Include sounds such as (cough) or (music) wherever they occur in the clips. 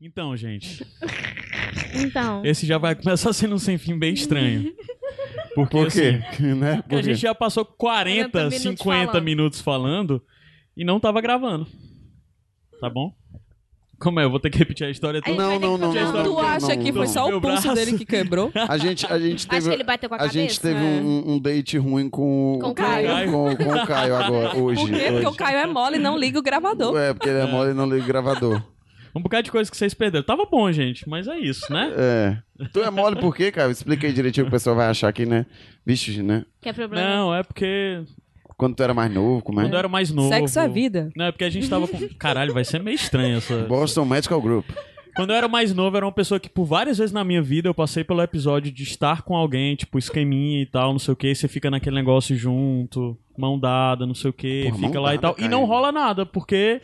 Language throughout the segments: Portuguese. Então, gente, Então, esse já vai começar sendo um sem fim bem (laughs) estranho. Porque, Por quê? assim, né? porque a Por quê? gente já passou 40, 40 minutos 50 falando. minutos falando e não tava gravando. Tá bom? Como é? Eu vou ter que repetir a história Aí toda. Não, vai ter não, que não, fazer não, uma- não. Tu acha que foi não. só Meu o pulso braço. dele (laughs) que quebrou? A gente, a gente teve, Acho que ele bateu com a, a cabeça. gente teve né? um, um date ruim com, Com o Caio. Com, com o Caio agora, hoje. Por quê? Porque o hoje. Caio é mole e não liga o gravador. É, porque ele é mole e não liga o gravador. Um bocado de coisa que vocês perderam. Tava bom, gente, mas é isso, né? É. Tu é mole por quê, Caio? Explica aí direitinho que o pessoal vai achar aqui, né? Vixe, né? Que é problema. Não, é porque Quando tu era mais novo, como quando eu é? era mais novo. Sexo é vida. Não, é porque a gente tava com. Caralho, vai ser meio estranho essa. Boston Medical Group. Quando eu era mais novo, era uma pessoa que por várias vezes na minha vida eu passei pelo episódio de estar com alguém, tipo, esqueminha e tal, não sei o que, você fica naquele negócio junto, mão dada, não sei o que, Porra, fica mão lá e dada, tal. E cara. não rola nada, porque,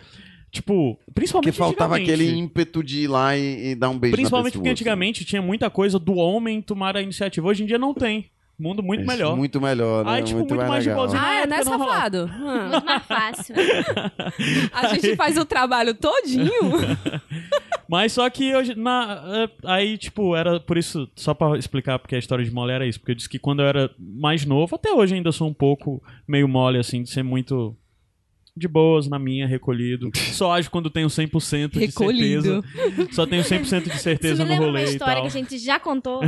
tipo, principalmente Porque faltava antigamente. aquele ímpeto de ir lá e, e dar um beijo na Principalmente pessoa, porque antigamente tinha muita coisa do homem tomar a iniciativa. Hoje em dia não tem. Mundo muito assim. melhor. Muito melhor, né? Aí, tipo, muito mais de legal. boazinha. Ah, é, Na né, época não rolava. safado? Ah. Muito mais é (laughs) fácil. A gente faz o trabalho (laughs) todinho. Mas só que hoje. Na, eh, aí, tipo, era por isso. Só pra explicar porque a história de mole era isso. Porque eu disse que quando eu era mais novo, até hoje ainda sou um pouco meio mole, assim, de ser muito. De boas, na minha, (laughs) recolhido. Só ajo quando tenho 100% de certeza. Recolhido. Só tenho 100% de Isso me certeza no lembra uma um rolê e história tal. que a gente já (laughs) contou.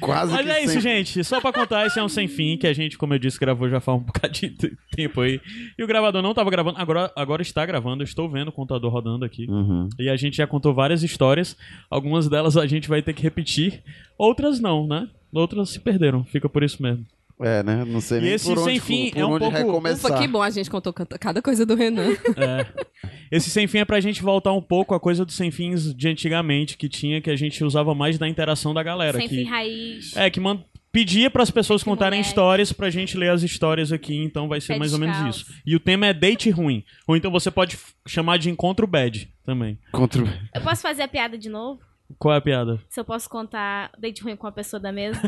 Quase Mas que é isso, sempre. gente. Só pra contar, esse é um sem fim que a gente, como eu disse, gravou já faz um (laughs) bocadinho de tempo aí. E o gravador não tava gravando, agora, agora está gravando. Eu estou vendo o contador rodando aqui. Uhum. E a gente já contou várias histórias. Algumas delas a gente vai ter que repetir, outras não, né? Outras se perderam, fica por isso mesmo. É, né? Não sei E nem esse por onde, sem fim por é um onde pouco- recomeçar. Ufa, que bom, a gente contou canta- cada coisa do Renan. Esse sem fim é pra gente voltar um pouco à coisa dos sem fins de antigamente que tinha, que a gente usava mais da interação da galera. Sem que... fim raiz. É, que man... pedia pras pessoas Que contarem moleque. histórias pra gente ler as histórias aqui, então vai ser Pé mais ou menos descalço. isso. E o tema é date ruim. Ou então você pode f- chamar de encontro bad também. Contra... Eu posso fazer a piada de novo? Qual é a piada? (laughs) Se eu posso contar date ruim com a pessoa da (laughs) mesa.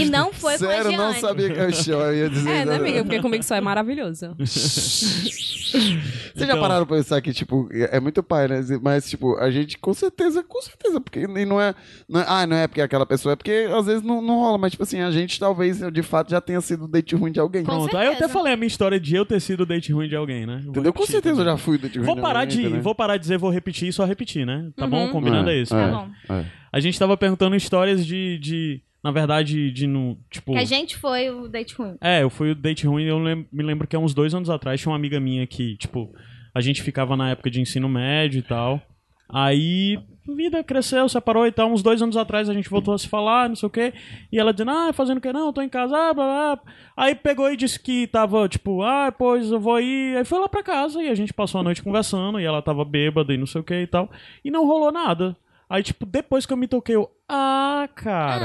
e não foi com a Sério, não Jeane. sabia que eu show, eu ia dizer. (laughs) É, né, amiga? Porque comigo só é maravilhoso. (laughs) Vocês já Então. pararam pra pensar que, tipo, é é muito pai, né? Mas, tipo, a gente com certeza, com certeza, porque e não é, não é- Ah, não é porque é aquela pessoa, é porque às vezes não, não rola, mas, tipo assim, a gente talvez de fato já tenha sido o date ruim de alguém. Com Pronto. Aí eu até certeza. falei a minha história de eu ter sido o date ruim de alguém, né? Vou Entendeu? Com repetir certeza eu também. já fui o date ruim Vou de parar, alguém, de, entendeu? vou parar de dizer, vou repetir e só repetir, né? Tá bom? Uhum. Combinado é, isso. Tá né? É. bom. A gente tava perguntando histórias de. de na verdade, de. não tipo. Que a gente foi o date ruim. É, eu fui o date ruim, eu lem- me lembro que há uns dois anos atrás tinha uma amiga minha que, tipo, a gente ficava na época de ensino médio e tal. Aí, vida cresceu, separou e tal. Uns dois anos atrás a gente voltou a se falar, não sei o quê. E ela dizendo, ah, fazendo o quê? Não, tô em casa, ah, blá, blá. Aí pegou e disse que tava, tipo, ah, pois eu vou ir. Aí foi lá pra casa e a gente passou a noite conversando e ela tava bêbada e não sei o que e tal. E não rolou nada. Aí, tipo, depois que eu me toquei, eu, ah, cara.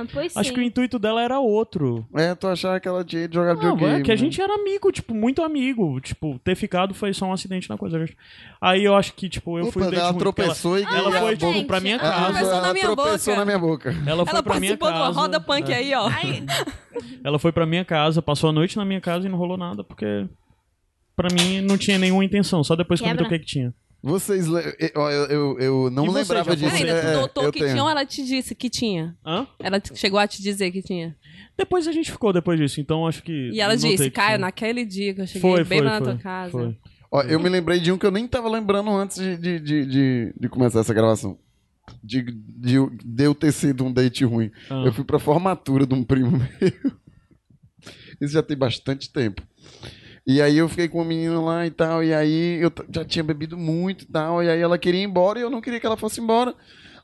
ah, pois sim. Acho que o intuito dela era outro. É, tu achava que ela tinha ido jogar Não, videogame. é que a né? gente era amigo, tipo, muito amigo. Tipo, ter ficado foi só um acidente na coisa. Aí eu acho que, tipo, eu Opa, fui o date ela ruim, porque tropeçou e... Ela, ela Ah, foi, gente. tipo, pra minha Ela ela, casa. tropeçou na minha tropeçou boca. na minha boca. Ela foi Ela pra minha participou de casa. É. uma roda punk aí, ó. Ela foi pra minha casa, passou a noite na minha casa e não rolou nada, porque... Pra mim, não tinha nenhuma intenção. Só depois que eu me Quebra. toquei que tinha. Vocês. le- Eu, eu, eu- eu não E você, lembrava já disso. foi? Ainda, É, tu é, notou eu que tenho. tinha ou ela te disse que tinha? Hã? Ela te- chegou a te dizer que tinha. Depois a gente ficou depois disso, então acho que... E ela não disse, tem que- Caio, naquele dia que eu cheguei Foi, foi, bem na foi, tua casa. foi. Ó, eu me lembrei de um que eu nem tava lembrando antes de, de, de, de- de começar essa gravação. De, de, de eu ter sido um date ruim. Ah. Eu fui pra formatura de um primo (laughs) meu. Isso já tem bastante tempo. E aí eu fiquei com uma menina lá e tal, e aí eu t- já tinha bebido muito e tal, e aí ela queria ir embora e eu não queria que ela fosse embora.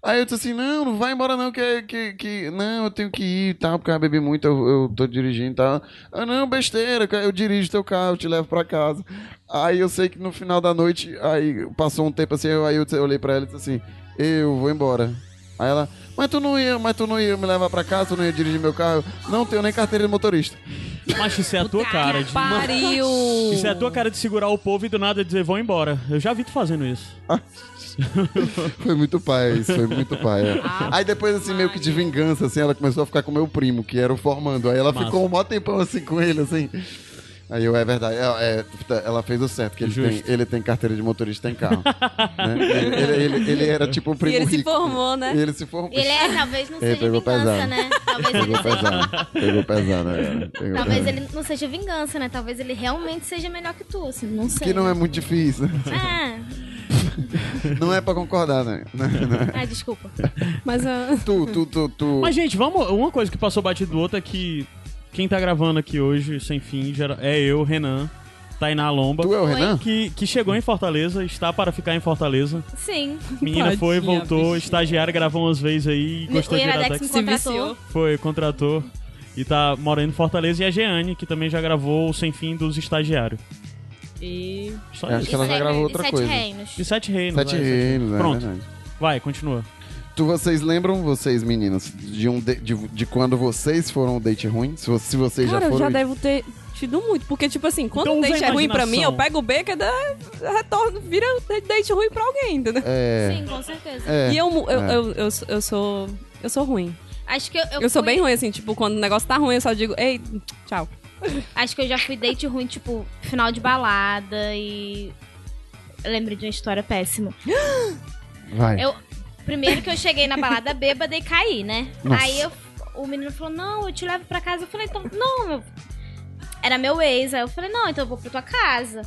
Aí eu disse assim, não, não vai embora não, que, que, que não, eu tenho que ir e tal, porque eu bebi muito, eu, eu tô dirigindo e tal. Ah, não, besteira, cara, eu dirijo teu carro, eu te levo pra casa. Aí eu sei que no final da noite, aí passou um tempo assim, eu- aí eu, disse- eu olhei pra ela e disse assim, eu vou embora. Aí ela, mas tu não ia, mas tu não ia me levar pra casa, tu não ia dirigir meu carro. Não tenho nem carteira de motorista. Mas isso é a tua cara de... Pariu! Isso é a tua cara de segurar o povo e do nada dizer, vão embora. Eu já vi tu fazendo isso. (laughs) Foi muito pai, isso foi muito pai. é. Ah, Aí depois, assim, meio que de vingança, assim, ela começou a ficar com meu primo, que era o formando. Aí ela Massa. ficou um mó tempão assim com ele, assim. Aí eu, é verdade, é- é, ela fez o certo, que ele tem, Justo. ele tem carteira de motorista em (laughs) carro. né? ele, ele- ele era tipo o E primo ele se rico. formou, né? Ele se formou. Ele é, talvez não Ele seja pegou vingança, pesado. né? Talvez ele Pegou seja. pesado. Pegou pesado, né? cara? Pegou Talvez pesado. ele não seja vingança, né? Talvez ele realmente seja melhor que tu, assim, não sei. Que não é muito difícil. né? Ah, Não é pra concordar, né? ah, desculpa. Mas ah, Tu, tu, tu, tu. Mas, gente, vamos. Uma coisa que passou batido do outro é que quem tá gravando aqui hoje, sem fim, gera- é eu, Renan, Tainá Lomba. Tu é o Renan? Que, que chegou em Fortaleza, está para ficar em Fortaleza. Sim. Menina foi, Tadinha, voltou, bichinha. estagiária, gravou umas vezes aí, gostou o de Iradex Iradex. me Se contratou. viciou. Foi, contratou. E tá morando em Fortaleza. E a Jeane, que também já gravou o Sem Fim dos Estagiários. E... Só É, acho isso. que ela já Sete- gravou outra Sete coisa. Reinos. E Sete Reinos. Sete vai, reinos, é Pronto, verdade. vai, continua. Tu, vocês lembram, vocês meninas, de, um de, de, de quando vocês foram um date ruim? Se, vo- se vocês Cara, já eu foram. já devo ter tido muito. Porque, tipo assim, quando Então o usa date a é ruim pra mim, eu imaginação. pego o beco e dá- retorno, vira um date ruim pra alguém, entendeu? É. Sim, com certeza. É. E eu, mu- eu, É. eu, eu, sou- eu sou. Eu sou ruim. Acho que eu, eu Eu, sou fui- bem ruim, assim, tipo, quando o negócio tá ruim, eu só digo, ei, tchau. Acho que eu já fui date ruim, tipo, final de balada e. Eu lembrei de uma história péssima. Vai. É. Eu- Primeiro que eu cheguei na balada bêbada e caí, né? Nossa. Aí eu- o menino falou: Não, eu te levo pra casa. Eu falei: Então, não, meu. Era meu ex. Aí eu falei: Não, então eu vou pra tua casa.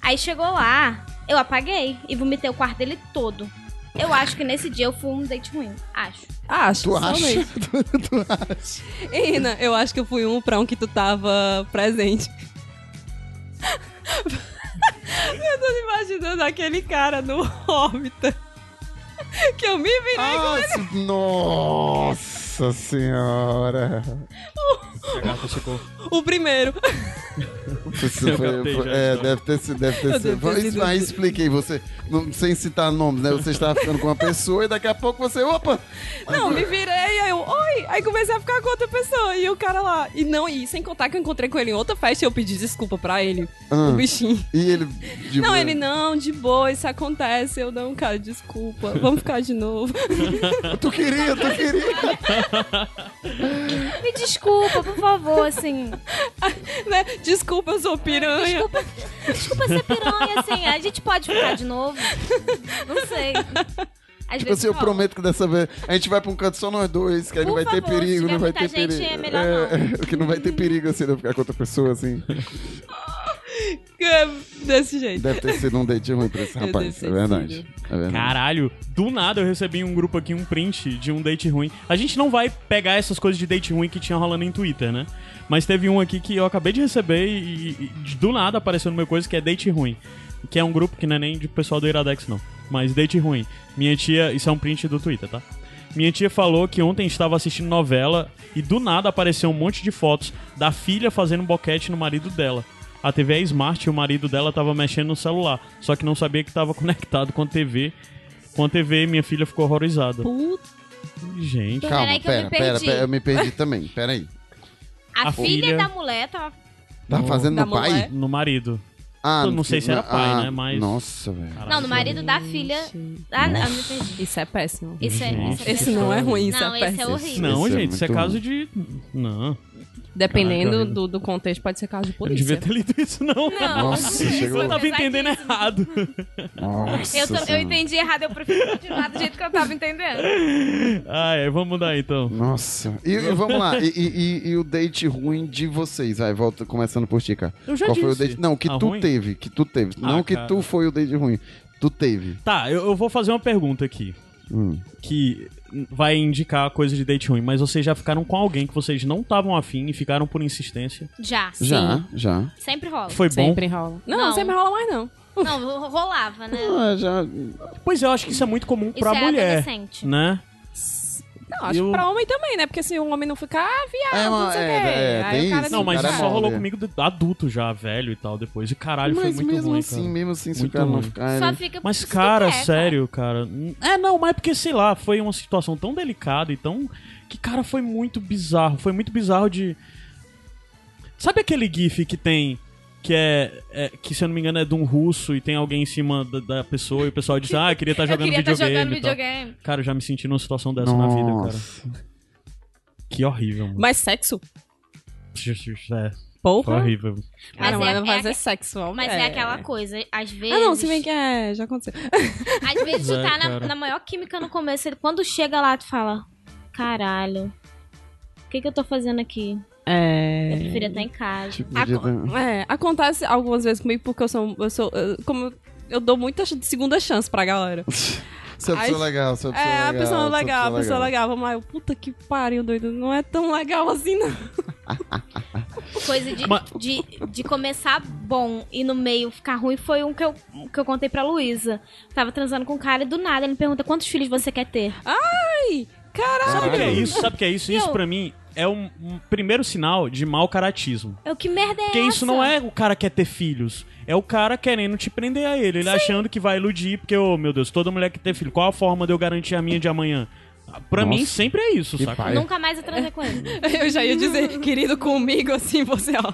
Aí chegou lá, eu apaguei e vomitei o quarto dele todo. Eu acho que nesse dia eu fui um date ruim. Acho. Acho. Tu acha? somente. Tu, (laughs) tu acha? Ei, Rina, eu acho que eu fui um pra um que tu tava presente. (laughs) eu tô imaginando aquele cara no órbita. Que eu me virei. Ah, se- nossa senhora! A garota chegou. O primeiro. Isso Eu foi- captei foi- já, é, então. deve ter sido. Deve Eu ter sido. devo ter Isso sido- assim. Aí expliquei, você, não- sem citar nomes, né? Você estava ficando com uma pessoa e daqui a pouco você. Opa! Não, me virei, aí eu, oi! Aí comecei a ficar com outra pessoa. E o cara lá. E não, e sem contar que eu encontrei com ele em outra festa e eu pedi desculpa pra ele. Ah, O bichinho. e ele. de- Não, ele não, de boa, isso acontece. Eu não, cara, desculpa. Vamos ficar de novo. (laughs) Tu queria, tu queria! Me desculpa, por favor, assim. Né? Desculpa, eu sou piranha. Desculpa, desculpa ser piranha, assim. A gente pode ficar de novo. Não sei. Às Tipo assim, eu rola. prometo que dessa vez a gente vai pra um canto só nós dois, que aí não Por vai ter favor, se perigo, tiver não vai ter muita gente, perigo. é melhor (laughs) não. que não vai ter perigo assim de eu ficar com outra pessoa assim. É, Desse jeito. Deve ter sido um date ruim pra esse Eu rapaz, é deve ter verdade. sido. É verdade. Caralho, do nada eu recebi em um grupo aqui um print de um date ruim. A gente não vai pegar essas coisas de date ruim que tinha rolando em Twitter, né? Mas teve um aqui que eu acabei de receber e, e- e do nada apareceu no meu coisa que é date ruim. Que é um grupo que não é nem de pessoal do Iradex, não. Mas date ruim. Minha tia, isso é um print do Twitter, tá? Minha tia falou que ontem estava assistindo novela e do nada apareceu um monte de fotos da filha fazendo boquete no marido dela. A TV é smart e o marido dela tava mexendo no celular, só que não sabia que tava (laughs) conectado com a TV. Com a TV, minha filha ficou horrorizada. Puta. Gente, Peraí Calma, que eu pera, me pera, perdi. pera, eu me perdi também, peraí. A, A filha, filha- da mulher tava. Tá No- fazendo Da no pai? mulher. no marido. Ah, Eu não sei se era na- pai, ah, né, mas- Nossa, velho. Caralho, Não, no marido da filha. Ah, não, eu me perdi. Isso é péssimo. Isso é, Gente. isso é Esse não é ruim, isso Não, é esse é péssimo. horrível. Não, Esse é gente, isso é muito- caso de. Não. Dependendo Caraca, do, do contexto, pode ser caso de Eu não tá devia polícia. ter lido isso, não. Não, Nossa, isso chegou- é Eu tava entendendo pesadíssimo. errado. (laughs) Nossa. Eu, tô- eu senhora. entendi errado, eu prefiro continuar do jeito que eu tava entendendo. Ah, é, vamos mudar então. Nossa. E, e vamos lá, e, e- e- e o date ruim de vocês? Vai, volta começando por ti, cara. Eu já Qual foi o disse. date? Não, que Ah, tu ruim? teve, que tu teve. Ah, não que cara. tu foi o date ruim. Tu teve. Tá, eu, eu vou fazer uma pergunta aqui. Hum. Que vai indicar coisa de date ruim, mas vocês já ficaram com alguém que vocês não estavam afim e ficaram por insistência. Já. Já, já. Sempre rola. Foi bom? Sempre rola. Não, Não. sempre rola mais não. Não, ro- rolava, né? Ah, já. Pois é, eu acho que isso é muito comum Isso pra é mulher. adolescente. Né? Não, acho Eu- que pra homem também, né? Porque se o homem não ficar, ah, viado, É, não sei o é, quê. é, Aí tem o cara isso. Não, mas cara isso só molha. rolou comigo de- adulto já, velho e tal, depois. E caralho, foi Mas muito mesmo ruim, assim, cara. mesmo assim, se Muito o cara não ruim. ficar. Só ele- fica Mas, se cara, quer, sério, cara. n- É, não, mas porque, sei lá, foi uma situação tão delicada e tão. Que, cara, foi muito bizarro. Foi muito bizarro de. Sabe aquele GIF que tem. Que é, é- Que, se eu não me engano, é de um russo e tem alguém em cima da, da pessoa e o pessoal diz, ah, eu queria estar (laughs) Eu jogando queria estar videogame. jogando e tal. videogame. Cara, eu já me senti numa situação dessa na vida, cara. Nossa. Que horrível, mano. Mas sexo? É, Foi Porra. horrível. Uhum. Mas Caramba, é- não é fazer aque- sexual. Mas é. aquela coisa, às vezes. Ah, não, se bem que é, já aconteceu. Às vezes Pois é, tu tá na, cara. na maior química no começo, ele- quando chega lá, tu fala: Caralho, o que, que eu tô fazendo aqui? É. Eu preferia estar em casa. Tipo, podia ter- É, acontece algumas vezes comigo porque eu sou. Eu sou eu- como eu dou muita ch- segunda chance pra galera. (laughs) Você é uma pessoa Ai, legal, você é uma pessoa É, legal. a pessoa você é uma legal, a pessoa legal. Vamos lá, eu, puta que pariu, doido. Não é tão legal assim, não. Coisa de, Mas- de, de começar bom e no meio ficar ruim foi um que eu, um que eu contei pra Luísa. Tava transando com um cara e do nada ele me pergunta quantos filhos você quer ter. Sabe o que é Caralho. isso? Sabe o que é isso? Isso pra mim é um, um primeiro sinal de mau caratismo. Eu, que merda é Porque essa? isso não é o cara quer ter filhos. É o cara querendo te prender a ele. Ele achando que vai iludir, porque, ô meu Deus, toda mulher que ter filho, qual a forma de eu garantir a minha de amanhã? Ah, Pra Nossa. mim sempre é isso, Que saca? pai. Nunca mais eu transei com ele. (laughs) Eu já ia dizer, querido, comigo assim, você, ó.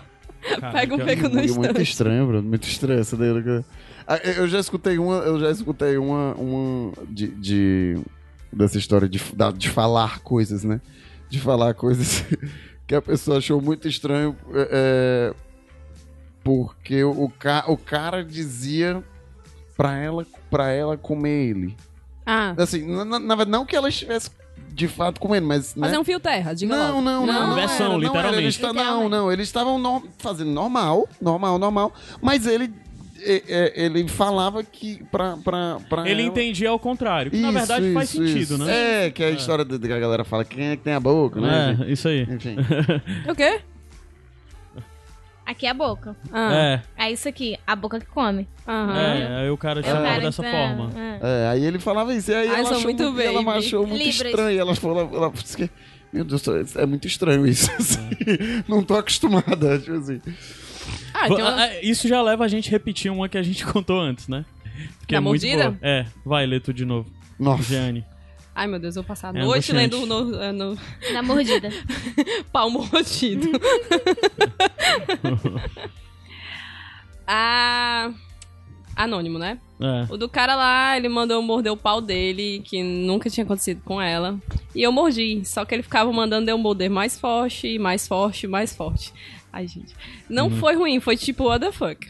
Cara, pega um que- é pego no Muito, muito instante. estranho, Bruno. Muito estranho essa daí. Ah, eu- Eu já escutei uma, eu já escutei uma, uma de, de- dessa história de, da- de falar coisas, né? De falar coisas (laughs) que a pessoa achou muito estranho, é, é, porque o, ca, o cara dizia pra ela, pra ela comer ele. Ah, Assim, na, na- na verdade, não que ela estivesse de fato comendo, mas. né? fazer um fio terra, diga Não, logo. não, não. Não, não versão, era, não literalmente. era, eles ta- não, Literalmente. não. Eles estavam no- fazendo normal, normal, normal. Mas ele, e- e- ele falava que pra, pra, pra Ele ela- entendia ao contrário, que na Isso, verdade faz isso, sentido, isso. né? É, que é a história do- que a galera fala, quem é que tem a boca, né? É, isso aí. Enfim. O quê? Aqui é a boca. Ah, É, É isso aqui, a boca que come. aham. é, aí o cara Eu chamava quero, dessa é, forma. é. É, aí ele falava isso. E aí Ai, ela, sou achou muito muito, ela baby. achou muito Libras. estranho. Ela falou, ela disse que, meu Deus, é muito estranho isso. (laughs) assim. Não tô acostumada, tipo assim. Ah, Va- tem uma... ah, Isso já leva a gente a repetir uma que a gente (laughs) contou antes, né? Que Da é muito mordida? boa. É, vai, lê tudo de novo. Nossa. Jeane. Ai, meu Deus, eu vou passar a É noite angustiante. lendo no, eh, no (laughs) Na mordida. palmo (laughs) rotido. ah, anônimo, né? É. O do cara lá, ele mandou eu morder o pau dele, que nunca tinha acontecido com ela. E eu mordi, só que ele ficava mandando eu morder mais forte, mais forte, mais forte. Ai, gente. Não Uhum. foi ruim, foi tipo, what the fuck.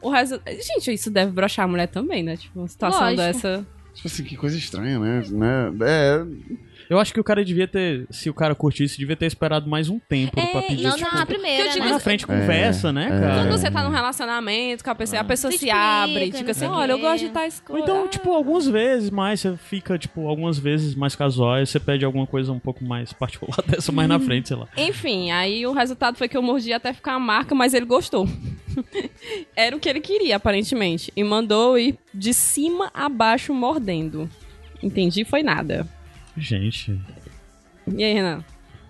O resto. Gente, isso deve broxar a mulher também, né? Tipo, uma situação Lógico. dessa. Tipo assim, que coisa estranha, né? né? É, Eu acho que o cara devia ter, se o cara curtisse, devia ter esperado mais um tempo pra pedir É, não, esse não, tipo, a primeira. que eu digo Mas né? na frente conversa, né, Quando cara? você tá num relacionamento com a pessoa, a pessoa Se se, explica, abre, não fica assim, sei o olha, eu quê. gosto de estar escuro. Ou então, tipo, algumas vezes mais, você fica, tipo, algumas vezes mais casual, você pede alguma coisa um pouco mais particular (laughs) dessa mais na frente, sei lá. Enfim, aí o resultado foi que eu mordi até ficar a marca, mas ele gostou. (laughs) Era o que ele queria, aparentemente. E mandou ir de cima a baixo mordendo. Entendi, foi nada. Gente. E aí, Renan?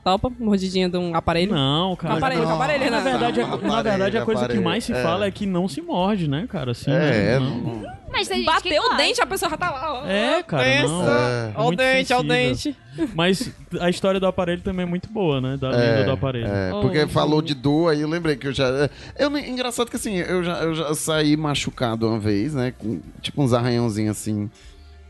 Topa? Mordidinha de um aparelho? Não, cara. Com aparelho, com aparelho, Na Renan. verdade, Não, a- com na verdade, a aparelho, coisa que aparelho, mais se é. fala é que não se morde, né, cara? Assim, é, é. né? Não- não- Mas tem gente que assim, Bateu o gosta. dente, a pessoa já tá lá. ó. É, cara, não. É. É Ó o muito dente, ó o sensível. dente. Mas a história do aparelho também é muito boa, né? Da É, lenda do aparelho. É, Oh, porque oh. falou de dor, aí eu lembrei que eu já. é, Eu, nem- engraçado que assim, eu já, eu já saí machucado uma vez, né? Com, tipo uns arranhãozinhos assim,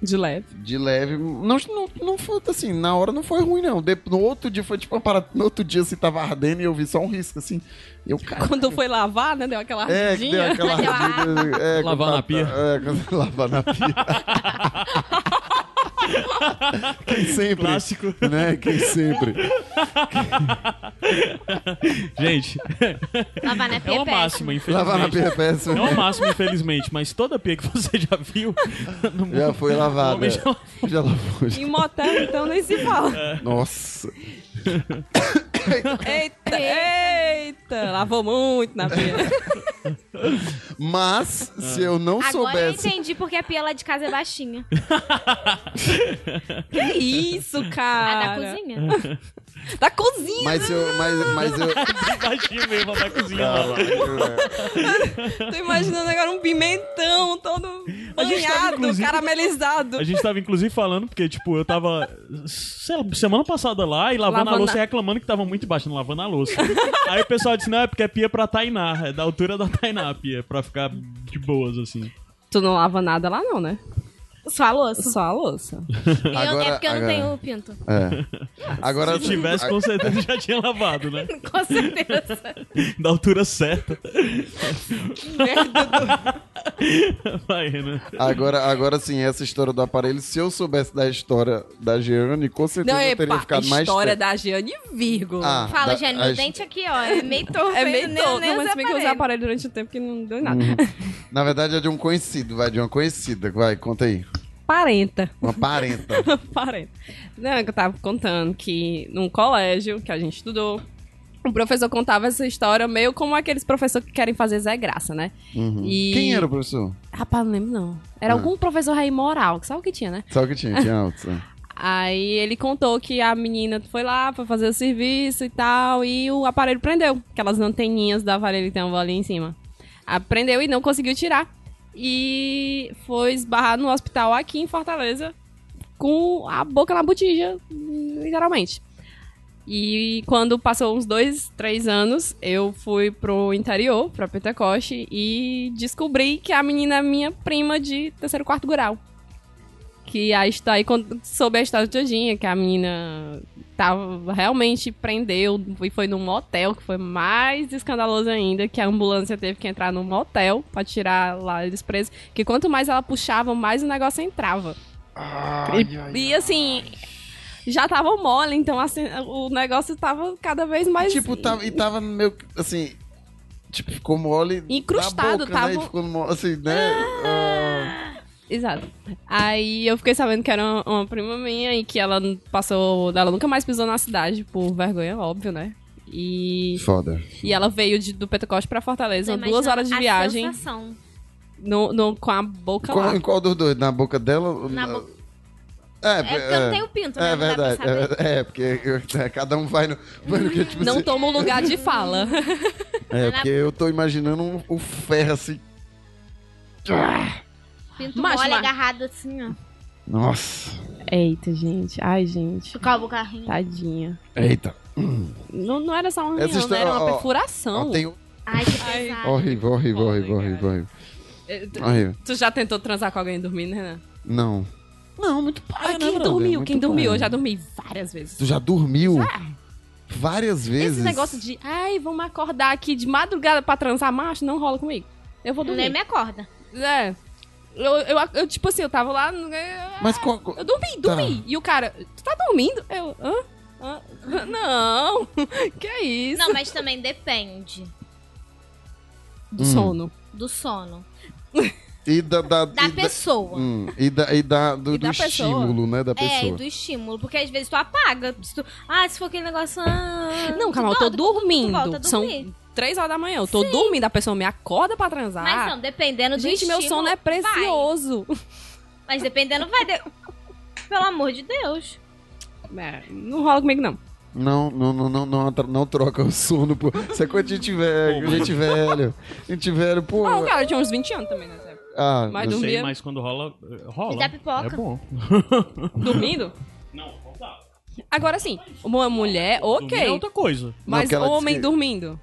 De leve. de leve. Não, não, não foi assim, na hora não foi ruim, não. De- no outro dia foi tipo uma parada. No outro dia assim, tava ardendo e eu vi só um risco, assim. E eu, cara. Quando foi lavar, né? Deu aquela É, que deu ardidinha. aquela Deu a- (laughs) ardida. é, Lavar quando na tá- pia. É, quando lavar na pia. (laughs) Quem sempre. Clássico. Né? Quem sempre. Gente, Lavar né? na é pia uma péssimo. máxima, infelizmente. Lavar na pia é péssimo. É uma máxima, infelizmente, mas toda pia que você já (laughs) viu no mundo, Já foi o lavada. homem já- Já lavou. já. Em motel, então nem se É. fala. Nossa. Eita, eita. Lavou muito na pia. Mas, se eu não Agora soubesse. eu entendi porque a pia lá de casa é baixinha. Que isso, cara? A da cozinha. Ah, Da cozinha. Mas eu. Mas, mas eu. Baixinho mesmo, lá da cozinha. lá. Caralho, Tô imaginando agora um pimentão todo A gente tava, banhado, inclusive- caramelizado. A gente tava inclusive falando, porque, tipo, eu tava sei lá, semana passada lá e lavando, Lavando a louça a- e reclamando que tava muito baixo, não lavando a louça. Aí o pessoal disse: não, é porque é pia pra Tainá, é da altura da Tainá a pia, pra ficar de boas, assim. Tu não lava nada lá não, né? Só a louça. Só a louça. Eu- Agora- é porque eu não agora- tenho (laughs) pinto. É. Agora, Se tivesse, com certeza já tinha lavado, né? Com certeza. Da altura certa. (laughs) Vai, né? agora, agora sim, essa história do aparelho, se eu soubesse da história da Jeane, com certeza Não, eu teria epa, ficado mais história tempo. da Giane vírgula. Ah, Fala, da- Jane, a- meu dente aqui, ó. É meio torto. é ainda, meio nem- todo, nem mas usei bem que eu usei aparelho. aparelho durante um tempo que não deu em nada. Na verdade é de um conhecido, vai, de uma conhecida. Vai, conta aí. Parenta. Uma parenta. Parei. Não, é que eu tava contando que num colégio que a gente estudou, o professor contava essa história meio como aqueles professores que querem fazer Zé Graça, né? Uhum. E- Quem era o professor? Rapaz, não lembro não. Era Ah. algum professor aí moral, que sabe o que tinha, né? Sabe o que tinha? Tinha alto. né? Aí ele contou que a menina foi lá pra fazer o serviço e tal, e o aparelho prendeu. Aquelas anteninhas do aparelho que tem uma bolinha em cima. Ah, Prendeu e não conseguiu tirar. E foi esbarrar no hospital aqui em Fortaleza com a boca na botija, literalmente. E quando passou uns dois, três anos, eu fui pro interior, pra Pentecoste, e descobri que a menina é minha prima de terceiro quarto grau. Que aí está aí quando soube a história todinha, que a menina tava, realmente prendeu e foi num motel, que foi mais escandaloso ainda, que a ambulância teve que entrar num motel pra tirar lá eles presos. Que quanto mais ela puxava, mais o negócio entrava. e, e, assim, já tava mole, então assim, o negócio tava cada vez mais. Tipo, tava, e tava meio que, assim. Tipo, ficou mole. Incrustado, na boca, tava- um Né? E ficou mole, assim, né? Ah, Exato. Aí eu fiquei sabendo que era uma, uma prima minha e que ela n- passou. Ela nunca mais pisou na cidade, por vergonha, óbvio, né? E, Ah. Foda. e ela veio de- do Pentecoste pra Fortaleza, Tô duas horas de imaginando a viagem, sensação. no, no- com a boca Qual, lá. em qual dos dois? Na boca dela? ou Na na- boca- É, É porque eu não tenho pinto, né? É Não dá pra verdade. saber. É, é, porque eu- é, cada um vai no. vai no que, tipo, Não assim, toma o lugar de fala. É, porque eu tô imaginando um, um ferro assim. Pinto Mas, mole, mas- agarrado assim, ó. Nossa. (laughs) Eita, gente. Ai, gente. Ficava o carrinho. Tadinha. Eita. Não, não era só um Essa arranhão, né? história, Era uma ó, Ó, perfuração. tem um... Ai, que Ai. pesado. Horrível, horrível, Foda, horrível, cara. horrível, horrível. Eh, tu- Horrível. Tu já tentou transar com alguém dormindo, Renan? Não. Não, muito pai. Ai, né, Ah, quem brother? dormiu? Muito Quem dormiu? pai. Eu já dormi várias vezes. Tu já dormiu? Já. Várias vezes. Esse negócio de, ai, vamos acordar aqui de madrugada pra transar macho, não rola comigo. Eu vou Nem dormir. me acorda. É. Eu, eu, eu, tipo assim, eu tava lá. Eu Mas qual. qual- dormi, Tá. dormi. E o cara, tu tá dormindo? Eu, hã? Hã? Não, (laughs) que é isso? Não, mas também depende Do sono. do sono. E da. da, Da e da- pessoa. Hum, e da, e da, do, E da do pessoa. estímulo, né? Da É, e pessoa. do estímulo. Porque às vezes tu apaga. se tu- Ah, se for aquele negócio. ah, Não, tu calma, eu volta, tu- tô tu volta a dormindo. dormir. São três horas da manhã, eu tô dormindo, a pessoa me acorda pra transar. Mas não, dependendo do Tá. Gente, meu estímulo. sono é precioso. (laughs) vai. Mas dependendo, vai. de- Pelo amor de Deus. É, não rola comigo, não. Não, não, não, não, não, atra- não troca o sono, pô. Isso é quando a gente velho, gente velho. Gente velho, pô. Ah, o cara tinha uns 20 anos também né, nessa época. Ah, Mas Não do- sei, Dormia. mas quando rola, rola. E dá pipoca. É bom. Dormindo? Não, não dá. Agora sim, uma mulher, Dormir é ok. outra coisa. Mas que ela disse homem que- dormindo.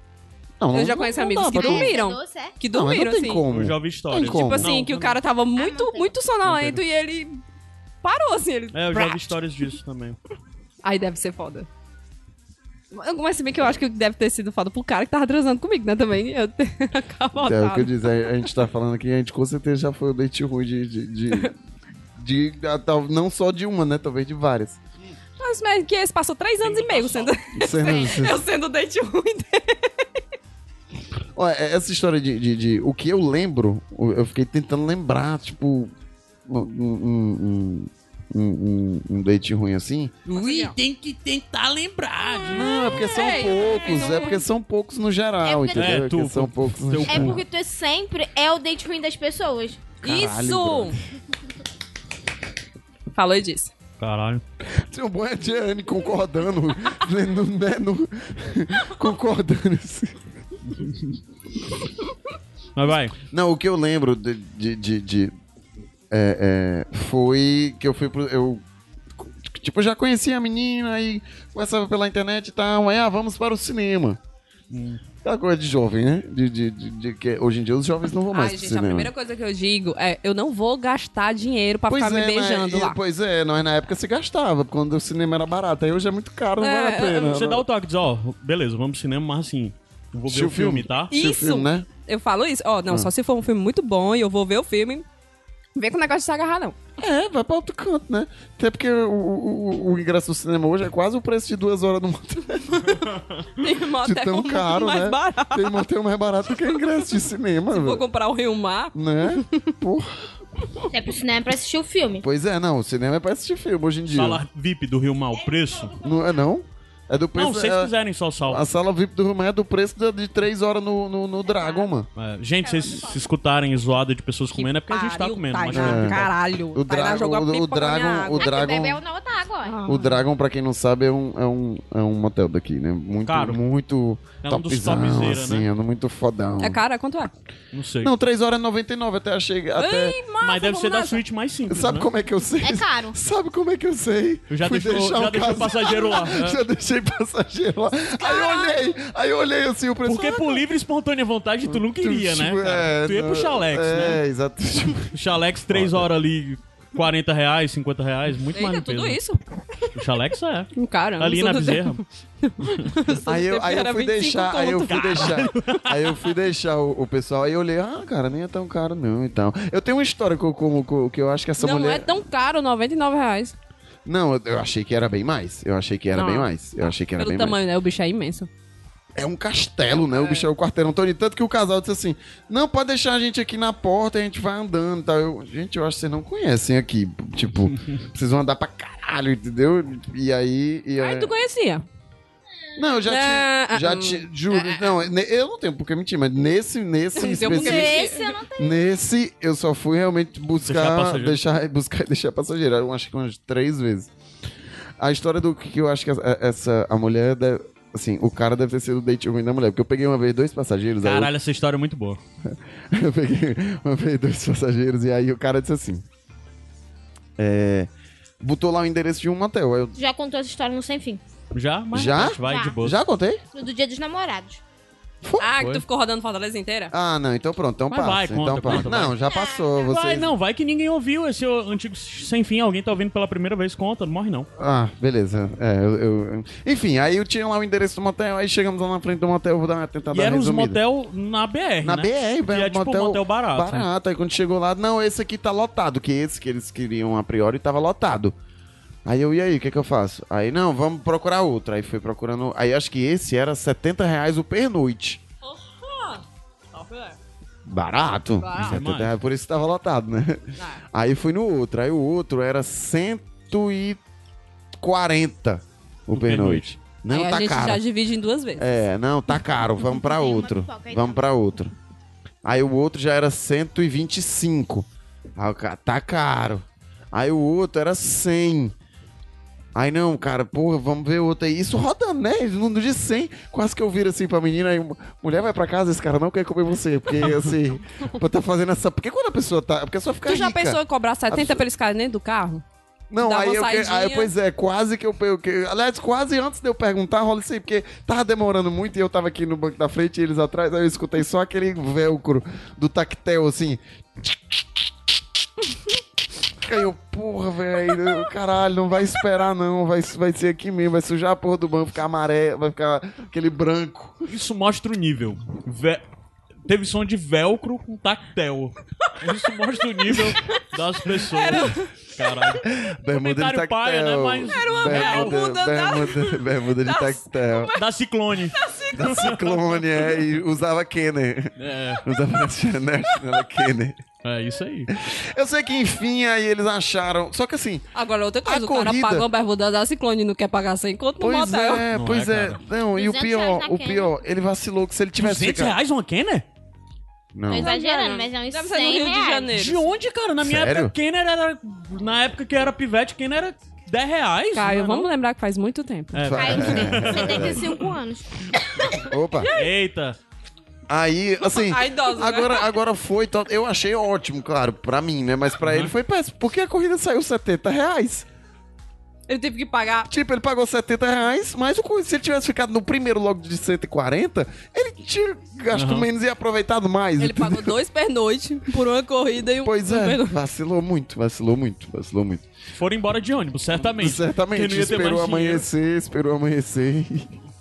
não, eu já não- conheço não amigos dá que pra tu- dormiram. Doce, é? Que Não, mas dormiram, não tem assim. como. Eu já ouvi histórias. Tem como. Tipo assim, Não, que o não. cara tava muito, não tem. muito sonolento e ele parou, assim. Ele... É, eu já ouvi Brá. histórias disso também. Aí deve ser foda. Mas se bem que eu acho que deve ter sido foda pro cara que tava transando comigo, né? Também eu É o que eu (laughs) ter acabado. disse, a a gente tá falando aqui, a gente com certeza já foi o date ruim de. de, de- de- ah, tal- não só de uma, né? Talvez de várias. Mas, mas que esse passou três anos e meio sendo, Você (laughs) não- você- eu sendo date ruim dele. Olha, é, essa história de, de- de- O que eu lembro, eu fiquei tentando lembrar, tipo. Um, um- um- um- um- um date ruim assim. Ui, tem que tentar lembrar. Não, é porque são É, poucos. então- É porque são poucos no geral, É porque- entendeu? É, tu, porque são com poucos no teu geral. É porque tu sempre é o date ruim das pessoas. Caralho, Isso! Falou e disse. Caralho. (laughs) Seu bom é a Diane concordando. né, no- né, no- (laughs) concordando. assim. Mas vai. Não, o que eu lembro de. de, de- de- é, é, foi que eu fui pro. Eu, tipo, já conhecia a menina aí começava pela internet e tal. Aí, ah, vamos para o cinema. Aquela coisa de jovem, né? De, de, de- de que hoje em dia os jovens não vão mais Ai, pro gente, a assim, cinema. primeira coisa que eu digo é: eu não vou gastar dinheiro pra Pois ficar é, me beijando mas, lá. Pois é, nós na época se gastava, quando o cinema era barato. Aí hoje é muito caro, não É, vale a pena. Você dá o toque, diz, ó, beleza, vamos pro cinema, mas assim, eu vou ver Assistiu o filme, tá? E- Assistiu o Isso. filme, né? Eu falo isso, ó, não, Ah. só se for um filme muito bom e eu vou ver o filme. Vem com o negócio de se agarrar, (laughs) não. É, vai pra outro canto, né? Até porque o, o, o- o ingresso do cinema hoje é quase o preço de duas horas no motel. Tem De um motel tão muito caro, mais né? barato. Tem motel mais barato do que ingresso de cinema, Vou velho. comprar o Rio Tá Mar. Né? Porra. É pro cinema pra assistir o filme. Pois é, não. O cinema é pra assistir filme hoje em dia. Sala VIP do Rio Mal, preço. Não é não? É do preço. Não, se vocês é- quiserem só a sal. sala VIP do Romé é do preço da- de três horas no, no, no Dragon, mano. É, gente, vocês se escutarem zoada de pessoas comendo, é porque a gente tá Pariu, comendo. Tainá, Mas É. Caralho. O Tainá Dragon- jogou a o- o pipa na Dragon- água. É o Dragon- Bebel na outra agora. Ah. O Dragon, pra quem não sabe, é um, é um, é um motel daqui, né? Muito, Caro. muito É um dos topzão, topzera, assim, né? é muito fodão. É caro? É quanto é? não sei. Não, 3 horas e 99 até achei. Até... Ei, massa, Mas deve vamos ser da nessa. suíte mais simples, Sabe né? como é que eu sei? É caro. (laughs) Sabe como é que eu sei? Eu já Fui deixou- deixar já o deixou caso- o passageiro lá, né? (laughs) já deixei passageiro lá. Aí eu olhei, aí eu olhei assim o preço. Porque ah, por livre e espontânea vontade tu não queria, né? tipo, cara? é, Tu ia pro não- Chalex, né? É, exato. (laughs) O Chalex, três horas ali, 40 reais, 50 reais, muito mais Eita, no tudo peso. isso? O Chalex é. Um cara. Ali na bezerra. (laughs) Aí eu, aí eu Era fui 25 deixar, aí eu conto. fui deixar, (laughs) aí eu fui deixar o, o pessoal, aí eu olhei, ah, cara, nem é tão caro não, então. Eu tenho uma história que eu, como- que eu- que eu acho que essa Não mulher... é tão caro, R$ 99 reais. Não, eu, eu achei que era bem mais, eu achei que era Não. bem mais, eu achei que era Ah, bem Pelo mais. tamanho, né? O bicho é imenso. É um castelo, né? O bicho é o quarteirão Tony. Tanto que o casal disse assim: não, pode deixar a gente aqui na porta, a gente vai andando e tal. Eu, gente, eu acho que vocês não conhecem aqui. (laughs) Tipo, vocês vão andar pra caralho, entendeu? E aí. E é, aí Aí tu conhecia. Não, eu já Ah, tinha. Já ah, tinha. Juro. Não, ne- eu não tenho por que mentir, mas nesse. Nesse. Não tem por que específico, mentir. Esse eu não tenho. nesse, eu só fui realmente Deixar buscar. passageiro. Deixar, buscar (laughs) e deixar passageiro. Eu acho que umas três vezes. A história do que que eu acho que essa. essa- a mulher. deve- assim, o cara deve ter sido o date ruim da mulher. Porque eu peguei uma vez dois passageiros. aí eu- Caralho, essa história é muito boa. (laughs) eu peguei, mandei dois passageiros e aí o cara disse assim. É. Botou lá o endereço de um motel. Aí eu, Já contou essa história no Sem Fim. Já? Mas Já? acho que vai Já. de boa. já contei? Do Dia dos Namorados. Ah, que Foi. tu ficou rodando Fortaleza inteira? Ah, não, então pronto, então Mas passa. vai, conta, então passa. conta, não, vai. já passou. Vocês... É, Vai, não, vai que ninguém ouviu esse antigo sem fim. Alguém tá ouvindo pela primeira vez, conta, não morre não. Ah, beleza. É, eu, eu- Enfim, aí eu tinha lá o endereço do motel, aí chegamos lá na frente do motel, vou dar uma tentada E era uns resumida. motel na BR, Tá Na né? BR, Que é tipo um motel barato, né? Barato. Aí quando chegou lá, não, esse aqui tá lotado, que esse que eles queriam a priori tava lotado. Aí eu, e aí, o que é que eu faço? Aí, não, vamos procurar outro. Aí fui procurando. Aí acho que esse era R$ 70 reais o pernoite. Barato. Barato. 70 Demais. reais, por isso que tava lotado, né? Aí fui no outro. Aí o outro era 140 o pernoite. Não, Aí tá a gente caro. já divide em duas vezes. É, não, tá caro, vamos pra Tem uma outro. pipoca aí, Vamos não. pra outro. Aí o outro já era 125. Aí o cara, tá caro. Aí o outro era 100. Aí não, cara, porra, vamos ver outro aí. Isso rodando, né? No no de 100. Quase que eu viro assim pra menina. Aí, mulher, vai pra casa, esse cara não quer comer você. Porque assim, pra tá fazendo essa. Porque quando a pessoa tá. Porque a pessoa fica. Tu já rica. pensou em cobrar 70 Absurdo. pra eles ficarem dentro do carro? Não, Dá uma aí eu, que- saidinha. aí, pois é, quase que eu, eu que- aliás, quase antes de eu perguntar, rola isso aí, porque tava demorando muito e eu tava aqui no banco da frente e eles atrás, aí eu escutei só aquele velcro do tactel, assim. (laughs) Aí eu, porra, velho, caralho, não vai esperar não, vai, vai ser aqui mesmo, vai sujar a porra do banco, ficar amarelo, vai ficar aquele branco. Isso mostra o nível. Ve- Teve som de velcro com tactel. Isso mostra o nível das pessoas. Caralho. Bermuda de Comentário tactel. paia, né, mas- Era uma bermuda da- bermuda, bermuda de (laughs) tactel. Da Ciclone. Da Ciclone, é, e usava Kenner. É, Usava National Kenner. é isso aí. Eu sei que enfim, aí eles acharam. Só que assim. Agora, outra coisa, A o cara corrida- pagou a bermuda da Ciclone e não quer pagar 100 conto no Pois motel. é, Não pois é, é. cara. Não, e o 200 reais pior, na o Kenner. pior, ele vacilou que se ele tivesse 200 ficado. reais uma Kenner? Não. Tô exagerando, mas é uns Deve 100 ser no Rio de reais. Janeiro. De onde, cara? Na minha Sério? época, Kenner era. Na época que eu era pivete, Kenner era 10 reais. Caio, não é vamos lembrar que faz muito tempo. não? Aí, É, tem 75 anos. Opa. Eita. Aí, assim. A idosa, né? Agora, agora foi. to- Eu achei Uhum. ótimo, claro, pra mim, né? Mas pra ele foi péssimo. Porque a corrida saiu 70 reais. Ele teve que pagar. Tipo, ele pagou 70 reais, mas o cu- se ele tivesse ficado no primeiro logo de 140, ele tinha gasto Aham. menos e aproveitado mais. Ele entendeu? pagou dois pernoite por uma corrida e um. Pois um é, pernoite. vacilou muito, vacilou muito, vacilou muito. Foram embora de ônibus, certamente. Certamente, Porque não ia ter esperou mais dinheiro. amanhecer, esperou amanhecer.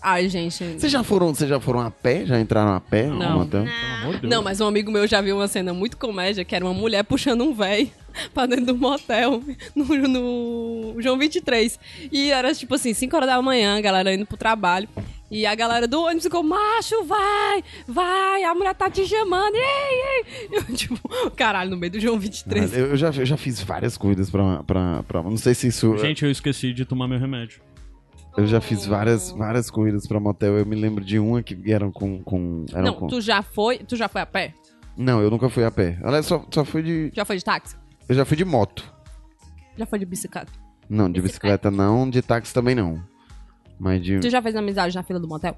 Ai, gente. Vocês já foram, vocês já foram a pé? Já entraram a pé? Não. Uma tam- Pelo amor de Deus. Não, mas um amigo meu já viu uma cena muito comédia, que era uma mulher puxando um véi (laughs) pra dentro do motel, no, no João 23. E era tipo assim, 5 horas da manhã, a galera indo pro trabalho. E a galera do ônibus ficou, macho, vai, vai, a mulher tá te chamando, ei, (laughs) ei. Eu, tipo, caralho, no meio do João 23. Eu, eu já, eu já fiz várias coisas pra, pra, pra. Não sei se isso. Gente, eu esqueci de tomar meu remédio. Eu já fiz várias, várias corridas pra motel. Eu me lembro de uma que eram com. com eram Não, com- tu já foi, tu já foi a pé? Não, eu nunca fui a pé. Aliás, só, só fui de. Já foi de táxi? Eu já fui de moto. Já foi de bicicleta? Não, de bicicleta não, de táxi também não. Mas de. Tu já fez amizade na fila do motel?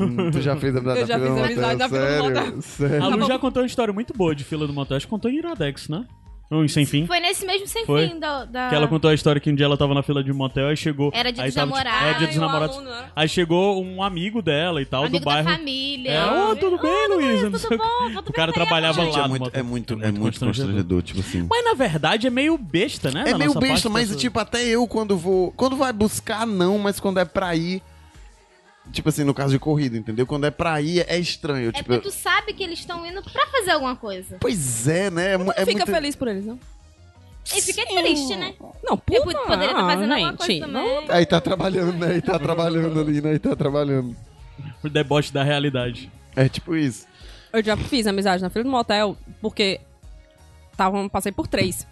Hum, (laughs) Tu já fez amizade Eu já na fila fiz do amizade na motel? fila Sério? do Sério? A Lu bom. já contou uma história muito boa de fila do motel. Acho que contou em Iradex, né? Ou em Sem Fim. Foi nesse mesmo sem Foi? fim da. da- Que ela contou a história que um dia ela tava na fila de um motel e chegou. Era dia aí dos tava, tipo, namorados. É, dia dos Ai, o namorados. aluno, né? Aí chegou um amigo dela e tal, Amigo do da bairro. família. É, ô, tudo bem, Luísa? Não sei Tudo o quê. bom? Volta O cara pra aí trabalhava amanhã. lá. Gente, é no muito, motel. é muito, é muito constrangedor, tipo assim. Mas na verdade é meio besta, né? É da meio nossa parte, besta, mas dessa- tipo, até eu quando vou. Quando vai buscar, não, mas quando é pra ir. Tipo assim, no caso de corrida, entendeu? Quando é pra ir, é estranho. É tipo, porque tu sabe que eles estão indo pra fazer alguma coisa. Pois é, né? É, mu- é Não fica muito- feliz por eles, não? E fica triste, né? Não, Eu puta, poderia estar fazendo alguma coisa Ah, gente, também. Aí tá trabalhando, né? Aí tá trabalhando ali, né? Aí tá trabalhando. tipo- O deboche da realidade. É tipo isso. Eu já fiz amizade na fila do motel, porque tavam, passei por três.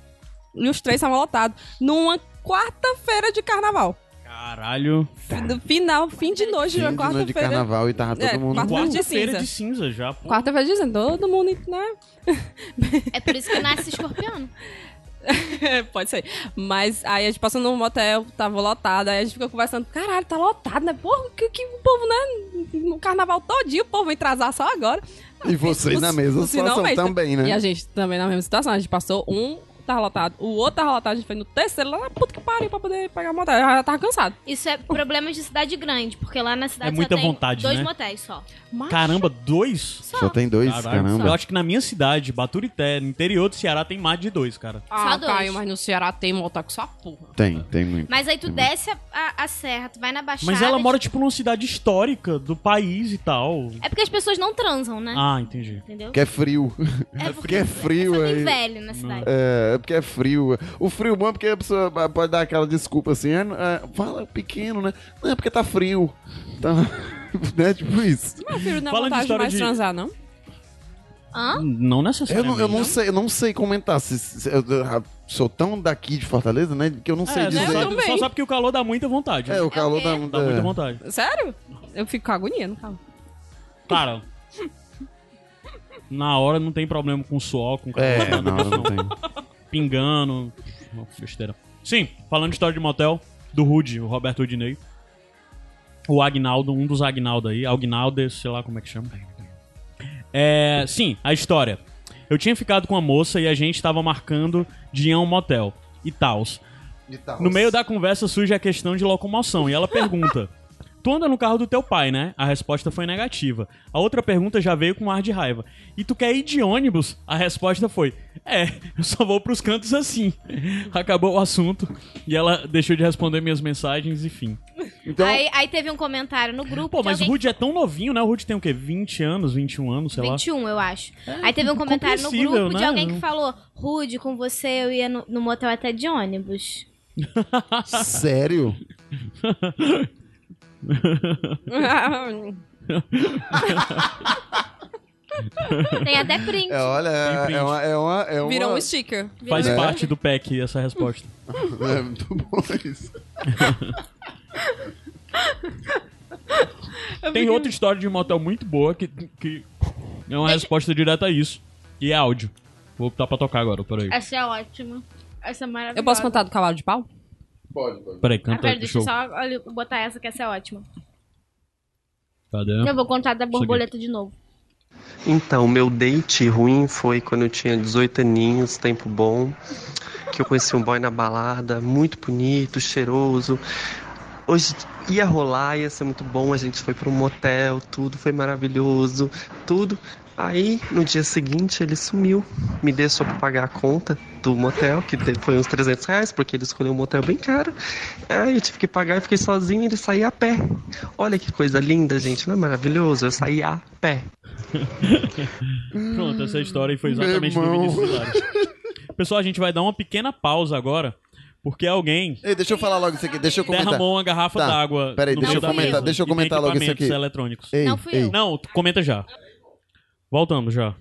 E os três estavam lotados. Numa quarta-feira de carnaval. Caralho. No Final, fim de noite, Tinha na de noite de quarta-feira. carnaval e tava todo É, mundo. quarta- Quarta de Quarta-feira cinza. de cinza já. pô. Quarta-feira dizendo, todo mundo, né? (laughs) É por isso que nasce escorpião. Pode ser. Mas aí a gente passou num motel, tava lotado, aí a gente ficou conversando, caralho, tá lotado, né? Porra, que, que o povo, né? No carnaval todinho, o povo vem atrasar só agora. E vocês Os- na mesma os situação finalmente. também, E né? a gente também na mesma situação. A gente passou um tava lotado, o outro tava lotado, a gente foi no terceiro lá na puta que pariu pra poder pagar o motel. Já tava cansado. Isso é problema de cidade grande, porque lá na cidade É só muita tem vontade, dois né? motéis só. Mas Caramba, dois? Só, Só tem dois, Caralho. Eu caramba. acho que na minha cidade, Baturité, no interior do Ceará, tem mais de dois, cara. Ah, Só dois. Caio, mas no Ceará tem motel com sua porra. Tem, tem muito. Mas aí tu desce a, a- a serra, tu vai na baixada. Mas ela mora, tipo, numa cidade histórica do país e tal. Hum. É porque as pessoas não transam, né? Ah, entendi. Entendeu? Que é frio. É (laughs) porque é frio Só aí. tem velho na cidade. É, é porque é frio. O frio bom é porque a pessoa pode dar aquela desculpa assim, ah, não, ah, fala pequeno, né? Não, é porque tá (laughs) frio. Então, né? Tipo isso. Meu filho, não é Falando de vontade de história mais de- transar, não? Hã? Não Eu necessariamente. não, eu não sei, eu não sei comentar. se- se- eu, eu sou tão daqui de Fortaleza, né? Que eu não sei É, dizer. só, Eu sabe, também. só sabe que o calor dá muita vontade. né? É, o calor quê? da Dá muita vontade. Sério? Eu fico com agonia no carro. Cara. Na hora não tem problema com suor, com calor, É, (laughs) nada não, disso, não tem. Pingando. Uma besteira. Sim, falando de história de motel, do Rude, o Roberto Rudinei. O Agnaldo, um dos Agnaldo aí, Agnaldes, sei lá como é que chama. É, sim, a história. Eu tinha ficado com a moça e a gente tava marcando de ir a um motel e tals. E tal. No meio da conversa surge a questão de locomoção e ela pergunta: Tu anda no carro do teu pai, né? A resposta foi negativa. A outra pergunta já veio com ar de raiva. E tu quer ir de ônibus? A resposta foi: É, eu só vou pros cantos assim. (laughs) Acabou o assunto e ela deixou de responder minhas mensagens e fim. Então, Aí, aí teve um comentário no grupo. Pô, de mas o alguém Rude é tão novinho, né? O Rude tem o quê? 20 anos, 21 anos, sei lá. 21, eu acho. Aí teve um comentário no É, compreensível, grupo de né? alguém que falou: Rude, com você eu ia no, no motel até de ônibus. sério? Tem até print. (laughs) É, olha, Tem é, print. é uma, é uma. É uma... (laughs) Virou um sticker. Faz É. parte do pack essa resposta. (laughs) É muito bom isso. Tem outra história de um motel muito boa que, que é uma resposta direta a isso. E é áudio. Vou optar pra tocar agora, peraí. Essa é ótima. Essa é maravilhosa. Eu posso contar do cavalo de pau? Pode, pode. Peraí, Ah, canta pera, aí, deixa show. eu só olha, botar essa que essa é ótima. Cadê? Eu vou contar da borboleta de novo. Então, meu date ruim foi quando eu tinha 18 aninhos, tempo bom, que eu conheci um boy na balada, muito bonito, cheiroso. Hoje ia rolar, ia ser muito bom, a gente foi para um motel, tudo foi maravilhoso, tudo. Aí, no dia seguinte, ele sumiu, me deixou para pagar a conta do motel, que de- foi uns 300 reais, porque ele escolheu um motel bem caro. Aí eu tive que pagar e fiquei sozinho e ele saía a pé. Olha que coisa linda, gente, não é maravilhoso? Eu saí a pé. Pronto, essa história aí foi Meu exatamente do irmão. Vinícius Vilares. Pessoal, a gente vai dar uma pequena pausa agora, porque alguém Ei, deixa eu falar logo isso aqui, deixa eu comentar. derramou uma garrafa Tá, d'água. peraí, no deixa meio eu da comentar, mesa deixa eu e tem comentar logo isso equipamentos aqui. eletrônicos. Ei, Não fui ei. eu. Não, tu comenta já. Voltando já.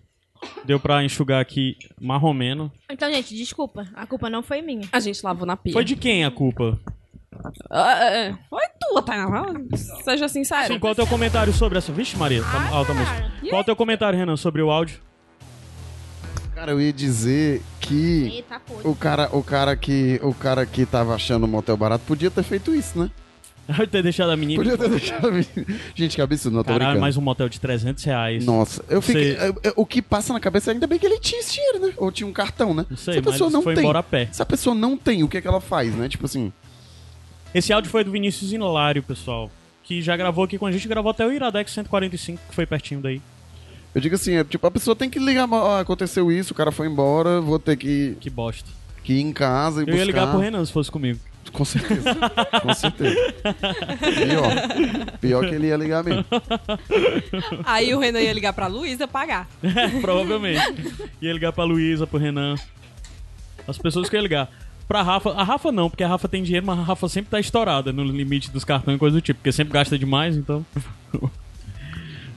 Deu pra enxugar aqui marromeno. Então, gente, desculpa. A culpa não foi minha. A gente lavou na pia. Foi de quem a culpa? Ah, é, é. Foi tua, Tainá. Seja sincera. Sim, qual é o teu comentário sobre essa? Vixe, Maria, tá alta a música. Qual é o teu comentário, Renan, sobre o áudio? (laughs) Cara, eu ia dizer que. Eita, pô. O cara, o cara que, o cara que tava achando o motel barato podia ter feito isso, né? Eu ter deixado a menina. Podia ter deixado. a menina- Gente, que absurdo, não tô Caralho, brincando. mais um motel de 300 reais. Nossa, eu fiquei. Você- eu- eu- o que passa na cabeça é ainda bem que ele tinha esse dinheiro, né? Ou tinha um cartão, né? Não sei, Se a mas pessoa não foi tem. embora a pé. Se a pessoa não tem, o que é que ela faz, né? Tipo assim, Esse áudio foi do Vinícius Hilário, pessoal. Que já gravou aqui com a gente, gravou até o Iradex 145, que foi pertinho daí. eu digo assim, é, tipo, a pessoa tem que ligar, ó, aconteceu isso, o cara foi embora, vou ter que, Que bosta. que ir em casa e Eu buscar. ia ligar pro Renan se fosse comigo. (laughs) Com certeza. Com certeza. Pior. Pior que ele ia ligar mesmo. Aí o Renan ia ligar pra Luísa pagar. Provavelmente. Ia ligar pra Luísa, pro Renan. As pessoas que eu ia ligar. Pra Rafa. A Rafa não, porque a Rafa tem dinheiro, mas a Rafa sempre tá estourada no limite dos cartões e coisa do tipo, porque sempre gasta demais, então.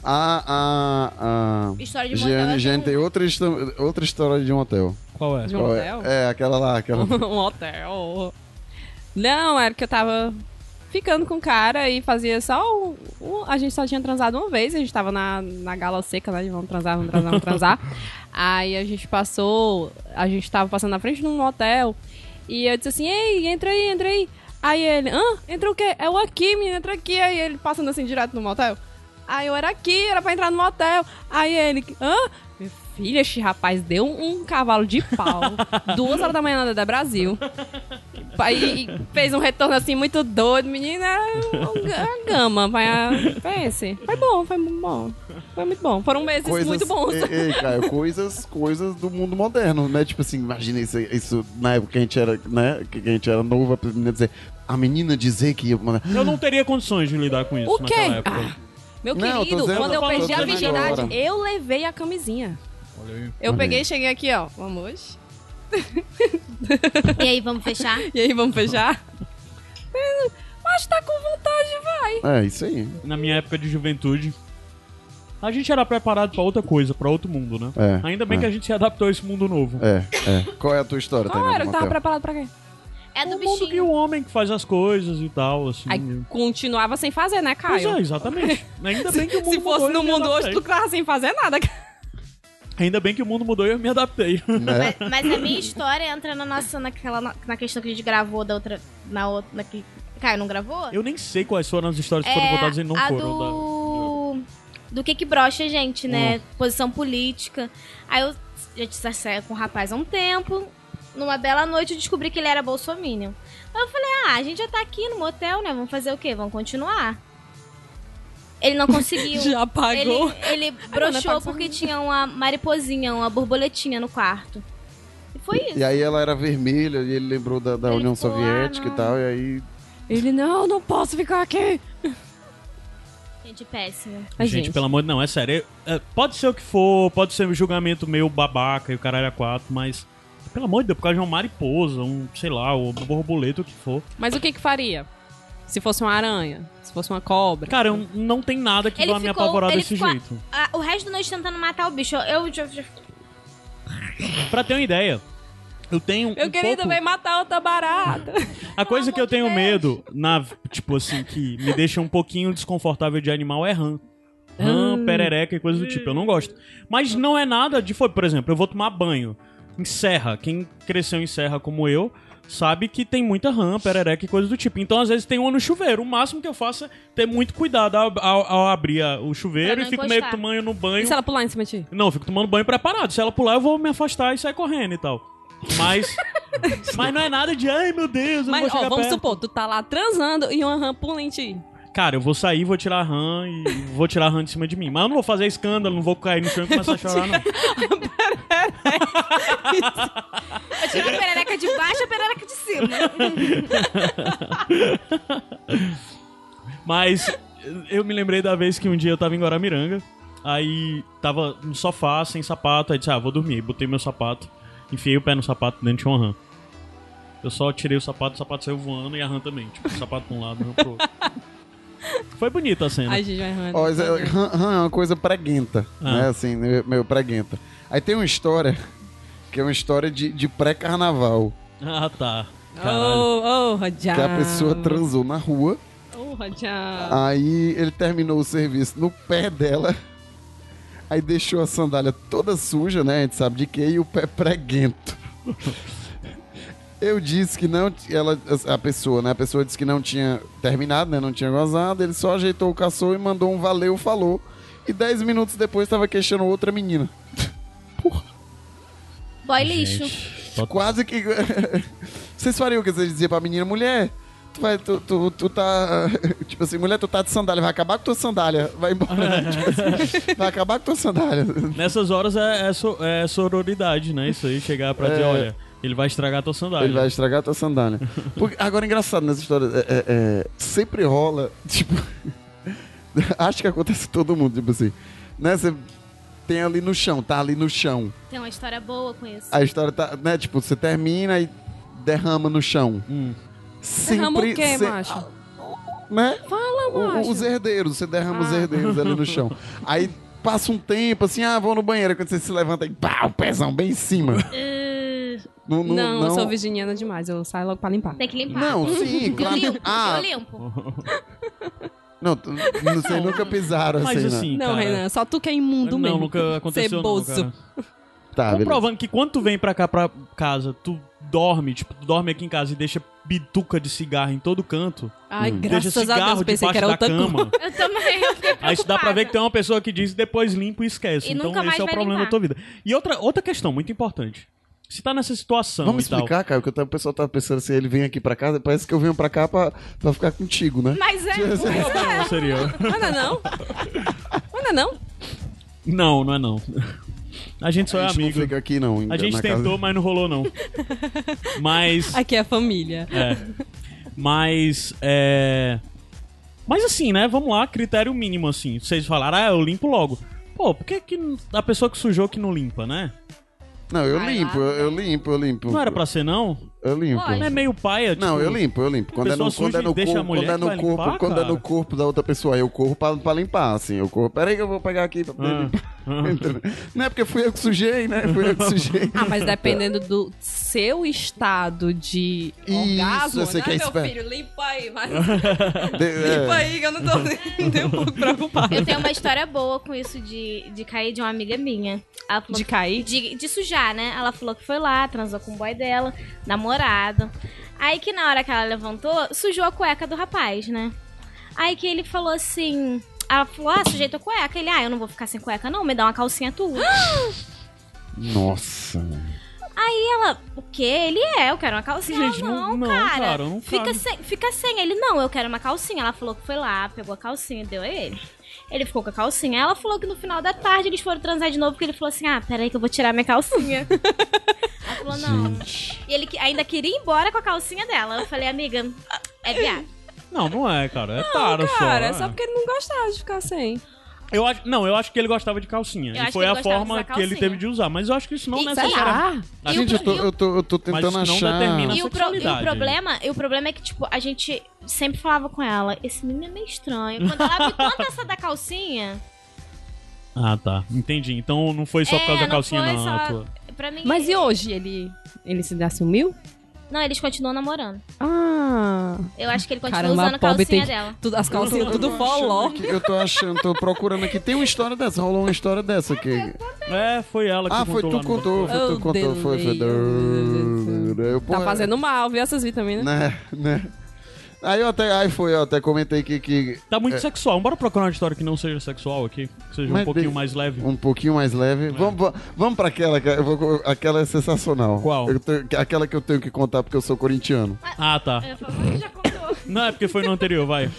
A. a, a... História de motel. é Jeane, Jeane tem outra, histo- outra história de um hotel. Qual é? De um Qual hotel? É, É, aquela lá, aquela. (laughs) um hotel. Não, era que eu tava ficando com o cara e fazia só um, um- A gente só tinha transado uma vez, a gente tava na, na gala seca, né? de Vamos transar, vamos transar, vamos transar. Aí a gente passou, a gente tava passando na frente de um hotel e eu disse assim, ei, entra aí, entra aí. Aí ele, hã? Entra o quê? É o aqui, menina, entra aqui. Aí ele passando assim direto no motel. Aí eu era aqui, era pra entrar no motel. Aí ele, hã? Meu filho, este rapaz deu um cavalo de pau. Duas horas da manhã nada da Brasil. Aí fez um retorno assim muito doido, menina. Era uma gama. Foi, a, foi esse. Foi bom, foi muito bom. Foi muito bom. Foram meses é muito bons. Ei, ei, Caio, coisas, coisas do mundo moderno, né? Tipo assim, imagina isso, isso na época que a gente era, né? Que a gente era novo, a menina dizer. A menina dizer que ia mandar. Eu não teria condições de lidar com isso O quê? naquela época. Meu Não, eu tô querido, dizendo- quando eu eu tô perdi a dizendo virgindade, agora. eu levei a camisinha. Olha Eu aí. peguei e cheguei aqui, ó. Vamos. E aí, vamos fechar? E aí, vamos fechar? Mas tá com vontade, vai. É, isso aí. Ah. Na minha época de juventude. A gente era preparado pra outra coisa, pra outro mundo, né? É, Ainda bem é. que a gente se adaptou a esse mundo novo. É, é. Qual é a tua história, Qual Tainá? era do que tava motel? preparado pra quê? É do o mundo que bichinho. o homem que faz as coisas e tal, assim. Aí continuava sem fazer, né, Caio? Pois é, (laughs) exatamente. Ainda bem que o mundo um Se fosse mudou, eu no me mundo hoje, adaptei. tu tava sem fazer nada, cara. Ainda bem que o mundo mudou e eu me adaptei. (laughs) Né? Mas, mas a minha história entra na nossa, naquela, na questão que a gente gravou da outra. Na outra. Na que... Caio, não gravou? Eu nem sei quais foram as histórias que É, foram contadas e não É, a foram. da- tá? do... do que que brocha a gente, né? Hum. Posição política. Aí eu já te saia com o rapaz há um tempo. Numa bela noite eu descobri que ele era bolsominion. Aí eu falei, ah, a gente já tá aqui no motel, né? Vamos fazer o quê? Vamos continuar. Ele não conseguiu. (laughs) Já Ele, pagou. ele não é broxou pago só porque tinha uma mariposinha, uma borboletinha no quarto. E foi isso. E aí ela era vermelha e ele lembrou da, da Ele União ah, ficou lá, Soviética não. e tal, e aí. Ele, não, não posso ficar aqui. Gente, péssimo. Ai, gente, pelo amor de não, é sério. eu- é, pode ser o que for, pode ser um julgamento meu babaca e o caralho a quatro, mas. Pelo amor de Deus, por causa de uma mariposa, um, sei lá, um borboleta, o que for. Mas o que que faria? Se fosse uma aranha, se fosse uma cobra. Cara, eu- não tem nada que Ele vá me ficou- apavorar ele desse ficou- jeito. Ah, o resto da noite tentando matar o bicho. Eu, eu, eu Pra ter uma ideia, eu tenho. Eu um queria pouco... também matar outra (laughs) barata. A coisa que eu amor de tenho Deus. medo, na, tipo assim, que me deixa um pouquinho desconfortável de animal é rã. Hum. Rã, perereca e coisa do tipo. Eu não gosto. Mas não é nada de. Foi, por exemplo, eu vou tomar banho em serra. Quem cresceu em serra como eu sabe que tem muita rã, perereca e coisa do tipo. Então, às vezes, tem uma no chuveiro. O máximo que eu faço é ter muito cuidado ao, ao- ao abrir a- o chuveiro Pra e não fico meio que encostar. é tomando no banho. e se ela pular em cima de ti? (laughs) Não, eu fico tomando banho preparado. Se ela pular, eu vou me afastar e sair correndo e tal. Mas Mas não é nada de, ai meu Deus, eu não Mas, vou ó, chegar vamos perto. supor, tu tá lá transando e uma rã pula em ti. Cara, eu vou sair, vou tirar a RAM e vou tirar a RAM de cima de mim. Mas eu não vou fazer escândalo, não vou cair no chão (laughs) e começar a chorar, não. Eu tiro a perereca de baixo e a perereca de cima. Mas eu me lembrei da vez que um dia eu tava em Guaramiranga, aí tava no sofá, sem sapato, aí disse, ah, vou dormir. Botei meu sapato, enfiei o pé no sapato dentro de uma rã. Eu só tirei o sapato, o sapato saiu voando e a rã também. Tipo, o sapato pra um lado, a rã pro (laughs) outro. Foi bonita a cena. Ai, gente, vai rã. Ó, isso é- rã- rã é uma coisa preguenta, Ah. né? Assim, meu, meu, preguenta. Aí tem uma história, que é uma história de, de pré-carnaval, Ah, tá. Caralho. Oh, oh, Rajá. que a pessoa Ah. Ah, transou na rua, Oh, Rajá. aí ele terminou o serviço no pé dela, aí deixou a sandália toda suja, né? A gente sabe de que, e o pé preguento. Eu disse que não, t- ela, a pessoa, né? A pessoa disse que não tinha terminado, né? Não tinha gozado, ele só ajeitou o caçou e mandou um valeu, falou. E 10 minutos depois tava queixando outra menina. Boy lixo. Quase que. (laughs) Vocês fariam o que vocês diziam pra menina, mulher? Tu, vai, tu, tu, tu tá. (laughs) Tipo assim, mulher, tu tá de sandália, vai acabar com tua sandália. Vai embora. (laughs) né? Tipo assim, vai acabar com tua sandália. Nessas horas é, é so- é sororidade, né? Isso aí, chegar pra dizer, É. olha, ele vai estragar tua sandália. Ele vai estragar tua sandália. Porque, agora, engraçado nessa história, é- é- é, sempre rola, (laughs) tipo. acho que acontece com todo mundo, tipo assim. Né? Você tem ali no chão, tá ali no chão. Tem uma história boa com isso. A história tá, né? Tipo, você termina e derrama no chão. Hum. Sempre. Derrama o quê, se- Ah, macho? Né? Fala, O- macho. os herdeiros, você derrama Ah. os herdeiros ali (laughs) no chão. Aí passa um tempo assim, ah, vou no banheiro. Quando você se levanta aí, pá, o pezão bem em cima. É. não, Não, eu sou virginiana demais, eu saio logo pra limpar. Tem que limpar. Não, (laughs) sim, Eu claro. limpo, Ah, eu limpo. não, tu- não sei, nunca pisaram Mas assim, né? assim, Não, cara, Renan, só tu que é imundo não, mesmo. nunca aconteceu não, Ceboso. cara. Tá, beleza. Comprovando que quando tu vem pra cá, pra casa, tu dorme, tipo, tu dorme aqui em casa e deixa bituca de cigarro em todo canto. Ai, Hum. deixa graças a cigarro Deus, pensei debaixo que era da outra coisa. cama. Eu também. Eu fiquei Aí isso dá pra ver que tem uma pessoa que diz e depois limpa e esquece. E então nunca mais esse é o vai problema da limpar. tua vida. E outra, outra questão muito importante. Se tá nessa situação Vamos e tal. explicar, cara, que eu tava- o pessoal tava pensando assim, ele vem aqui pra casa, parece que eu venho pra cá pra, pra ficar contigo, né? Mas é. Não, seria. Manda não. Manda não. Não, não é não. A gente só a é gente amigo. não fica aqui, não. em- A gente na tentou, mas não rolou (laughs) não. Mas Aqui é família. É. Mas, é. Mas assim, né? Vamos lá, critério mínimo, assim. Vocês falaram, ah, eu limpo logo. Pô, por que, que a pessoa que sujou que não limpa, né? Casa. Não, eu limpo, eu, eu limpo, eu limpo. Não era pra ser, não? Eu limpo. Não é meio paia, tipo... Não, eu limpo, eu limpo. Quando é pessoa no, quando suja é no e deixa a corpo, mulher quando é que no vai corpo, limpar, quando é cara. no corpo da outra pessoa, eu corro pra, pra limpar, assim, eu corro. Peraí que eu vou pegar aqui pra poder (laughs) Ah. limpar. Não é porque fui eu que sujei, né? Fui (laughs) eu que sujei. Ah, (laughs) mas dependendo do seu estado de Isso, orgasmo, eu sei né, que é meu esperto. filho? Limpa aí, mas De- (laughs) limpa é. aí que eu (laughs) não tô nem, nem um pouco preocupada. Eu tenho uma história boa com isso de, de cair de uma amiga minha. Ela falou De cair? de, de sujar, né? Ela falou que foi lá, transou com o boy dela, namorado. Aí que na hora que ela levantou, sujou a cueca do rapaz, né? Aí que ele falou assim. Ela falou, ah, sujei tua cueca. Ele, ah, eu não vou ficar sem cueca, não, me dá uma calcinha tua. Nossa. E ela, o quê? Ele é, eu quero uma calcinha. Ela, Gente, não- não, não, cara. cara, eu não fica, quero." sem, fica sem. Ele, não, eu quero uma calcinha. Ela falou que foi lá, pegou a calcinha e deu a ele. Ele ficou com a calcinha. Ela falou que no final da tarde eles foram transar de novo, porque ele falou assim: ah, peraí que eu vou tirar (laughs) minha calcinha. ela falou, não. E ele que- ainda queria ir embora com a calcinha dela. Eu falei, amiga, é viado. Não, não é, cara. É Tá tara só. Cara, é. é só porque ele não gostava de ficar sem. eu acho... Não, eu acho que ele gostava de calcinha. Eu e acho foi que ele a gostava de forma usar que ele calcinha. teve de usar. Mas eu acho que isso não é E- necessariamente... A Gente, eu tô, eu tô, eu tô Mas tentando isso não achar. determina- E o, pro- e o sexualidade. problema, e o problema é que, tipo, a gente sempre falava com ela, esse menino é meio estranho. Quando ela me conta essa da calcinha, Ah, tá. Entendi. Então não foi só por É, causa da não calcinha, foi não. só- a tua. pra mim. Mas e hoje ele, ele se assumiu? Não, eles continuam namorando. Ah, Eu acho que ele continua Caramba, usando a pobre calcinha tem- dela. tudo, as calcinhas (laughs) tudo achando foló. aqui- Eu tô achando, tô procurando aqui. Tem uma história dessa, rolou uma história dessa aqui. É, foi ela que Ah, foi contou tu lá no- contou, foi tu Oh, contou, foi, foi. Deus. Eu, Tá porra, fazendo mal, viu essas vitaminas? Né, né. Aí eu até, aí foi, eu até comentei que, que Tá muito sexual. Bora procurar uma história que não seja sexual aqui. Que seja É. Mas um pouquinho bem- mais leve. um pouquinho mais leve. Vamos, va- vamos pra aquela, que eu vou- aquela é sensacional. Qual? Eu tenho- aquela que eu tenho que contar porque eu sou corintiano. Ah, tá. É. Eu falo, já (laughs) contou. Não, é porque foi no anterior, vai.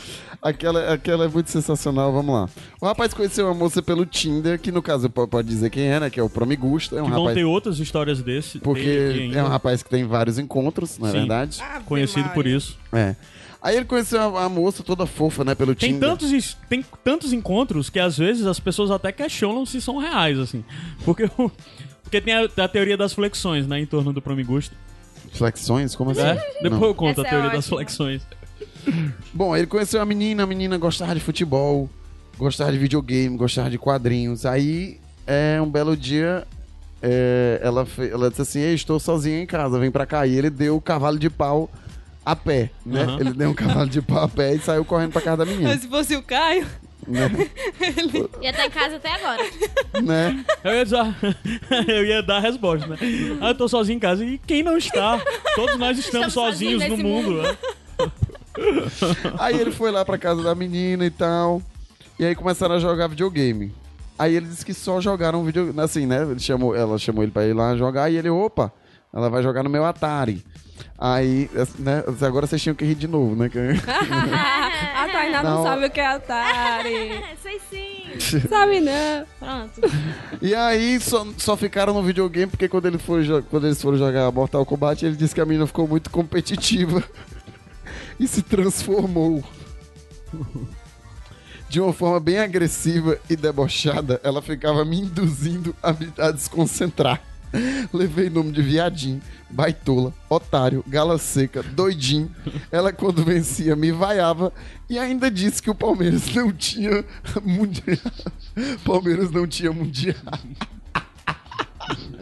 Aquela, aquela é muito sensacional, vamos lá. O rapaz conheceu uma moça pelo Tinder, que no caso po- pode dizer quem é, né? Que é o Promigusta. É (laughs) um que vão rapaz. ter outras histórias desse. dele aqui Porque ainda, é um rapaz que tem vários encontros, na Sim. verdade. Conhecido por isso. É. Aí ele conheceu a, a moça toda fofa, né, pelo Tem Tinder. tantos, is- tem tantos encontros que às vezes as pessoas até questionam se são reais, assim. Porque, o- porque tem a, a teoria das flexões, né, em torno do promigusto. Flexões? Como assim? É, depois Não. eu conto Essa a é teoria das ótima. flexões. Bom, ele conheceu a menina, a menina gostava de futebol, gostava de videogame, gostava de quadrinhos. Aí, é, um belo dia, é, ela, fe- ela disse assim, Ei, estou sozinha em casa, vem pra cá. E ele deu o cavalo de pau a pé, né? Aham. Ele deu um cavalo de pau a pé e saiu correndo pra casa da (laughs) menina, Se fosse o Caio, (laughs) né? (laughs) Ia estar em casa até agora. né? Eu ia, dizer- (laughs) eu ia dar a resposta, né? Ah, eu tô sozinho em casa. E quem não está? Todos nós estamos, Estamos sozinhos sozinhos no nesse mundo. mundo. né? Aí ele foi lá pra casa da menina e tal. E aí começaram a jogar videogame. Aí ele disse que só jogaram videogame. Assim, né? Ele chamou, ela chamou ele pra ir lá jogar e ele, opa, ela vai jogar no meu Atari. Aí, né? Agora vocês tinham que rir de novo, né? a Tainá não, Não. sabe o que é (laughs) Atari. É, sei sim. sabe não. Pronto. E aí só, só ficaram no videogame porque quando, ele foi jo- quando eles foram jogar Mortal Kombat, ele disse que a menina ficou muito competitiva (laughs) e se transformou. De uma forma bem agressiva e debochada, ela ficava me induzindo a, me- a desconcentrar. Levei nome de viadinho, baitola, otário, gala seca, doidinho. Ela, quando vencia, me vaiava e ainda disse que o Palmeiras não tinha mundial. (laughs) Palmeiras não tinha mundial.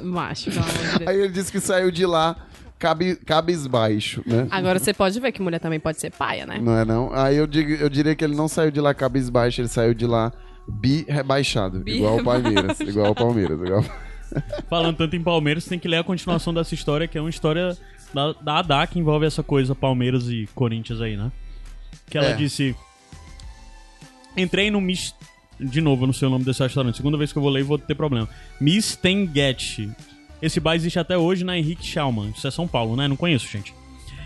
Macho, pelo amor de Deus. Aí ele disse que saiu de lá cabe, cabisbaixo, né? Agora você pode ver que mulher também pode ser paia, né? Não é não? Aí eu, digo, eu diria que ele não saiu de lá cabisbaixo, ele saiu de lá bi rebaixado. Bi igual o Palmeiras. Igual o Palmeiras. Igual... É, Falando tanto em Palmeiras, tem que ler a continuação dessa história, que é uma história da, da Adá que envolve essa coisa Palmeiras e Corinthians aí, né? Que ela É. disse. Entrei no Miss. De novo, eu não sei o nome desse restaurante. Segunda vez que eu vou ler e vou ter problema. Miss Tenguete. Esse bar existe até hoje na Henrique Schaumann. Isso é São Paulo, né? Não conheço, gente.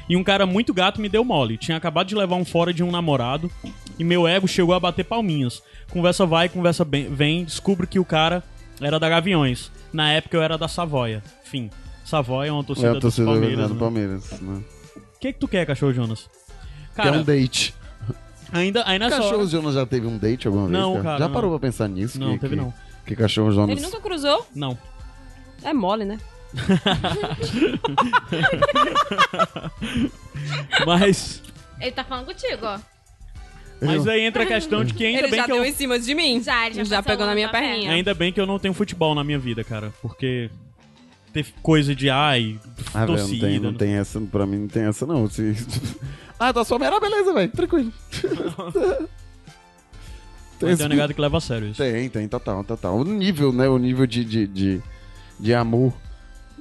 E um cara muito gato me deu mole. Tinha acabado de levar um fora de um namorado e meu ego chegou a bater palminhas. Conversa vai, conversa bem- vem, descubro que o cara era da Gaviões. Na época eu era da Savoia. Fim. Savoia é uma torcida, É, eu tô dos Palmeiras. do né? Palmeiras. Né? O que, que tu quer, cachorro Jonas? Que é Cara, um date. ainda, é aí nessa Cachorro hora... Jonas já teve um date alguma vez? Não, cara, Já não. parou pra pensar nisso? Não, que, teve que- não. Que cachorro Jonas. Ele nunca cruzou? Não. (laughs) É mole, né? Mas, Ele tá falando contigo, Ah. ó. mas é aí entra a questão de que ainda Ele bem já que deu eu... em cima de mim. Já, ele já passou pegou na no minha papel. perninha. Ainda bem que eu não tenho futebol na minha vida, cara. Porque teve coisa de ai, Ah, velho, não torcida. né? tem, não tem essa. Pra mim não tem essa, não. Se... (laughs) Ah, tá sua melhor, beleza, velho. Tranquilo. Mas tem um negado que leva a sério isso. Tem, tem, total, total. O nível, né? O nível de, de, de, de amor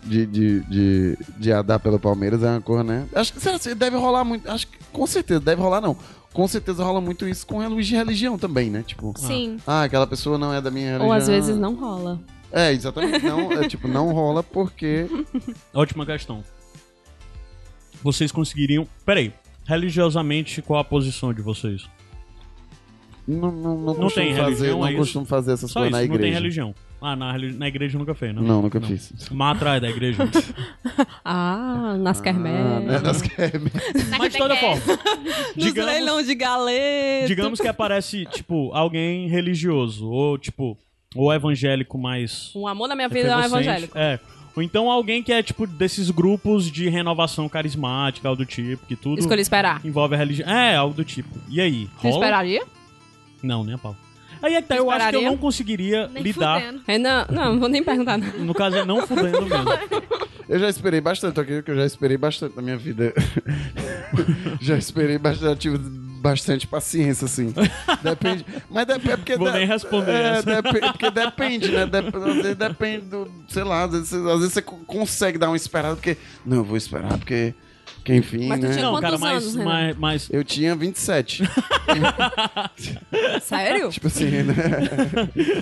de, de, de, de Adá pelo Palmeiras é uma cor, né? Acho que será que deve rolar muito. Acho que com certeza, deve rolar não. Com certeza rola muito isso com religi- religião também, né? Tipo, Sim. ah, aquela pessoa não é da minha religião. Ou às vezes não rola. É, exatamente. Não, é tipo, não rola (laughs) porque. Ótima questão. Vocês conseguiriam. Peraí. Religiosamente, qual a posição de vocês? Não, não, não, Não costumo tem fazer, religião, não é isso? costumo fazer essas Só coisas isso, na não tem igreja. religião. Ah, na, relig- na igreja nunca fez, né? Não, nunca fiz. (laughs) Mas atrás da (laughs) igreja. Ah, nas Ah, né? quermesses. Nas quermes. Mas de toda forma. (laughs) Nos digamos, leilão de galeto. digamos que aparece, tipo, alguém religioso. Ou, tipo, ou evangélico mais. Um amor na minha vida é um efervescente. evangélico. É. Ou então alguém que é, tipo, desses grupos de renovação carismática, algo do tipo, que tudo Escolhi esperar. envolve a religião. É, algo do tipo. E aí? Você rola? esperaria? Não, nem a pau. Aí é que tá, eu acho que eu Esperaria? não conseguiria Nem lidar. fudendo. Renan, não, não vou nem perguntar. Não. No caso, é não fudendo (laughs) mesmo. Eu já esperei bastante, eu acredito que eu já esperei bastante na minha vida. (laughs) já esperei bastante, já tive bastante paciência, assim. Depende. Mas dep- é porque. Vou nem responder é, essa. dep- é porque depende, né? Dep- às vezes depende do. Sei lá, às vezes, às vezes você co- consegue dar uma esperada, porque. Não, eu vou esperar, porque. Que enfim, Mas tu né? tinha- Não, quantos cara, mas, anos, Renan? mas, mas- Eu tinha 27. (laughs) Sério? tipo assim, né?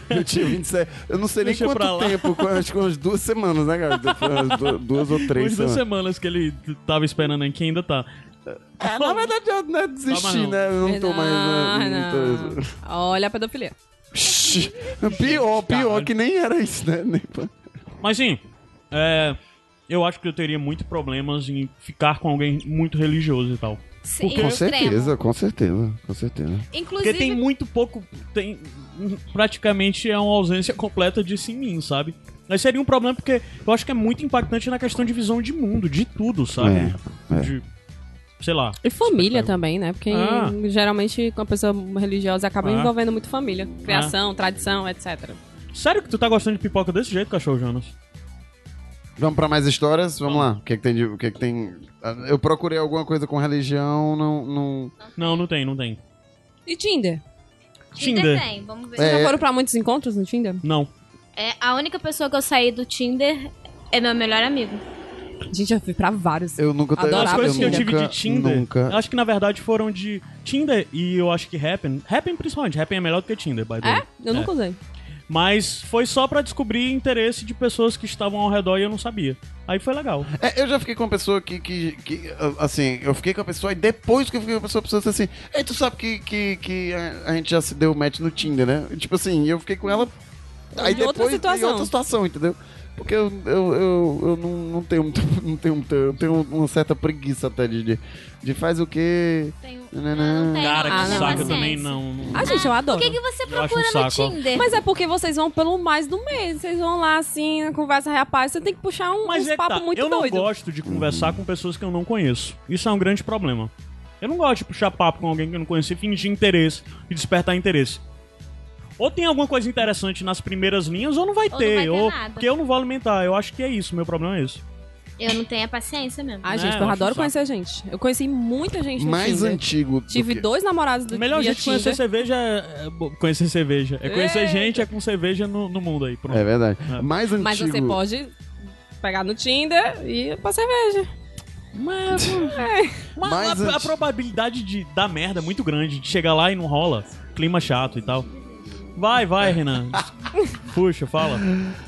Eu tinha 27. Eu não sei nem Deixa pra quanto lá. tempo, com- acho que umas duas semanas, né, cara? Foi umas du- Duas ou três umas duas semanas. semanas que ele t- tava esperando aqui ainda tá. É, na verdade, eu né, Tá, mas desisti, não. né? Eu não tô mais. né, não Renan, tô- Renan. Olha a pedofilia. Shhh. Pior, pior Caralho. que nem era isso, né? Nem pra- Mas sim, é, eu acho que eu teria muito problemas em ficar com alguém muito religioso e tal. Sim, Com extremo. certeza, com certeza, com certeza. Inclusive, Porque tem muito pouco. Tem, praticamente é uma ausência completa disso em mim, sabe? Mas seria um problema porque eu acho que é muito impactante na questão de visão de mundo, de tudo, sabe? É, é. De, sei lá. E família Espetacular. também, né? Porque Ah. geralmente uma pessoa religiosa acaba Ah. envolvendo muito família. Criação, tradição, etc. Sério que tu tá gostando de pipoca desse jeito, cachorro Jonas? Vamos pra mais histórias? Vamos lá. O que é que tem de- O que é que tem... Eu procurei alguma coisa com religião, não... não... Não, não tem, não tem. E Tinder? Tinder Tinder. tem, vamos ver. Vocês É. já foram pra muitos encontros no Tinder? Não. É, a única pessoa que eu saí do Tinder é meu melhor amigo. Gente, já fui pra vários. Eu nunca... Adorava. As Adorava. coisas que eu nunca- tive de Tinder, Nunca... acho que na verdade foram de Tinder e eu acho que Happen. Happen principalmente, Happen é melhor do que Tinder, by the way. É? Eu nunca usei. Mas foi só pra descobrir interesse de pessoas que estavam ao redor e eu não sabia. Aí foi legal. É, eu já fiquei com uma pessoa que, que, que, ah, Assim, eu fiquei com a pessoa e depois que eu fiquei com a pessoa, a pessoa disse assim: Ei, tu sabe que, que, que a, a gente já se deu match no Tinder, né? E, tipo assim, eu fiquei com ela. Aí Em depois outra situação. Em outra situação, entendeu? Porque eu, eu, eu, eu não, não tenho muito- (laughs) não tenho muito- eu tenho uma certa preguiça até de, de, de faz o quê? Tenho... Não, não. Não tenho, Cara, Ah, que não, saco, eu paciência. também não. não- Ah, gente, eu adoro. O que, que você Eu acho um procura no saco, ó. Tinder? Mas é porque vocês vão pelo mais do mês. Vocês vão lá assim, conversa rapaz. Você tem que puxar um, Mas uns é que papo tá, muito eu não doido. gosto de conversar com pessoas que eu não conheço. Isso é um grande problema. Eu não gosto de puxar papo com alguém que eu não conheço e fingir interesse e despertar interesse. Ou tem alguma coisa interessante nas primeiras linhas, ou não vai Ou não ter. vai ter ou nada. porque eu não vou alimentar. Eu acho que é isso, meu problema é esse. Eu não tenho a paciência mesmo. Ah, né? gente, Eu eu acho adoro um saco. conhecer gente. Eu conheci muita gente no Mais Tinder. antigo. do Tive que- dois namorados do O É melhor via jeito de conhecer Tinder. cerveja é. é bo- Conhecer cerveja. É conhecer Eita. gente, é com cerveja no, no mundo aí. Pronto. É verdade. É. Mais antigo. Mas você pode pegar no Tinder e ir pra cerveja. Mas, mas Mas a, a antes- probabilidade de dar merda é muito grande, de chegar lá e não rola. Clima chato e tal. Vai, É. vai, (laughs) Renan. Puxa, fala.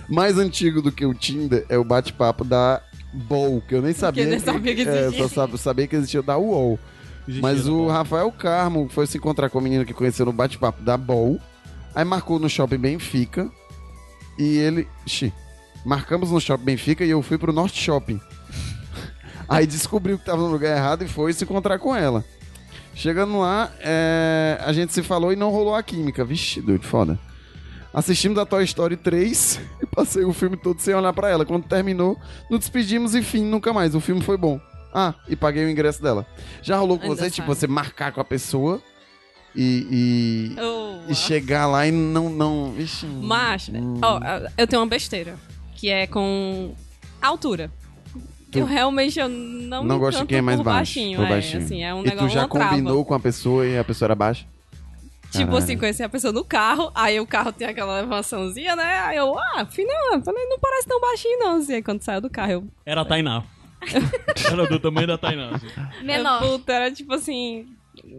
mais antigo do que o Tinder é o bate-papo da Bowl, que eu nem sabia. nem sabia que é, existia. só sab- sabia que existia o da UOL. Existia Mas essa o porra. Rafael Carmo foi se encontrar com o menino que conheceu no bate-papo da Bol. Aí marcou no Shopping Benfica. E ele. Xi. Marcamos no Shopping Benfica e eu fui pro Norte Shopping. (laughs) Aí descobriu que tava no lugar errado e foi se encontrar com ela. Chegando lá, é, a gente se falou e não rolou a química. Vixe, doido, foda. Assistimos a Toy Story 3 (laughs) e passei o filme todo sem olhar pra ela. Quando terminou, nos despedimos e fim, nunca mais. O filme foi bom. Ah, e paguei o ingresso dela. Já rolou com Ainda você, tipo, sabe. você marcar com a pessoa e, e, Oh, e chegar lá e não. não Vixe. Mas, Hum. ó, eu tenho uma besteira. Que é com altura. Tu- Eu realmente eu não, Não me gosto de encanto quem é mais por baixo, baixinho. por é, baixinho. assim, é um e tu negócio já uma trava. combinou Ah, é. com a pessoa e a pessoa era baixa? Tipo Caralho. assim, conheci a pessoa no carro, aí o carro tem aquela elevaçãozinha, né? Aí eu, ah, afinal, falei, não parece tão baixinho não. Assim, aí quando saiu do carro, eu, Era a (laughs) Tainá. Era do tamanho da Tainá. assim. Menor. eu, puta, era tipo assim,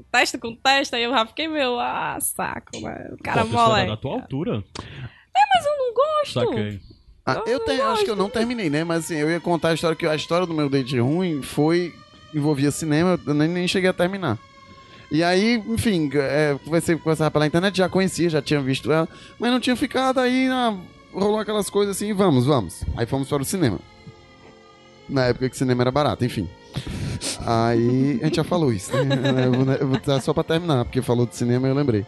testa com testa, aí eu já fiquei meu, ah, saco, mano. O cara Pô, a pessoa era mole. da tua altura. Mas eu não Tipo, gosto. Saquei. Ah, Eu eu te- acho que eu não terminei, né? Mas assim, eu ia contar a história que a história do meu date ruim foi. envolvia cinema, eu nem, nem cheguei a terminar. E aí, enfim, é, comecei com essa pela internet, já conhecia, já tinha visto ela, mas não tinha ficado, aí ah, rolou aquelas coisas assim, vamos, vamos. Aí fomos para o cinema. Na época que cinema era barato, enfim. Aí a gente já falou isso, né? Eu vou, eu vou dar só pra terminar, porque falou de cinema eu lembrei.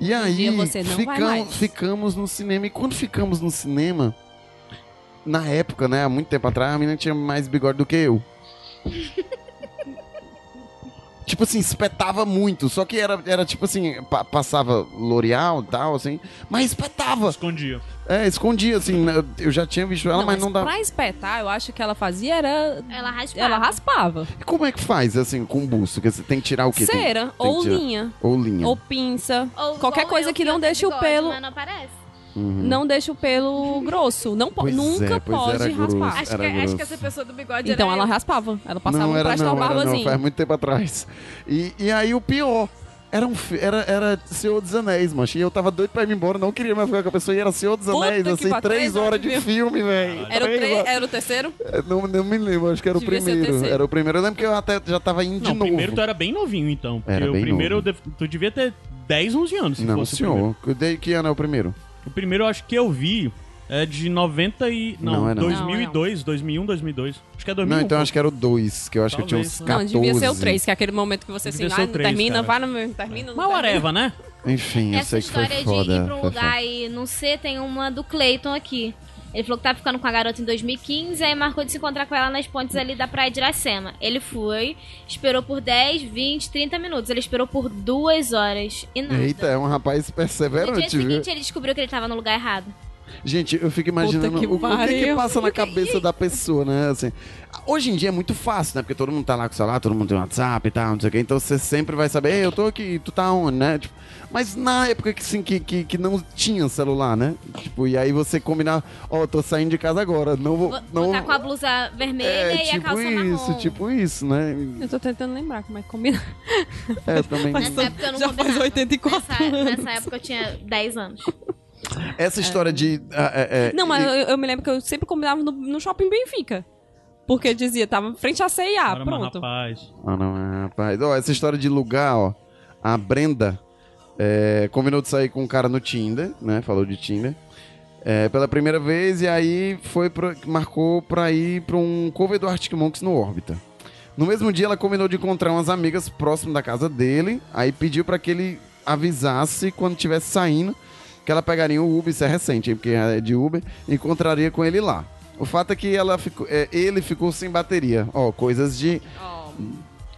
E aí, Um dia você não vai ficam- mais. ficamos no cinema. E quando ficamos no cinema, na época, né? Há muito tempo atrás, a menina tinha mais bigode do que eu. tipo assim, espetava muito. Só que era, era tipo assim, pa- passava L'Oreal e tal, assim. Mas espetava. Escondia. É, escondia, assim. né, Eu já tinha visto ela, Não, mas não dava. Pra espetar, eu acho que ela fazia era. Ela raspava. Ela raspava. E Como é que faz, assim, com o buço? Quer dizer, tem que tirar o quê? Tem- Cera, tem que ou tirar- linha, Ou linha. ou pinça. Ou Qualquer igual coisa eu, que né? não eu deixe o bigode, pelo- Mas não aparece. Uhum. Não deixa o pelo grosso. Não po- Pois é, nunca pois pode era raspar. grosso. Acho que, é- Era acho que grosso. essa pessoa do bigode Então era ela eu. raspava. Ela passava não, um era, plastão não, era não, barbazinho. faz muito tempo atrás. E, e aí o pior, era, um, fi- era, era Senhor dos Anéis, mancha. E eu tava doido pra ir embora, não queria mais ficar com a pessoa. E era Senhor dos Puta Anéis, que assim, pariu, três três horas horas de de filme, velho. Era o, Três tre- horas. era o terceiro? É, Não, não me lembro, acho que era o Devia ser o primeiro. terceiro. Era o primeiro. Eu lembro que eu até já tava indo Não, de o novo. primeiro tu era bem novinho, então. Porque Era o bem primeiro novo. eu dev- tu devia ter 10, 11 anos, se Não, fosse o primeiro. senhor. Eu dei- Que ano é o primeiro? O primeiro eu acho que eu vi é de 90 e... Não, Não, é não. 2002, 2001, 2002. Acho que é 2001. Não, então acho que era o dois, que eu acho que eu tinha Talvez, uns né? Não, 14. devia ser o 3, que é aquele momento que você assim, Devia ah, ser o não três, termina, cara. vai, não termina. Mas Não termina. whatever, né? Enfim, eu Essa sei que foi história de foda. ir pra um foi foda. lugar e não ser, tem uma do Clayton aqui. Ele falou que tava ficando com a garota em 2015, aí marcou de se encontrar com ela nas pontes ali da praia de Iracema. Ele foi, esperou por 10, 20, 30 minutos. Ele esperou por duas horas e nada. Eita, é um rapaz no dia perseverante, viu? seguinte ele descobriu que ele tava no lugar errado. Gente, eu fico imaginando Puta que o, o que, que pariu. passa na cabeça da pessoa, né? Assim, hoje em dia é muito fácil, né? Porque todo mundo tá lá com o celular, todo mundo tem WhatsApp e tal, não sei o quê. Então você sempre vai saber, Ei, eu tô aqui, tu tá onde, né? Tipo, mas na época que, assim, que, que, que não tinha celular, né? Tipo, e aí você combinar, ó, eu tô saindo de casa agora, não vou... Vou, não... botar com a blusa vermelha é, e a tipo calça isso, marrom. tipo isso, né? Eu tô tentando lembrar como é que combina. É, também... Nessa época eu não Já combinava. faz 84 nessa, nessa época eu tinha 10 anos. Essa história de... ah, é, é, Não, mas e- eu, eu me lembro que eu sempre combinava no, no shopping Benfica. Porque eu dizia, tava frente à CIA, Ora, mas pronto. é rapaz. Ah, não, é, rapaz. Ó, essa história de lugar, ó. A Brenda é, combinou de sair com um cara no Tinder, né? Falou de Tinder. É, pela primeira vez, e aí foi pra, marcou pra ir pra um cover do Arctic Monkeys no Órbita. No mesmo dia, ela combinou de encontrar umas amigas próximo da casa dele, aí pediu pra que ele avisasse quando estivesse saindo que ela pegaria o Uber, isso é recente, hein, porque é de Uber, e encontraria com ele lá. O fato é que ela ficou, é, ele ficou sem bateria. Ó, coisas de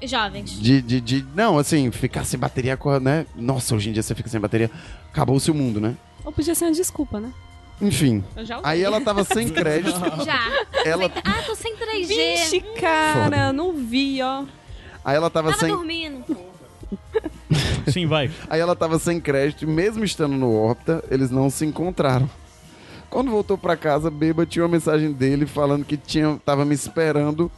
Jovens. de, de, de- não, assim, ficar sem bateria, com a- né? Nossa, hoje em dia você fica sem bateria. Acabou-se o mundo, né? Ou podia ser uma desculpa, né? Enfim. Eu já usei. Aí ela tava sem crédito. Já. ela, Ah, tô sem 3G. Vixe, cara, não vi, ó. aí ela tava Tava sem. dormindo. Sim, vai. Aí ela tava sem crédito e mesmo estando no órbita, eles não se encontraram. Quando voltou pra casa, Beba tinha uma mensagem dele falando que tinha, tava me esperando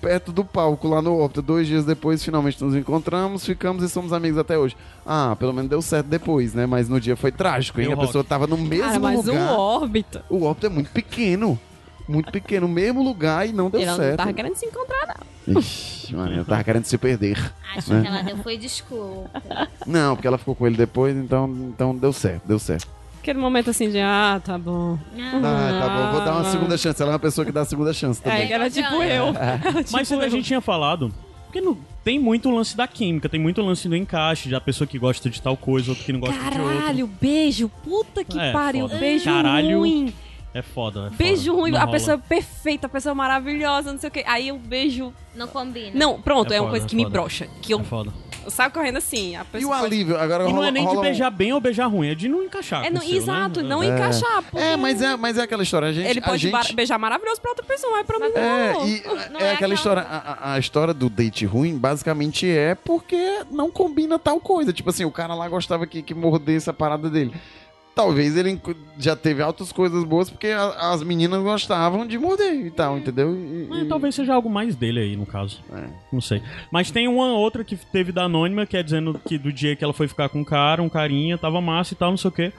perto do palco lá no órbita. Dois dias depois, finalmente nos encontramos, ficamos e somos amigos até hoje. Ah, pelo menos deu certo depois, né? Mas no dia foi trágico, hein? Deu a pessoa tava no mesmo Cara, mas lugar. o órbita. O óbito é muito pequeno. Muito pequeno, mesmo lugar e não deu Ele não certo. tava querendo se encontrar. Ixi, mano, eu tava querendo se perder. Acho que ela deu foi desculpa. Não, porque ela ficou com ele depois, então, então deu certo, deu certo. Aquele momento assim de, ah, tá bom. Ah, tá bom, vou dar uma Ah. segunda chance. Ela é uma pessoa que dá segunda chance Aí também. era tipo eu. É. Era tipo Mas isso a eu. gente tinha falado. Porque não, tem muito lance da química, tem muito lance do encaixe, da pessoa que gosta de tal coisa, outro que não gosta de outra. Caralho, beijo. Puta que É, pariu. foda. Beijo Caralho. ruim. É foda, é foda. Beijo ruim. Não a rola. pessoa é perfeita, a pessoa é maravilhosa, não sei o quê. Aí o beijo. Não combina. Não, pronto, É é, uma foda, coisa que é me foda. brocha. Que É eu, foda. eu saio correndo assim. A pessoa E o pode- alívio, agora E não rola, é nem de rola um- beijar bem ou beijar ruim, é de não encaixar. É, com não, o seu, né? exato, É. não encaixar. Porque É, mas é, mas é aquela história, a gente. Ele a pode gente... ba- beijar maravilhoso pra outra pessoa, mas pra mim não. É, e Não é, é aquela aquela- história. A, a- a história do date ruim basicamente é porque não combina tal coisa. Tipo assim, o cara lá gostava que, que mordesse a parada dele. Talvez ele enco- já teve altas coisas boas porque a- as meninas gostavam de morder e tal, entendeu? E- Mas e- é, talvez seja algo mais dele aí, no caso. É. Não sei. Mas tem uma outra que teve da Anônima, que é dizendo que do dia que ela foi ficar com um cara, um carinha, tava massa e tal, não sei o quê.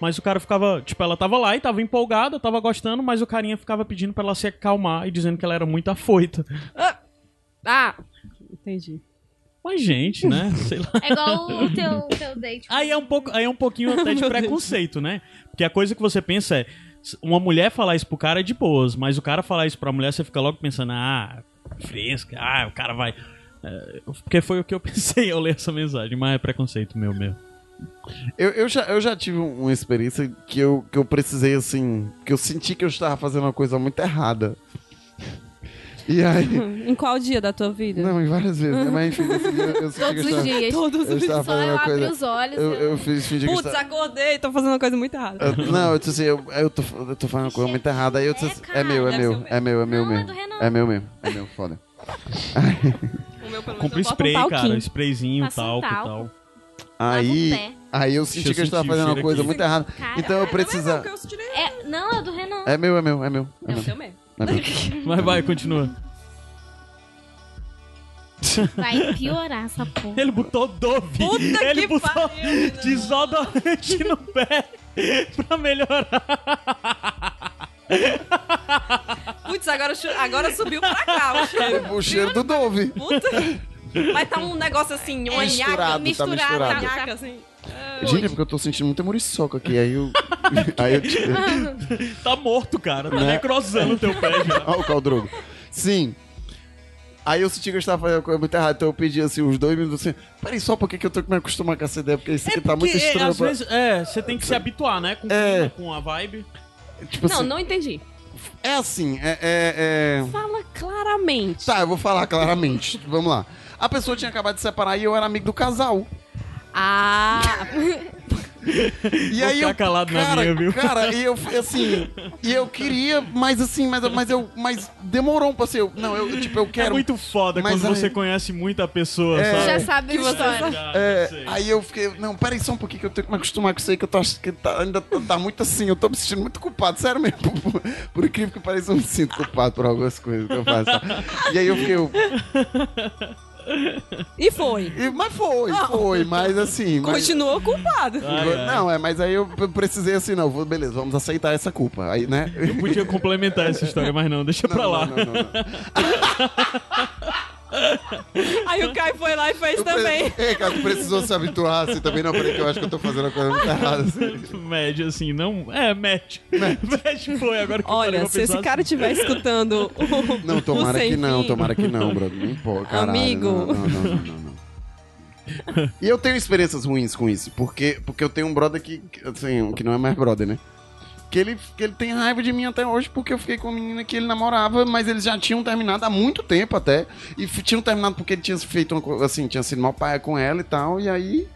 Mas o cara ficava, tipo, ela tava lá e tava empolgada, tava gostando, mas o carinha ficava pedindo pra ela se acalmar e dizendo que ela era muito afoita. Ah! Entendi. Mas, gente, né? Sei lá. É igual o teu, o teu date. Aí é um pouco, aí é um pouquinho até de preconceito, né? Porque a coisa que você pensa é s- uma mulher falar isso pro cara é de boas, mas o cara falar isso pra mulher você fica logo pensando, ah, fresca, ah, o cara vai É, porque foi o que eu (laughs) pensei ao ler essa mensagem, mas é preconceito meu mesmo. Eu, eu, já, eu já tive um- uma experiência que eu, que eu precisei, assim. Que eu senti que eu estava fazendo uma coisa muito errada. (laughs) E aí. (laughs) Em qual dia da tua vida? Não, em várias vezes, né? Mas enfim, esse dia eu, eu senti que eu Todos os estava, dias. Todos eu os Só estava é fazendo eu uma abri coisa. os olhos. Eu, eu- eu fiz fingi que eu Putz, estava. acordei, tô fazendo uma coisa muito errada. Eu- não, eu disse assim, eu, eu, tô, eu tô falando uma coisa muito errada. Aí eu disse assim, é meu, é Deve ser o meu, meu. é meu, é meu Não, é mesmo. do Renan. É meu mesmo, é meu, foda. O meu, Compre pelo menos, eu boto um spray, talquinho. cara, sprayzinho, Passa um talco e talco. tal. Lava o Aí, pé. Aí eu senti eu que eu estava sentir o fazendo uma cheiro coisa aqui. muito errada. Cara, Então eu Não, precisava. que eu tirei. É, não, é do Renan. É meu, é meu, é meu. É É o meu. teu mesmo. É meu. Mas vai, continua. (laughs) Vai piorar essa porra. Ele botou Dove. Puta ele que botou pariu, menino. desodorante no pé (laughs) pra melhorar. Putz, agora, chu- agora subiu pra cá o cheiro. O cheiro do Dove. Puta. Mas tá um negócio assim, uma Misturado, tá nhaca. Uma misturado. nhaca, assim. Gente, é porque eu tô sentindo muita muriçoca aqui. Aí eu. (laughs) aí eu. tirei. Tá morto, cara. Tá Né? necrosando o teu pé já. (laughs) Olha o caldrogo. Sim. Aí eu senti que eu estava fazendo coisa muito errada. Então eu pedi assim, uns dois minutos assim. Peraí, só porque que eu tô me acostumar com essa ideia, porque isso aqui tá muito Porque, é, estranho. às pra- vezes, é, você tem que se habituar, né? Com, É. com a vibe. Tipo Não, assim, não entendi. É assim, é, é- é- Fala claramente. Tá, eu vou falar claramente. (laughs) Vamos lá. A pessoa tinha acabado de separar e eu era amigo do casal. (laughs) Ah, E Vou aí ficar eu. calado na cara, minha, viu? Cara, e eu assim. E eu queria, mas assim, mas, mas eu. Mas demorou um passeio. Não, eu, tipo, eu quero. É muito foda Mas quando aí- você conhece muita pessoa, É. sabe? Já sabe a história. Já, É, Ah, sei. aí eu fiquei, não, peraí só um pouquinho que eu tenho que me acostumar com isso aí, que eu tô achando que tá, ainda tá, tá muito assim, eu tô me sentindo muito culpado, sério mesmo. (laughs) Por, por incrível que pareça, eu me sinto culpado por algumas coisas que eu faço. E aí eu fiquei, eu- e foi. e- mas foi, foi, mas assim. Mas, Continuou culpado. Ai, ai. não, é, mas aí eu precisei assim, não, vou- beleza, vamos aceitar essa culpa. Aí, né? Eu podia complementar essa história, mas não, deixa (laughs) Não, pra não, lá. (laughs) não, não, não. Aí o Caio foi lá e fez Eu pre- também. É, cara, tu precisou se habituar assim também, não, peraí, que eu acho que eu tô fazendo a coisa muito errada. Assim. Médio, assim, não. É, médio. (laughs) Médio foi, agora que eu parei Olha, pra se esse pensar cara assim. estiver escutando o. Não, tomara o sem que não, fim, tomara que não, brother. Nem (laughs) pô, caralho. Amigo. Não, não, não, não, não, não. E eu tenho experiências ruins com isso, porque, porque eu tenho um brother que, que, assim, que não é mais brother, né? Que ele, que ele tem raiva de mim até hoje, porque eu fiquei com uma menina que ele namorava, mas eles já tinham terminado há muito tempo até. E f- tinham terminado porque ele tinha feito uma coisa, assim, tinha sido mal pai com ela e tal, e aí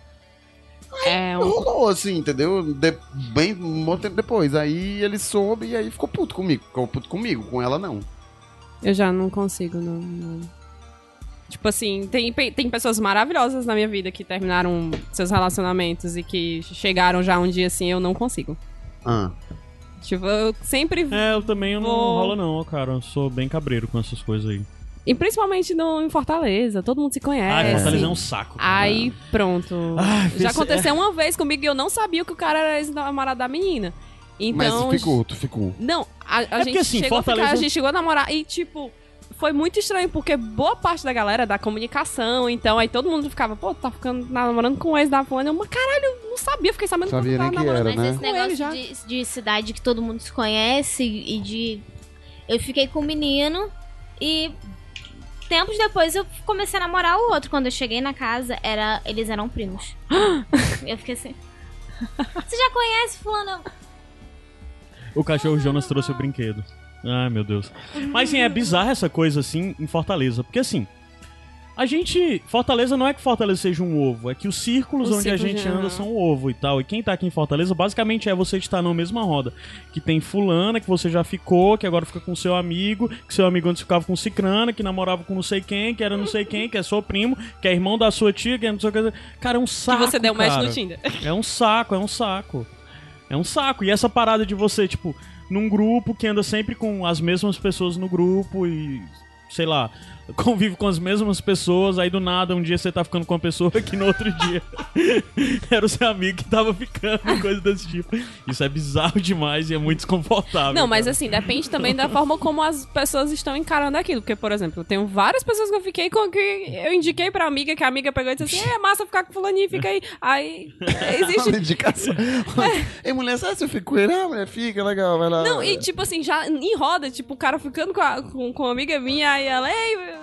(laughs) É, um- rolou, assim, entendeu? De- bem um bom tempo depois. Aí ele soube e aí ficou puto comigo. Ficou puto comigo, com ela não. eu já não consigo, não. não. Tipo assim, tem, pe- tem pessoas maravilhosas na minha vida que terminaram seus relacionamentos e que chegaram já um dia assim, eu não consigo. Ah. Tipo, eu sempre. É, eu também eu não Vou- rola, não, cara. Eu sou bem cabreiro com essas coisas aí. E principalmente no, em Fortaleza, todo mundo se ah, conhece. Fortaleza é um Ah, saco. cara. Aí, pronto. Ai, é, Já fez- aconteceu uma vez comigo e eu não sabia que o cara era ex-namorado da menina. Então. Mas ficou, tu ficou. Não, a, a porque, gente assim, chegou a ficar, a Fortaleza- gente chegou a namorar e, tipo, foi muito estranho, porque boa parte da galera é da comunicação, então aí todo mundo ficava, pô, tá ficando namorando com o ex da fulana. Eu, mas caralho, não sabia, fiquei sabendo Sabia quando nem tava que namorando. era, Mas né? esse Com ele negócio já. de, de cidade que todo mundo se conhece e de. Eu fiquei com um menino e tempos depois eu comecei a namorar o outro. Quando eu cheguei na casa, era, eles eram (gasps) primos. eu fiquei assim. Você já conhece fulano? O cachorro Jonas trouxe o brinquedo. Ai, meu Deus. Mas sim, é bizarra essa coisa assim em Fortaleza. Porque assim, a gente. Fortaleza não é que Fortaleza seja um ovo, é que os círculos Os onde a círculos gente de- anda aham. são um ovo e tal. E quem tá aqui em Fortaleza, basicamente é você estar na mesma roda. Que tem Fulana, que você já ficou, que agora fica com seu amigo, que seu amigo antes ficava com Cicrana, que namorava com não sei quem, que era não sei quem, que é seu primo, que é irmão da sua tia, que é não sei o que. Cara, é um Que saco. você deu match cara. no Tinder. É um saco, é um saco. É um saco. E essa parada de você, tipo, num grupo que anda sempre com as mesmas pessoas no grupo e, sei lá, (laughs) convive com as mesmas pessoas, aí do nada um dia você tá ficando com uma pessoa (laughs) que no outro dia era o seu amigo que tava ficando, (laughs) coisa desse tipo. Isso é bizarro demais e é muito desconfortável. Não, mas cara. assim, depende também da forma como as pessoas estão encarando aquilo. Porque, por exemplo, eu tenho várias pessoas que eu fiquei com que eu indiquei pra amiga, que a amiga pegou e disse (laughs) assim: é massa ficar com fulaninho, fica aí. Aí existe. Uma (laughs) indicação. Ei, mulher, sabe se eu fico com ele? Ah, mulher, fica, legal, vai lá. Não, e É. tipo assim, já em roda, tipo, o cara ficando com, a, com, com uma amiga minha, aí ela, ei,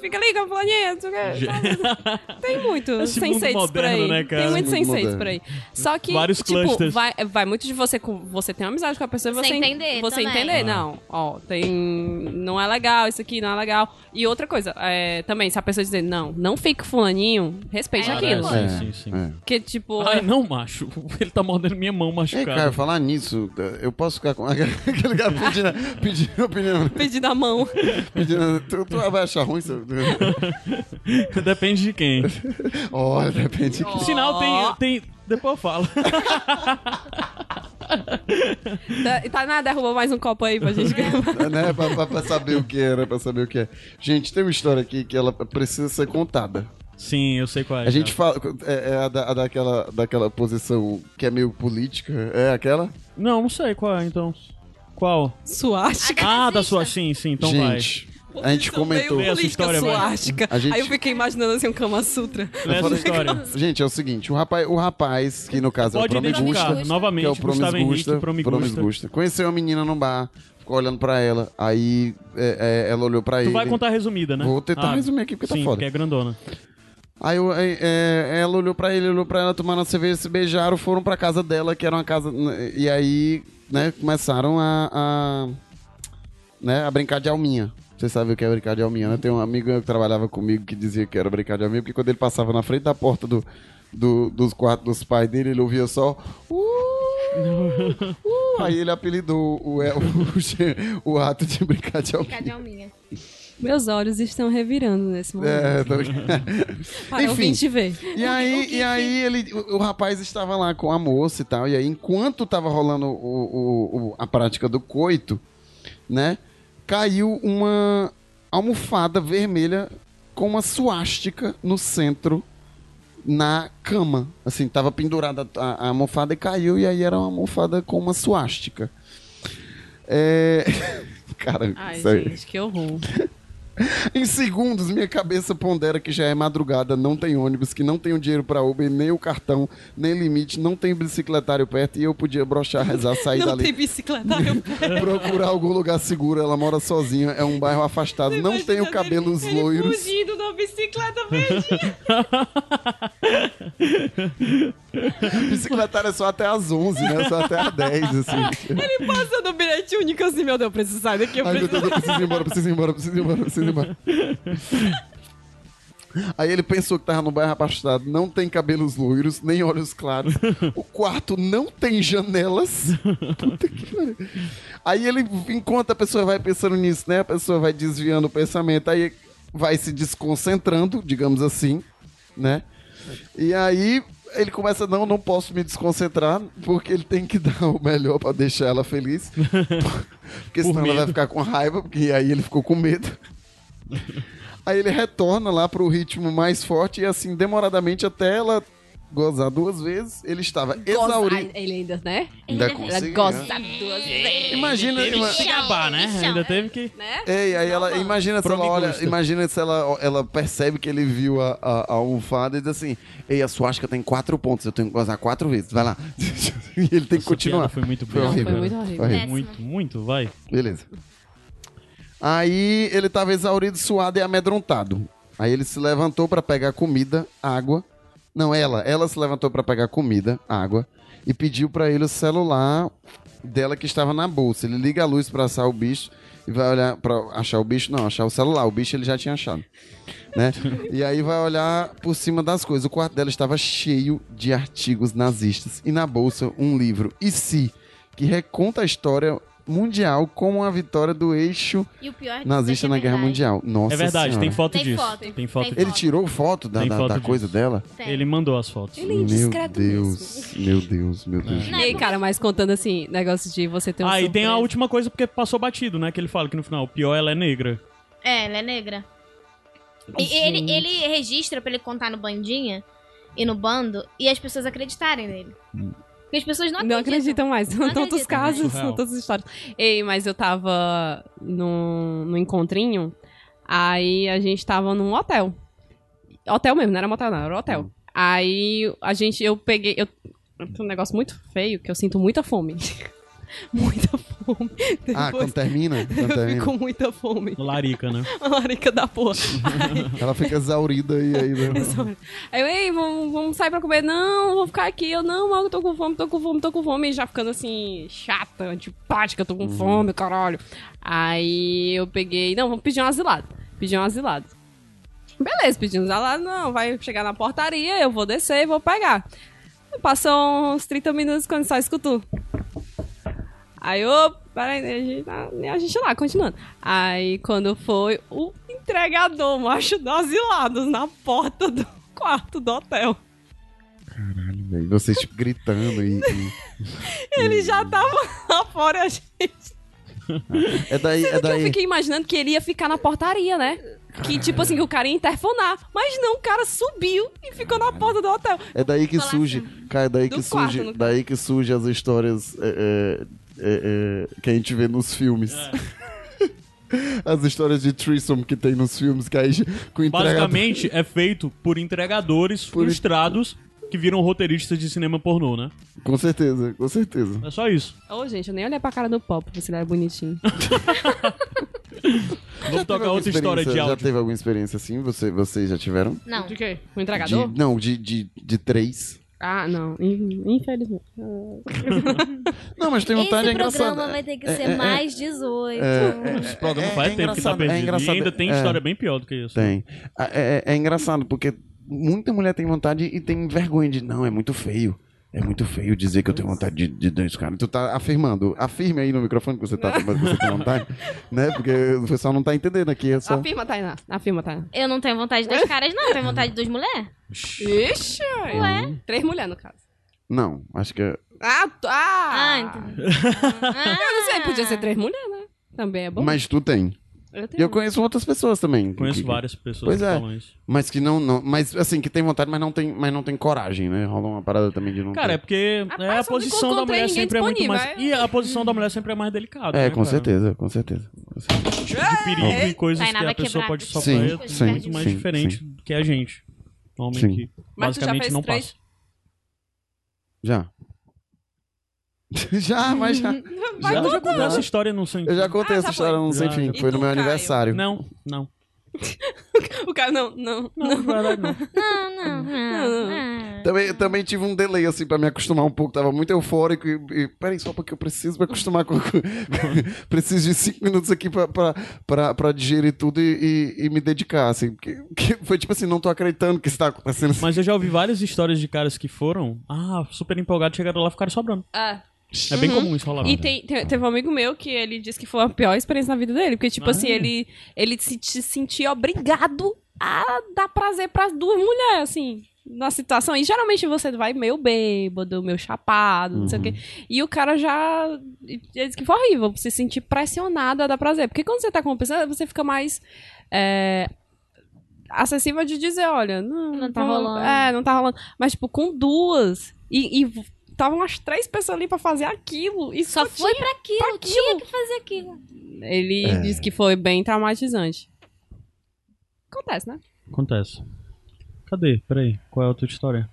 fica ali com a fulaninha, não sei é o quê", (laughs) sabe? Tem muito Esse mundo senseis por moderno, aí. né, cara? Tem muito Mundo senseis moderno. por aí. Só que, Vários tipo, clusters. vai, vai muito de você, com, você tem uma amizade com a pessoa, Você você entender Você também. entender, não, ó, tem, não é legal, isso aqui não é legal. E outra coisa, é, também, se a pessoa dizer, não, não fique com fulaninho, respeite Aí aquilo. Parece. Sim, sim, sim. É. Porque, tipo, Ai, não, macho. (laughs) Ele tá mordendo minha mão Ei, cara, machucada. falar nisso, eu posso ficar com (laughs) aquele cara pedindo, pedindo opinião, (laughs) (laughs) pedindo a mão. pedindo, tu, tu vai achar ruim, seu Depende de (laughs) quem. Olha, depende de Por quem. Sinal tem, tem. Depois eu falo. (laughs) Tá, tá nada, derruba mais um copo aí pra (laughs) gente gravar. né? Pra, pra- pra saber o que era, pra saber o que é. Gente, tem uma história aqui que ela precisa ser contada. Sim, eu sei qual é. A gente cara. fala. É, é a, da, a daquela, daquela posição que é meio política. É aquela? Não, não sei qual é, então. Qual? Suástica. Ah, da sua. Sim, sim, então gente, a gente comentou. Lê essa história, vai. suástica. A gente- Aí eu fiquei imaginando assim um Kama Sutra. vai. Lê essa falei- história. Gente, é o seguinte: o rapaz, o rapaz que no caso Pode é o identificar, Promigusta. novamente, que é o Gustavo Promisgusta. Henrique, Promigusta. Promisgusta. Conheceu uma menina num bar, ficou olhando pra ela. Aí é, é, ela olhou pra Tu ele. vai contar resumida, né? Vou tentar Ah, resumir aqui porque sim, tá foda. porque é grandona. Aí eu- aí, é, ela olhou pra ele, olhou pra ela, tomaram a cerveja, se beijaram, foram pra casa dela, que era uma casa. né, E aí, né, começaram a. a, né, a brincar de alminha. Vocês sabem o que é brincar de alminha, né? Tem um amigo meu que trabalhava comigo que dizia que era brincar de alminha, porque quando ele passava na frente da porta do, do- dos quartos dos pais dele, ele ouvia só. "Uh, uh", aí ele apelidou o, (laughs) el- o, o ato de brincar de alminha. Ficar de alminha. Meus olhos estão revirando nesse momento. É, tá ligado? Para enfim. ouvir te ver. E aí, e aí ele, o, o rapaz estava lá com a moça e tal. E aí, enquanto tava rolando o, o- o- a prática do coito, né? Caiu uma almofada vermelha com uma suástica no centro na cama. Assim, tava pendurada a, a almofada e caiu. E aí era uma almofada com uma suástica. É. (laughs) Cara, Ai, isso aí. gente, que horror. Em segundos, minha cabeça pondera que já é madrugada, não tem ônibus, que não tenho dinheiro pra Uber, nem o cartão, nem limite, não tenho bicicletário perto e eu podia brochar, rezar, sair Não tem dali, bicicleta. (laughs) Eu... procurar algum lugar seguro. Ela mora sozinha, é um bairro afastado, não tenho cabelos ele loiros. Fugindo da bicicleta verde. (laughs) Bicicletário é só até às 11, né? Só até às 10, assim. Ele passa no bilhete único assim, meu Deus, eu preciso sair daqui. Eu Ai, meu preciso... Deus, eu preciso ir embora, preciso ir embora, preciso ir embora, preciso ir (laughs) embora. Aí ele pensou que tava no bairro afastado, não tem cabelos loiros, nem olhos claros. O quarto não tem (laughs) janelas. Puta que pariu. Aí ele, enquanto a pessoa vai pensando nisso, né? A pessoa vai desviando o pensamento, aí vai se desconcentrando, digamos assim, né? E aí ele começa, não, não posso me desconcentrar, porque ele tem que (laughs) dar o melhor pra deixar ela feliz. Porque senão ela vai ficar com raiva, porque aí ele ficou com medo. Aí ele retorna lá pro ritmo mais forte e assim, demoradamente, até ela gozar duas vezes, ele estava Ai, exaurido. Ele ainda, né? Ainda Ela conseguia. gosta é. duas vezes. Imagina, ima- Se gabar, né? Ainda teve que. Né? Ei, aí ela, imagina se ela olha, Promigusta. imagina se ela, ela percebe que ele viu a, a, a almofada e diz assim, ei, a suástica tem quatro pontos, eu tenho que gozar quatro vezes, vai lá. (laughs) e ele tem que Essa continuar. piada Foi muito Foi bem. horrível. Foi muito horrível. Horrível. Péssima. Muito, muito, vai. Beleza. Aí ele tava exaurido, suado e amedrontado. Aí ele se levantou pra pegar comida, água. Não, ela. Ela se levantou pra pegar comida, água. E pediu pra ele o celular dela que estava na bolsa. Ele liga a luz pra achar o bicho. E vai olhar pra achar o bicho, não, achar o celular. O bicho ele já tinha achado. Né? E aí vai olhar por cima das coisas. O quarto dela estava cheio de artigos nazistas. E na bolsa, um livro. E se? Que reconta a história mundial como a vitória do eixo E o pior disso é nazista que na é Guerra verdade. Mundial. Nossa é verdade, senhora. tem foto Tem disso. foto. Tem foto. Tem disso. Ele tirou foto da, Tem da- foto da disso. coisa dela? Tem. Ele mandou as fotos. Ele é indiscreto meu mesmo. Deus, meu Deus, meu Deus. Não, E é aí, porque- cara, mas contando assim, negócio de você ter um Ah, e tem a surpresa. última coisa porque passou batido, né? Que ele fala que no final, o pior ela é negra. É, ela é negra. E ele, ele registra pra ele contar no bandinha e no bando e as pessoas acreditarem nele. Porque as pessoas não Não acreditam. acreditam mais. (laughs) São Não tantos acreditam casos, mais. são tantas histórias. Ei, mas eu tava num, num encontrinho, aí a gente tava num hotel. Hotel mesmo, não era motel, não, era Hum. hotel. Aí a gente, eu peguei. Eu, tem um negócio muito feio que eu sinto muita fome. (laughs) muita fome. Ah, Depois quando termina, quando (laughs) eu termina. fico com muita fome. (laughs) Larica, né? A larica da porra. (laughs) Ela fica exaurida e aí... (laughs) né? Aí eu, ei, vamos, vamos sair pra comer. Não, vou ficar aqui. Eu, não, mal, eu tô com fome, tô com fome, tô com fome. E já ficando assim, chata, antipática, tô com fome, caralho. Aí eu peguei, não, vamos pedir um asilado. Pedir um asilado. Beleza, pedimos asilado, não, vai chegar na portaria, eu vou descer e vou pegar. Passou uns 30 minutos quando só escutou. tá, né, Aí, ô, peraí, a gente, a, a gente lá, continuando. Aí, quando foi, o entregador, macho do asilados, na porta do quarto do hotel. Caralho, velho. Vocês tipo, gritando e. e- Ele já Hum. tava lá fora, (laughs) a gente. É daí, é Sendo que eu daí. fiquei imaginando que ele ia ficar na portaria, né? Que tipo assim, que o cara ia interfonar. Mas não, o cara subiu e ficou na porta do hotel. É daí que Falar surge, assim, cara, é daí Do que quarto, surge, no caso. daí que surge as histórias é, é, é, é, que a gente vê nos filmes. É. (laughs) As histórias de threesome que tem nos filmes, que aí com entrega Basicamente, é feito por entregadores Por- frustrados que viram roteiristas de cinema pornô, né? Com certeza, com certeza. É só isso. Ô, gente, eu nem olhei pra cara do pop, porque ele era bonitinho. Vamos Teve tocar alguma outra história de experiência- Já áudio. teve alguma experiência assim? Você, vocês já tiveram? Não. De quê? Um De, entregador? não, de, de, de três. Ah, não. In- Infelizmente. Não, mas tem um Esse tarde programa engraçado. vai ter que É, ser é, é. mais 18. É, Esse programa faz tempo que tá engraçado, perdido. e engraçado, ainda tem é. história bem pior do que isso. Tem. Ah, É, é- é engraçado, porque muita mulher tem vontade e tem vergonha de. Não, é muito feio. É muito feio dizer que eu tenho vontade de, de dois caras. Tu tá afirmando. Afirme aí no microfone que você tá afirmando que você tem (laughs) vontade. né? Porque o pessoal não tá entendendo aqui. É só... Afirma, Tainá. Afirma, Tainá. Eu não tenho vontade das caras, não. Eu tenho vontade dos mulheres. Ixi! Ué? Três mulheres, no caso. Não, acho que. é- Ah, tá. Ah, entendi. Eu não sei, podia ser três mulheres, né? Também é bom. Mas tu tem. Eu E tenho. eu conheço outras pessoas também. Conheço que- várias pessoas Pois que é. falam isso. Mas que não, não. Mas assim, que tem vontade, mas não tem, mas não tem coragem, né? Rola uma parada também de não. Cara, é ter... porque Rapaz, é, a eu nunca posição da encontrei mulher ninguém sempre é muito disponível, mais. é. E a posição da mulher sempre é mais delicada. É, né, com cara? certeza, com certeza. Com certeza. De perigo e coisas Vai que nada a pessoa quebrar. pode Sim, sofrer sim, é muito mais sim, diferente do que a gente. Homem Sim. que Mas tu já basicamente fez não três- passa. Já. (laughs) já, mas já. Mas eu tu já contei essa história no sem Eu já contei Ah, essa já história, não sei Já, fim. já. Foi E no tu, meu Caio? aniversário. Não, não. um. O cara, não, não. Não, na verdade não. Não, Ah, não, Ah, não, não. Também, também tive um delay, assim, pra me acostumar um pouco. Tava muito eufórico. E, e peraí, só porque eu preciso me acostumar com. com- (laughs) preciso de cinco minutos aqui pra, pra, pra, pra digerir tudo e, e- e me dedicar, assim. Porque, porque foi tipo assim, não tô acreditando que isso tá acontecendo. Mas eu já ouvi várias histórias de caras que foram, ah, super empolgados, chegaram lá e ficaram sobrando. Ah, É bem Uhum. comum isso rolar. e tem, te- teve um amigo meu que ele disse que foi a pior experiência na vida dele. Porque, tipo Ah. assim, ele, ele se se sentia obrigado a dar prazer pras duas mulheres, assim, na situação. E geralmente você vai meio bêbado, meio chapado, não sei o quê. E o cara já. Ele disse que foi horrível. Você se sentir pressionado a dar prazer. Porque quando você tá com uma pessoa, você fica mais. É, acessível de dizer, olha, não, Não tá vou- rolando. É, não tá rolando. Mas, tipo, com duas. E. e Estavam as três pessoas ali pra fazer aquilo. E Só foi pra aquilo. pra Tinha que fazer aquilo. Ele disse que foi bem traumatizante. Acontece, né? Acontece. Cadê? Peraí, qual é a outra história?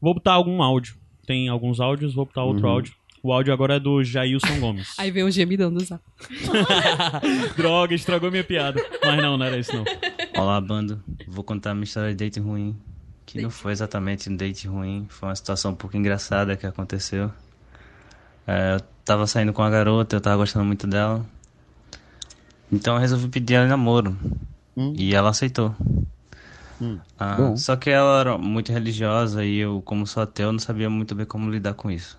Vou botar algum áudio. Tem alguns áudios, vou botar outro Uhum. áudio. O áudio agora é do Jailson Gomes. Aí vem um gemidão do zap. (laughs) Droga, estragou minha piada. Mas não, não era isso não. Olá, bando. Vou contar minha história de date ruim. Que não foi exatamente um date ruim, foi uma situação um pouco engraçada que aconteceu. É, eu tava saindo com uma garota, eu tava gostando muito dela. Então eu resolvi pedir ela em namoro. Hum. E ela aceitou. Ah, bom. só que ela era muito religiosa e eu, como sou ateu, não sabia muito bem como lidar com isso.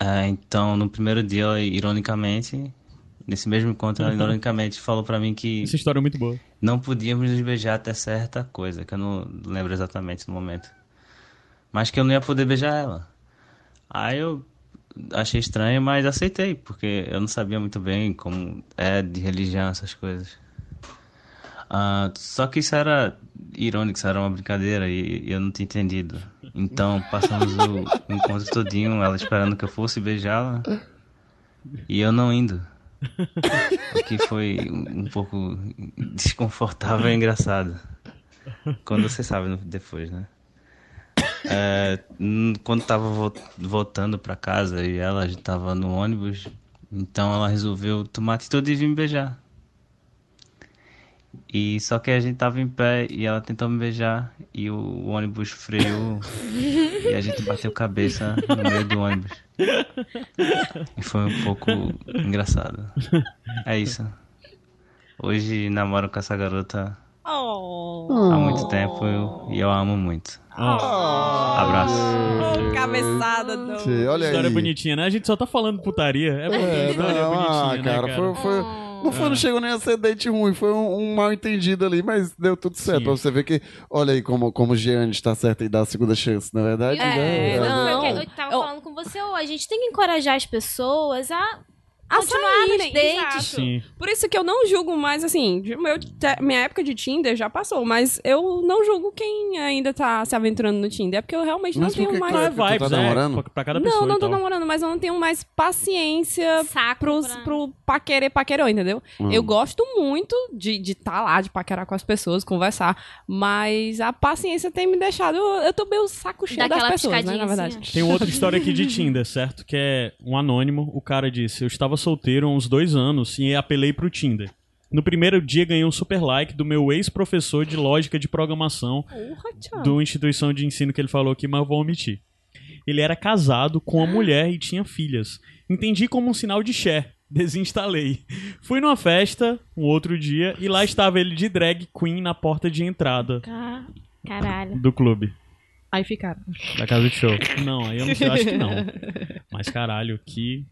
É, então, no primeiro dia, ela, ironicamente, nesse mesmo encontro, Uhum. ela ironicamente falou pra mim que Essa história é muito boa. não podíamos nos beijar até certa coisa, que eu não lembro exatamente no momento. Mas que eu não ia poder beijar ela. Aí eu achei estranho, mas aceitei, porque eu não sabia muito bem como é de religião essas coisas. Ah, só que isso era irônico, isso era uma brincadeira e eu não tinha entendido. Então passamos o o encontro todinho, ela esperando que eu fosse beijá-la e eu não indo. O que foi um um pouco desconfortável e engraçado. Quando você sabe no- depois, né? É, hum, quando tava vo- voltando pra casa e ela já tava no ônibus, então ela resolveu tomar atitude e vir me beijar. E só que a gente tava em pé e ela tentou me beijar e o, ônibus freou e a gente bateu cabeça no meio do ônibus. E foi um pouco engraçado. É isso. Hoje namoro com essa garota Oh, há muito tempo eu- e eu a amo muito. Abraço. Oh, cabeçada do... Gente, Olha aí. História bonitinha, né? A gente só tá falando putaria. É, porque a É, história é não, ah, bonitinha, né, cara, cara? foi, foi- Não, foi, É. não chegou nem a ser date ruim, foi um, um mal entendido ali, mas deu tudo certo. Sim. Pra você ver que, olha aí como, como o Jean está certo em dar a segunda chance, na verdade. né? É, não. Foi o que eu tava Eu- falando com você hoje. A gente tem que encorajar as pessoas a A continuar nos saírem, dates. Sim. Por isso que eu não julgo mais, assim, de- meu te- minha época de Tinder já passou, mas eu não julgo quem ainda tá se aventurando no Tinder, é porque eu realmente Mas por não tenho que que mais... Não é tu tá vibes, namorando? né? Pra- Pra cada pessoa Não, não e tô tal. namorando, mas eu não tenho mais paciência Saco. pros, pra- pro paquerê, paquerou, entendeu? Hum. Eu gosto muito de estar lá, de paquerar com as pessoas, conversar, mas a paciência tem me deixado... Eu tô meio saco cheio das Daquela pessoas, né, piscadinha na verdade. assim, Tem outra história aqui de Tinder, certo? Que é um anônimo. O cara disse: Eu estava solteiro há uns dois anos e apelei pro Tinder. No primeiro dia ganhei um super like do meu ex-professor de lógica de programação Porra, tchau. de uma instituição de ensino que ele falou aqui, mas eu vou omitir. Ele era casado com uma mulher e tinha filhas. Entendi como um sinal de share. (laughs) Desinstalei. Fui numa festa um outro dia e lá estava ele de drag queen na porta de entrada Ca- Caralho. do clube. Aí ficaram. Da casa de show. Não, aí eu não sei, eu acho que não. Mas caralho, que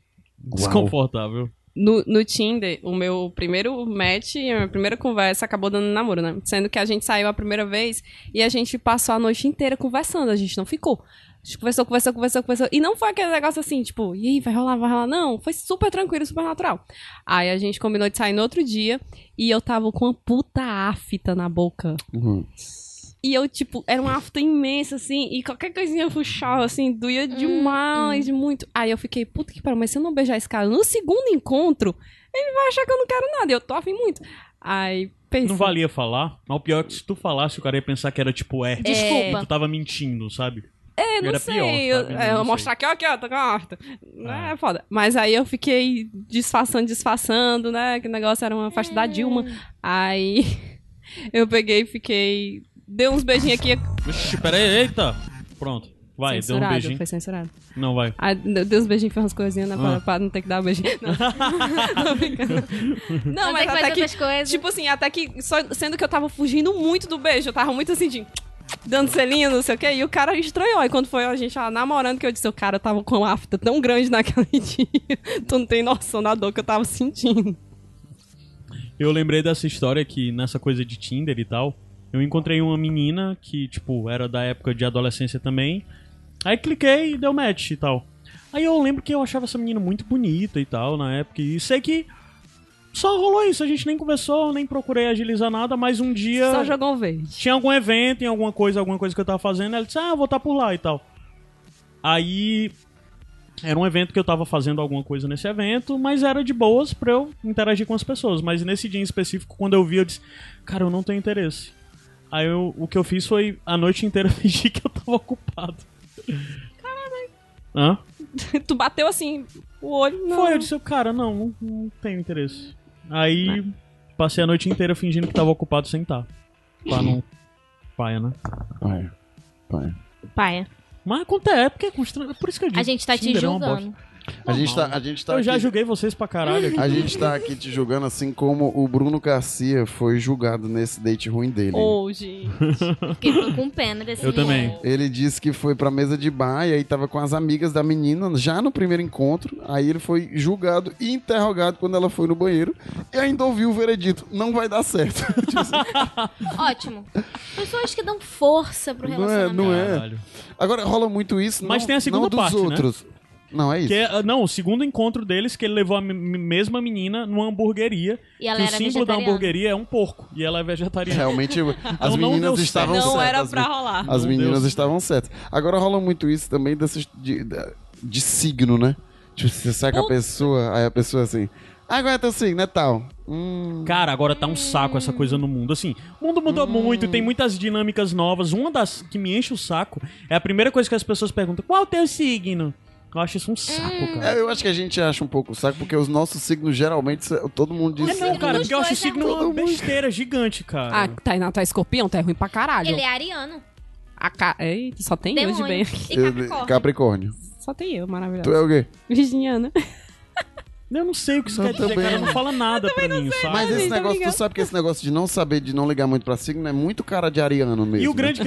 desconfortável. no, no Tinder, o meu primeiro match, a minha primeira conversa acabou dando namoro, né? Sendo que a gente saiu a primeira vez e a gente passou a noite inteira conversando, a gente não ficou. A gente conversou, conversou, conversou, conversou. E não foi aquele negócio assim, tipo, e aí, vai rolar, vai rolar. Não, foi super tranquilo, super natural. Aí a gente combinou de sair no outro dia e eu tava com uma puta afta na boca. Uhum. E eu, tipo, era uma afta imensa, assim, e qualquer coisinha eu puxava, assim, doía demais, muito. Aí eu fiquei, puta que pariu, mas se eu não beijar esse cara no segundo encontro, ele vai achar que eu não quero nada, e eu tô afim muito. Aí pensei... Não valia falar, mas o pior é que se tu falasse, o cara ia pensar que era tipo, é, Desculpa. tu tava mentindo, sabe? É, não Era sei, pior, eu, sabe? é, eu Não sei. Ah. mostrar aqui, ó, aqui, ó, tô com uma afta. É. foda. Mas aí eu fiquei disfarçando, disfarçando, né, que o negócio era uma festa da Dilma. Aí (laughs) eu peguei e fiquei... Dei uns beijinhos aqui. Ixi, peraí, eita! Pronto. Vai, deu um censurado, beijinho. Foi censurado. Não, vai. Ah, meu Deus, beijinho foi umas coisinhas, né? Pra, Ah. pra não ter que dar um beijinho. (laughs) Não, Tô brincando. não Não tem mas que fazer até que. outras coisas. Tipo assim, até que. Só, sendo que eu tava fugindo muito do beijo, eu tava muito assim de. Dando selinho, não sei o que, e o cara estranhou. E quando foi a gente lá namorando, que eu disse, o cara eu tava com uma afta tão grande naquele (laughs) dia. Tu não tem noção da dor que eu tava sentindo. Eu lembrei dessa história que nessa coisa de Tinder e tal, eu encontrei uma menina que, tipo, era da época de adolescência também. Aí cliquei e deu match e tal. Aí eu lembro que eu achava essa menina muito bonita e tal na época. E sei que só rolou isso, a gente nem conversou, nem procurei agilizar nada, mas um dia Só jogou um verde. tinha algum evento, em alguma coisa, alguma coisa que eu tava fazendo, ela disse, ah, eu vou estar por lá e tal. Aí era um evento que eu tava fazendo alguma coisa nesse evento, mas era de boas pra eu interagir com as pessoas. Mas nesse dia em específico, quando eu vi, eu disse, cara, eu não tenho interesse. Aí eu- o que eu fiz foi a noite inteira (laughs) fingir que eu tava ocupado. Caralho. Hã? (laughs) tu bateu assim o olho. Não. Foi, eu disse, cara, não, não, não tenho interesse. Aí passei a noite inteira fingindo que tava ocupado sem estar. Pra não. Paia, né? Vai. Paia. Mas acontece, é porque é constrangedor. É por isso que eu digo. A gente tá te Tinder é um uma bosta. julgando. A gente tá, a gente tá eu já aqui- julguei vocês pra caralho. aqui. A gente tá aqui te julgando assim como o Bruno Garcia foi julgado nesse date ruim dele. Oh. Hoje. Fiquei com pena (laughs) desse Eu também. Ele disse que foi pra mesa de bar e aí tava com as amigas da menina já no primeiro encontro. Aí ele foi julgado e interrogado quando ela foi no banheiro. E ainda ouviu o veredito: não vai dar certo. Ótimo. Pessoas que dão força pro Não é, relacionamento. não é. Caralho. Agora rola muito isso, Mas não, tem a segunda não dos parte, né? outros. Não, é isso. Que é- não, o segundo encontro deles, que ele levou a me- mesma menina numa hamburgueria. E ela que o era símbolo da vegetariana. hamburgueria é um porco. E ela é vegetariana. (laughs) Realmente, as não deu meninas certo. estavam Não certas, era as pra rolar. As Meu meninas Deus. estavam certas. Agora rola muito isso também desses de, da- de signo, né? Tipo, você sai com a Puta. pessoa, aí a pessoa assim. Ah, agora é teu signo, é tal. Hum. Cara, agora tá um saco essa coisa no mundo. Assim, o mundo mudou muito, tem muitas dinâmicas novas. Uma das que me enche o saco é a primeira coisa que as pessoas perguntam: qual o teu signo? Eu acho isso um saco, Hum. cara. É, eu acho que a gente acha um pouco o saco, porque os nossos signos geralmente se- todo mundo diz. É não, cara, porque eu acho o signo uma besteira gigante, Ah, cara. Tainá, tu é escorpião, tu é ruim pra caralho. Ele é ariano. A ca... Eita, só tem eu de Demônio. bem. E Eu- Capricórnio. Capricórnio. Só tem eu, maravilhosa. Tu é o quê? Virginiana. Eu não sei o que isso Eu quer dizer, também cara. não. Não fala nada pra mim, sabe? Mas esse tá negócio, tu ligado. sabe que esse negócio de não saber, de não ligar muito pra signo, é muito cara de ariano mesmo. né? E o, grande,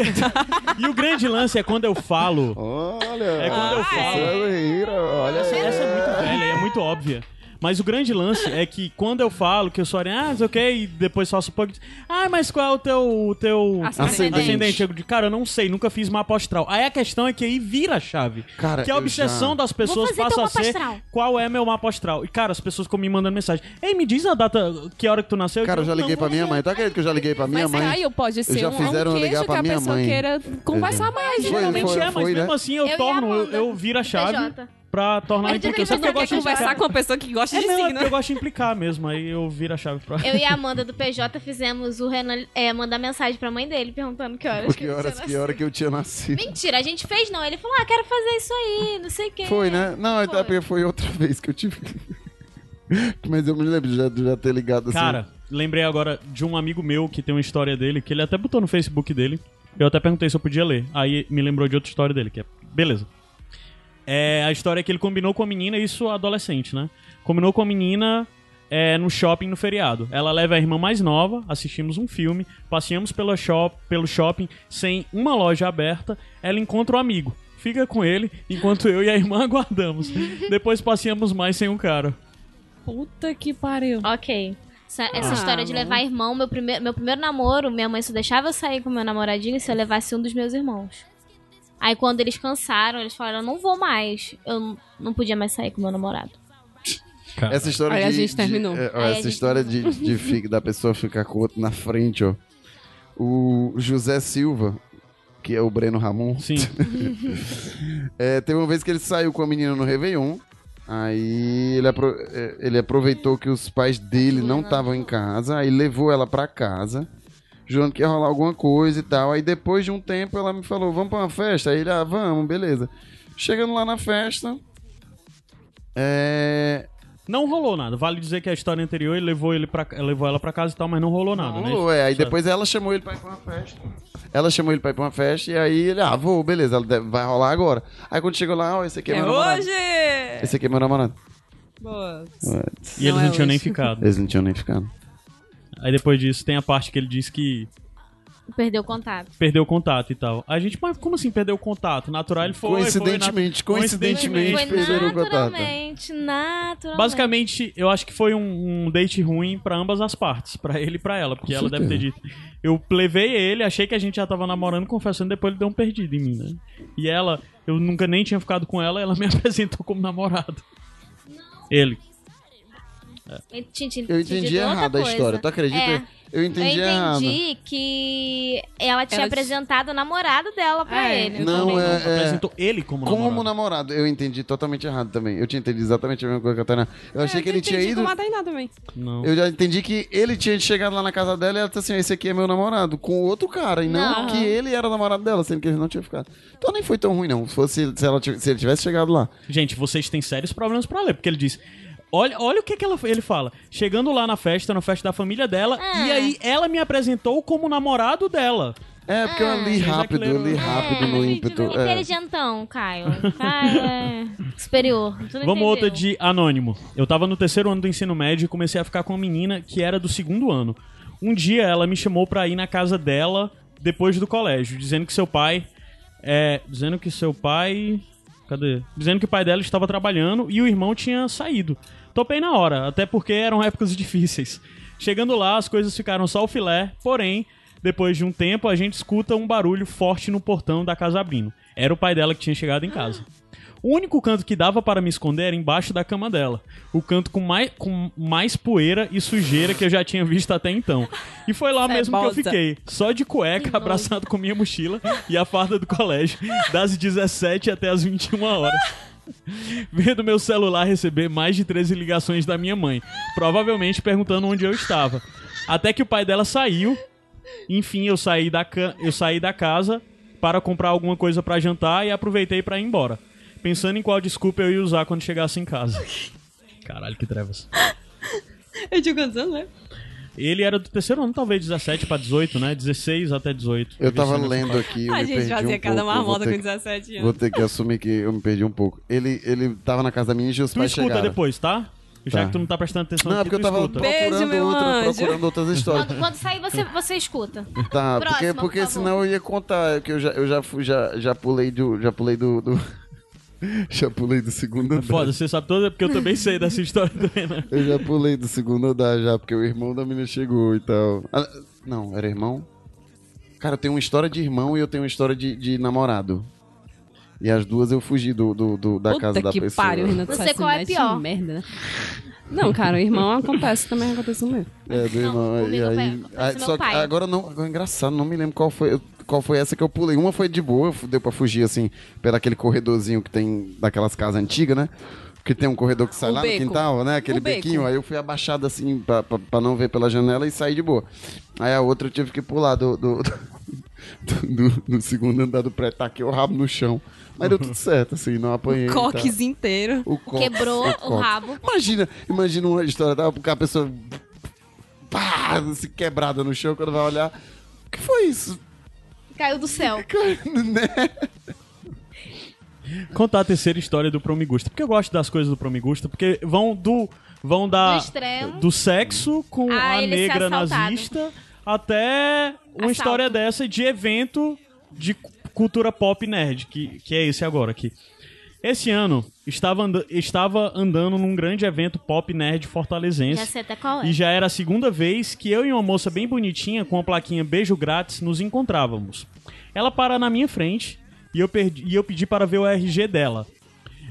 e o grande lance é quando eu falo. Olha! É quando eu falo. Olha, Essa é muito velha, e é muito óbvia. Mas o grande lance é que quando eu falo que eu sou ariano, ah, mas ok, e depois faço pug. Ah, mas qual é o teu. O teu... Ascendente. Ascendente, eu digo, cara, eu não sei, nunca fiz mapa astral. Aí a questão é que aí vira a chave. Cara, que a eu obsessão já- das pessoas Vou fazer passa teu a mapa ser astral. qual é meu mapa astral. E, cara, as pessoas ficam me mandando mensagem. Ei, me diz a data, que hora que tu nasceu. Cara, eu já digo, liguei "Não, pra minha mãe. Tá acredito que eu já liguei pra minha Mas mãe? aí pode ser já um, fizeram um ligar queijo pra que a minha pessoa mãe. Uhum. queira conversar mais. Foi, geralmente. Geralmente é, mas foi, mesmo né? assim eu, Eu e a torno, eu, Amanda, eu viro a chave PJ. pra tornar É de implica. Sabe que eu quem gosto de não quer implicar? Conversar com uma pessoa que gosta É, de não, é signo. porque eu gosto de implicar mesmo, aí eu viro a chave pra. Eu e a Amanda do PJ fizemos o Renan é, mandar mensagem pra mãe dele perguntando que horas. Que horas, que hora que eu tinha nascido. Mentira, a gente fez não. Ele falou, ah, quero fazer isso aí, não sei o quê. Foi, né? Não, é Foi. porque foi outra (laughs) vez que eu tive. Mas eu me lembro de já, de já ter ligado assim. Cara, lembrei agora de um amigo meu que tem uma história dele, que ele até botou no Facebook dele. Eu até perguntei se eu podia ler. Aí me lembrou de outra história dele, que é. Beleza. É, a história é que ele combinou com a menina, isso adolescente, né? Combinou com a menina é, no shopping no feriado. Ela leva a irmã mais nova, assistimos um filme, passeamos pela shop, pelo shopping sem uma loja aberta. Ela encontra o amigo, fica com ele, enquanto eu e a irmã (laughs) aguardamos. Depois passeamos mais sem o cara. Puta que pariu. Ok. Essa, essa Ah, história de não. levar irmão, meu, prime meu primeiro namoro, minha mãe só deixava eu sair com meu namoradinho se eu levasse um dos meus irmãos. Aí quando eles cansaram, eles falaram, eu não vou mais. Eu n- não podia mais sair com meu namorado. Essa história Aí de, a gente de- terminou. é, ó, Aí a essa gente história de, de fi- da pessoa ficar com o outro na frente, ó. O José Silva, que é o Breno Ramon, Sim. é, teve uma vez que ele saiu com a menina no Réveillon. Aí ele, apro- é, ele aproveitou que os pais dele não estavam em casa, aí levou ela pra casa, jurando que ia rolar alguma coisa e tal. Aí depois de um tempo ela me falou: Vamos pra uma festa? Aí ele: Ah, vamos, beleza. Chegando lá na festa, é, Não rolou nada. Vale dizer que a história anterior ele levou, ele pra, levou ela pra casa e tal, mas não rolou nada, né? Não, é. Aí depois ela chamou ele pra ir pra uma festa. Ela chamou ele pra ir pra uma festa e aí ele, ah, vou, beleza, ela deve- vai rolar agora. Aí quando chegou lá, ó, esse aqui é, É meu namorado. hoje! Esse aqui é meu namorado. Boa. E eles Não não, é tinham nem hoje. ficado. Eles não tinham nem ficado. Aí depois disso tem a parte que ele diz que Perdeu o contato. perdeu o contato e tal. A gente, mas como assim perdeu o contato? Natural ele foi. Coincidentemente, foi, nat- coincidentemente. Foi Eles perderam o contato. naturalmente, naturalmente. Basicamente, eu acho que foi um, um date ruim pra ambas as partes, pra ele e pra ela, porque Com ela deve ter dito. Eu levei ele, achei que a gente já tava namorando, confessando, depois ele deu um perdido em mim, né? E ela, eu nunca nem tinha ficado com ela, ela me (laughs) apresentou como namorado. Ele. Ele tinha- tinha Eu dito entendi outra errado a coisa. história, tu acredita? É. Eu Eu entendi, errado. entendi que ela tinha Ela- apresentado o namorado dela pra É. ele. Eu Não, também é. é... Apresentou ele como Como namorado. namorado. Eu entendi totalmente errado também. Eu tinha entendido exatamente a mesma coisa que a Tainá. É, Eu achei que ele tinha ido. Não matar em nada também. Não. Eu já entendi que ele tinha chegado lá na casa dela e ela disse assim: esse aqui é meu namorado, com outro cara, e não, Não. que ele era namorado dela, sendo que ele não tinha ficado. Então nem foi tão ruim, não. Se, fosse, se, ela tivesse, se ele tivesse chegado lá. Gente, vocês têm sérios problemas pra ler, porque ele diz. Olha, olha o que, que ela, ele fala. Chegando lá na festa, na festa da família dela, e aí ela me apresentou como namorado dela. É, porque eu li Mas é que rápido, eu li ele- rápido no ímpeto. É. Inteligentão, Caio. Caio é superior. Tu não Vamos entendeu. outra de anônimo. Eu tava no terceiro ano do ensino médio e comecei a ficar com uma menina que era do segundo ano. Um dia ela me chamou pra ir na casa dela depois do colégio, dizendo que seu pai. É. Dizendo que seu pai. Cadê? Dizendo que o pai dela estava trabalhando e o irmão tinha saído. Topei na hora, até porque eram épocas (laughs) difíceis. Chegando lá, as coisas ficaram só o filé, porém, depois de um tempo, a gente escuta um barulho forte no portão da casa abrindo. Era o pai dela que tinha chegado Ah. em casa. O único canto que dava para me esconder era embaixo da cama dela. O canto com mais, com mais poeira e sujeira que eu já tinha visto até então. E foi lá mesmo que eu Cebosa. fiquei. Só de cueca, abraçado com minha mochila e a farda do colégio. Das 17 até as 21 horas. Vendo meu celular receber mais de 13 ligações da minha mãe. Provavelmente perguntando onde eu estava. Até que o pai dela saiu enfim, eu saí da, ca- eu saí da casa para comprar alguma coisa para jantar e aproveitei para ir embora. Pensando em qual desculpa eu ia usar quando chegasse em casa. (laughs) Caralho, que trevas. Eu tinha quantos anos, né? Ele era do terceiro ano, talvez 17 para 18, né? 16 até 18. Eu tava Vicente- lendo aqui. Eu A me Ah, gente perdi fazia um cada pouco, eu vou marmota ter com que- 17 anos. Vou ter que assumir que eu me perdi um pouco. Ele, ele tava na casa da menina e os né? Tu pais escuta chegaram. depois, tá? Já Tá. que tu não tá prestando atenção Não, é aqui, porque eu tu tava escuta. Beijo, procurando, meu outra, anjo. procurando (laughs) outras histórias. Quando, quando sair, você, você escuta. Próxima, Tá, porque, por porque favor. é senão eu ia contar, que eu já, eu já, fui, já, já pulei do. (laughs) Já pulei do, do- Já pulei do segundo andar. Foda, você sabe toda, porque eu também sei dessa história né? do Renan. Eu já pulei do segundo andar já, porque o irmão da menina chegou e tal. Ah, Não, era irmão? Cara, eu tenho uma história de irmão e eu tenho uma história de, de namorado. E as duas eu fugi do, do- do- da Puta casa da que pessoa. pariu, Renan. tu Não sei faz qual é sinais de pior. Merda, né? Não, cara, o irmão acontece, também acontece o meu. É, do Não, irmão. comigo e eu aí, pego, aí- esse só meu que pai. agora não, agora é engraçado, não me lembro qual foi, qual foi essa que eu pulei. Uma foi de boa, fu- deu pra fugir assim, pelo aquele corredorzinho que tem daquelas casas antigas, né? Que tem um corredor que sai O lá beco. no quintal, né? Aquele O beco. bequinho. Aí eu fui abaixado assim pra, pra, pra não ver pela janela e saí de boa. Aí a outra eu tive que pular do, do, (laughs) do, do- do segundo andar do prédio, taquei o rabo no chão. Mas deu tudo certo, assim, não apanhei. e tal. Coques inteiro. O cox, Quebrou o cox. rabo. Imagina, imagina uma história, tá? Porque a pessoa. Pá, se quebrada no chão, quando vai olhar. O que foi isso? Caiu do céu. né? Contar a terceira história do Promigusta. Porque eu gosto das coisas do Promigusta, porque vão do. Vão da. Do extremo. do sexo com Ah, a ele ser negra assaltado. nazista até uma Assalto. história dessa de evento de cu- cultura pop nerd, que, que é esse agora aqui. Esse ano estava, anda- estava andando num grande evento pop nerd Já fortalezense. sei até qual é. E já era a segunda vez que eu e uma moça bem bonitinha com a plaquinha Beijo Grátis nos encontrávamos. Ela para na minha frente e eu, perdi- e eu pedi para ver o RG dela.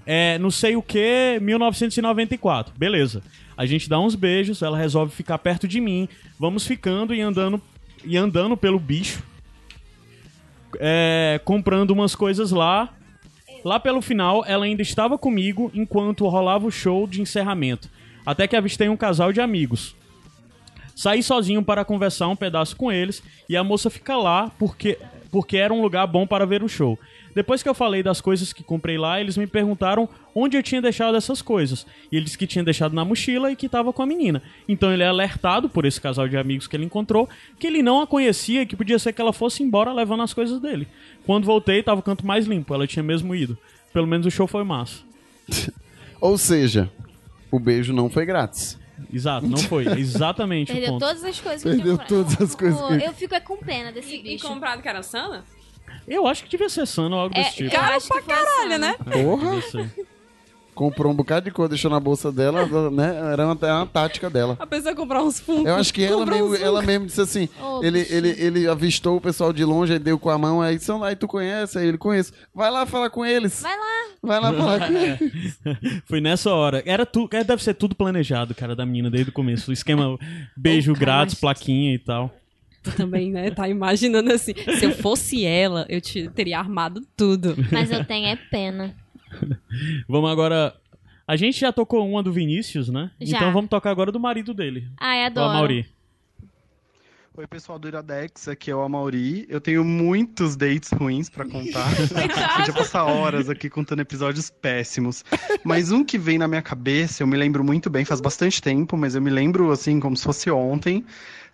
É, não sei o que, 1994. Beleza. A gente dá uns beijos, ela resolve ficar perto de mim. Vamos ficando e andando e andando pelo bicho. É, comprando umas coisas lá. Lá pelo final, ela ainda estava comigo enquanto rolava o show de encerramento. Até que avistei um casal de amigos. Saí sozinho para conversar um pedaço com eles e a moça fica lá porque, porque era um lugar bom para ver o show. Depois que eu falei das coisas que comprei lá, eles me perguntaram onde eu tinha deixado essas coisas. E ele disse que tinha deixado na mochila e que estava com a menina. Então ele é alertado por esse casal de amigos que ele encontrou que ele não a conhecia e que podia ser que ela fosse embora levando as coisas dele. Quando voltei, estava o canto mais limpo, ela tinha mesmo ido. Pelo menos o show foi massa. Ou seja, o beijo não foi grátis. Exato, não foi. Exatamente o Perdeu ponto. todas as coisas que Perdeu eu tinha comprado. todas as coisas Pô, que- Eu fico é com pena desse E, e bicho. comprado caraçana? Eu acho que devia ser sano ou algo É, desse tipo. eu Cara acho que pra foi assim. caralho, né? Porra! Devia ser. Comprou um bocado de coisa, deixou na bolsa dela, (laughs) né? Era uma, era uma tática dela. A pessoa comprar uns funcos. Eu acho que ela Comprou um mesmo, uns ela mesmo disse assim: Ô, ele, ele, ele avistou o pessoal de longe, aí deu com a mão, aí são lá, e tu conhece, aí ele conhece. Vai lá falar com eles. Vai lá. Vai lá (laughs) falar com eles. Foi nessa hora. Era tu, é, deve ser tudo planejado, cara, da menina desde o começo. O esquema beijo Cara, grátis, mas- plaquinha e tal. funcos também, né? Tá imaginando assim. Se eu fosse ela, eu te- teria armado tudo. Mas eu tenho é pena. Vamos agora. A gente já tocou uma do Vinícius, né? Já. Então vamos tocar agora do marido dele. Ai, Do adoro. Amauri. Oi, pessoal do Iradex, aqui é o Amauri. Eu tenho muitos dates ruins pra contar. Podia passar horas aqui contando episódios péssimos. Mas um que vem na minha cabeça, eu me lembro muito bem, faz bastante tempo, mas eu me lembro assim como se fosse ontem.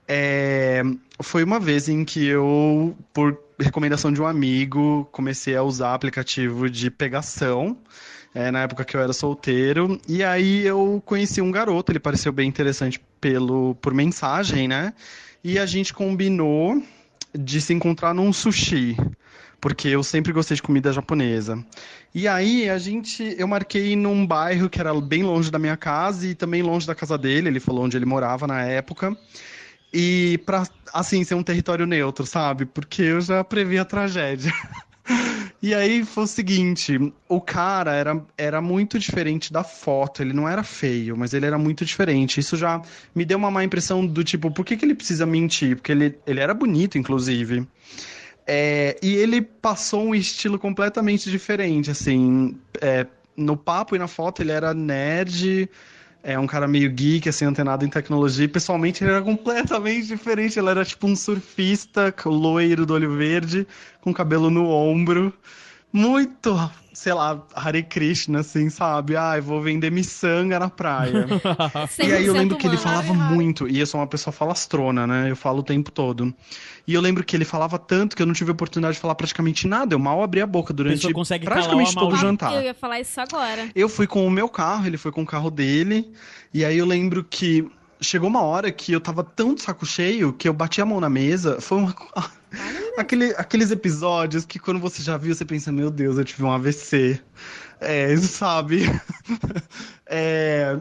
É, Foi uma vez em que eu, por recomendação de um amigo, comecei a usar aplicativo de pegação. é, na época que eu era solteiro, e aí eu conheci um garoto, ele pareceu bem interessante pelo por mensagem, né? E a gente combinou de se encontrar num sushi, porque eu sempre gostei de comida japonesa. E aí a gente, eu marquei num bairro que era bem longe da minha casa e também longe da casa dele, ele falou onde ele morava na época. E pra, assim, ser um território neutro, sabe? Porque eu já previ a tragédia. (laughs) E aí foi o seguinte, o cara era, era muito diferente da foto, ele não era feio, mas ele era muito diferente. Isso já me deu uma má impressão do tipo, por que, que ele precisa mentir? Porque ele, ele era bonito, inclusive. É, e ele passou um estilo completamente diferente, assim. é, no papo e na foto ele era nerd, é um cara meio geek, assim, antenado em tecnologia. E pessoalmente ele era completamente diferente. Ele era tipo um surfista, loiro do olho verde, com cabelo no ombro. Muito, sei lá, Hare Krishna, assim, sabe? Ai, vou vender miçanga na praia. E aí eu lembro que ele falava muito, e eu sou uma pessoa falastrona, né? Eu falo o tempo todo. E eu lembro que ele falava tanto que eu não tive oportunidade de falar praticamente nada. Eu mal abri a boca durante Pessoa consegue calar praticamente uma todo o maldita. jantar. Eu ia falar isso agora. Eu fui com o meu carro, ele foi com o carro dele. E aí eu lembro que (laughs) chegou uma hora que eu tava tão de saco cheio que eu bati a mão na mesa. Foi uma. co- um Aquele, aqueles episódios que quando você já viu, você pensa, meu Deus, eu tive um AVC. É, sabe? (laughs) É,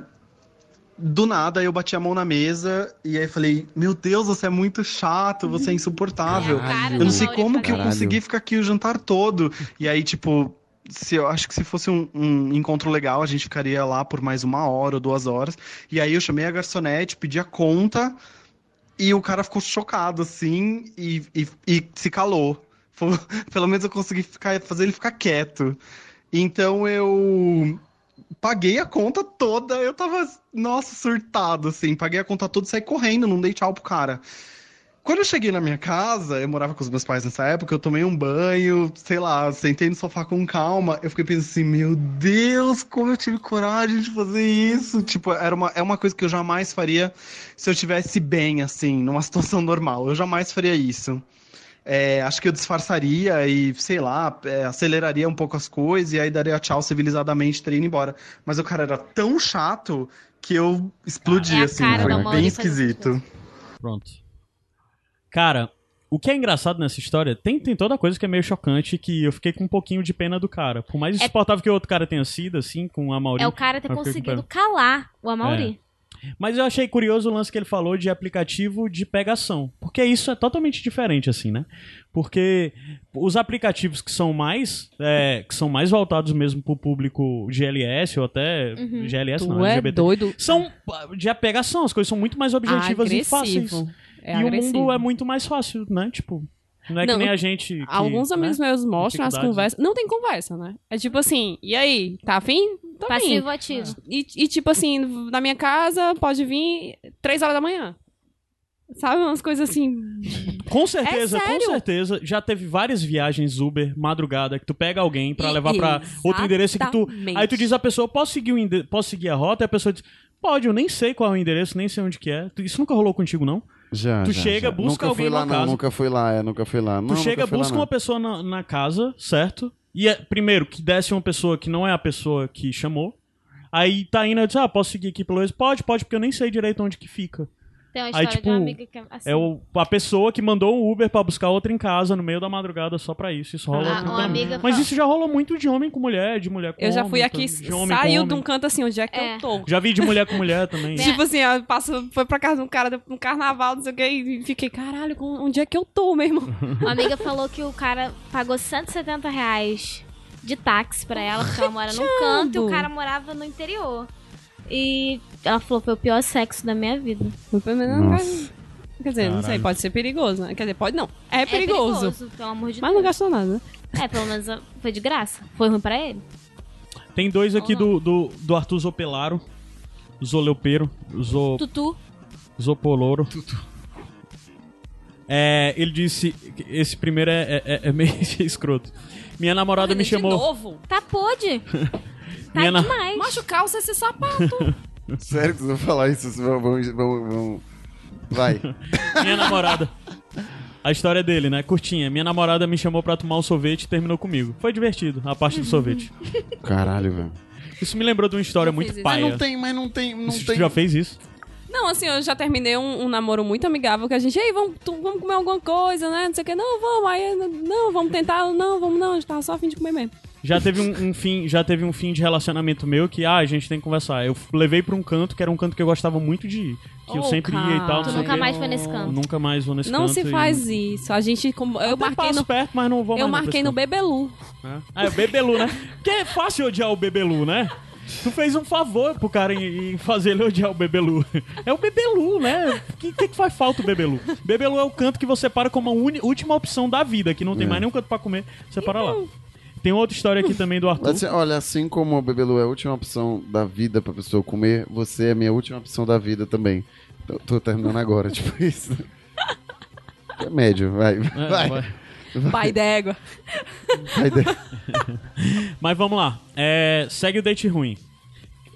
do nada eu bati a mão na mesa e aí falei, meu Deus, você é muito chato, você é insuportável. Cara, Eu não sei Mauri como falando. que eu Caralho. consegui ficar aqui o jantar todo. E aí, tipo, se eu acho que se fosse um, um encontro legal, a gente ficaria lá por mais uma hora ou duas horas. E aí eu chamei a garçonete, pedi a conta, e o cara ficou chocado, assim, e, e- e se calou. Foi- (laughs) Pelo menos eu consegui ficar, fazer ele ficar quieto. Então eu paguei a conta toda, eu tava, nossa, surtado, assim, paguei a conta toda e saí correndo, não dei tchau pro cara. Quando eu cheguei na minha casa, eu morava com os meus pais nessa época, eu tomei um banho, sei lá, sentei no sofá com calma. Eu fiquei pensando assim, meu Deus, como eu tive coragem de fazer isso? Tipo, era uma, é uma coisa que eu jamais faria se eu estivesse bem, assim, numa (laughs) situação normal. Eu jamais faria isso. É, acho que eu disfarçaria e, sei lá, é, aceleraria um pouco as coisas e aí daria tchau civilizadamente, teria ido embora. Mas o cara era tão chato que eu explodi, É a assim, cara foi da Mauri bem fazer esquisito. (laughs) Pronto. Cara, o que é engraçado nessa história, tem, tem toda coisa que é meio chocante que eu fiquei com um pouquinho de pena do cara. Por mais insuportável que o outro cara tenha sido, assim, com a Mauri. É o cara ter Ok, conseguido calar o Amauri. Mas eu achei curioso o lance que ele falou de aplicativo de pegação. Porque isso é totalmente diferente, assim, né? Porque os aplicativos que são mais. é, que são mais voltados mesmo pro público GLS ou até. GLS não, Tu é LGBT. doido. São ah, de apegação, as coisas são muito mais objetivas e fáceis. agressivo. É e agressivo. o mundo é muito mais fácil, né? Tipo, não é que Não, nem a gente. que, Alguns né? amigos meus mostram as Dificuldades. conversas. Não tem conversa, né? É tipo assim, e aí? Tá afim? É. Tá afim. Passivo ativo. E, e tipo assim, na minha casa pode vir três horas da manhã. Sabe? Umas coisas assim. Com certeza, É com sério? certeza. Já teve várias viagens Uber, madrugada, que tu pega alguém pra E- levar pra outro endereço que tu. Exatamente. Aí tu diz à pessoa, posso seguir, o ende- posso seguir a rota? E a pessoa diz, pode, eu nem sei qual é o endereço, nem sei onde que é. Tu- Isso nunca rolou contigo, não? Já, Tu já, chega, já. busca nunca alguém fui na lá, não, casa. nunca fui lá, é, nunca fui lá. Não, tu chega, nunca fui lá, busca não. uma pessoa na, na casa, certo? E é, primeiro, que desce uma pessoa que não é a pessoa que chamou. Aí tá indo, eu disse, ah, posso seguir aqui pelo ex? Pode, pode, porque eu nem sei direito onde que fica. Tem uma Aí, história tipo, de uma amiga que é assim. É o, a pessoa que mandou um Uber pra buscar outra em casa no meio da madrugada só pra isso. Isso rola Ah, tranquilamente. uma amiga Mas fala- isso já rolou muito de homem com mulher, de mulher com Eu já homem, fui aqui, de homem com saiu homem. de um canto assim, onde é que É. eu tô? Já vi de mulher com mulher também. Tipo assim, eu passo, foi pra casa de um cara, um carnaval, não sei o que, e fiquei, caralho, com- onde é que eu tô, meu (laughs) irmão? Uma amiga falou que o cara pagou 170 reais de táxi pra ela, porque ela mora num canto e o cara morava no interior. E ela falou, foi o pior sexo da minha vida. Nossa. Quer dizer, não sei, Caralho. pode ser perigoso, né? Quer dizer, pode não. É perigoso. pelo amor de Mas não Deus. gastou nada. É, pelo menos ah, foi de graça. Foi ruim pra ele. Tem dois aqui do, Ou do, do Arthur Zopelaro, Zoleupeiro, Zo, Tutu. Zopoloro. É, ele disse. que Esse primeiro é, é- é meio (laughs) escroto. Minha namorada me de chamou. novo? Tá (laughs) pode. Tá Minha na- demais. Macho, calça esse sapato. (laughs) Sério que vocês vão falar isso? Vocês vão- vão- vão- vão- Vai. Minha namorada. A história dele, né? Curtinha. Minha namorada me chamou pra tomar um sorvete e terminou comigo. Foi divertido, a parte do sorvete. (laughs) Caralho, velho. Isso me lembrou de uma história Já muito fiz isso. paia. Não tem, mas não tem, não Você tem. já fez isso? Não, assim, eu já terminei um, um namoro muito amigável que a gente, ei, vamos, tu- vamos comer alguma coisa, né? Não sei o que, não, vamos, aí, não, vamos tentar, não, vamos, não, a gente tava só a fim de comer mesmo. Já teve um, um fim, já teve um fim de relacionamento meu que ah, a gente tem que conversar. Eu f- levei pra um canto que era um canto que eu gostava muito de ir, que eu Oh, sempre ia e tal, cara. não Tu sei o nunca quê. mais foi nesse Eu canto. Nunca mais vou nesse Não canto. se e- faz isso. A gente, como, eu Até marquei passo no, perto, mas não vou eu mais pra marquei esse no canto. Bebelu. É. Ah, é o Bebelu, né? Porque é fácil odiar o Bebelu, né? Tu fez um favor pro cara em, em fazer ele odiar o Bebelu. É o Bebelu, né? O que, que, que faz falta o Bebelu? Bebelu é o canto que você para como a uni- última opção da vida, que não tem mais nenhum canto pra comer, você para lá. Tem outra história aqui também do Arthur. Mas, assim, olha, assim como o Bebelu é a última opção da vida pra pessoa comer, você é a minha última opção da vida também. Tô, tô terminando agora, (laughs) tipo isso. É médio, vai. É, Vai, vai. vai. Pai d'égua. daí. Mas vamos lá. É, segue o date ruim.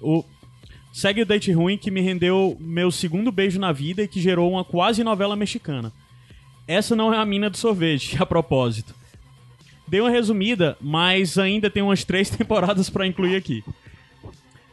O- Segue o date ruim que me rendeu meu segundo beijo na vida e que gerou uma quase novela mexicana. Essa não é a mina do sorvete, (laughs) a propósito. (laughs) Dei uma resumida, mas ainda tem umas três temporadas pra incluir aqui.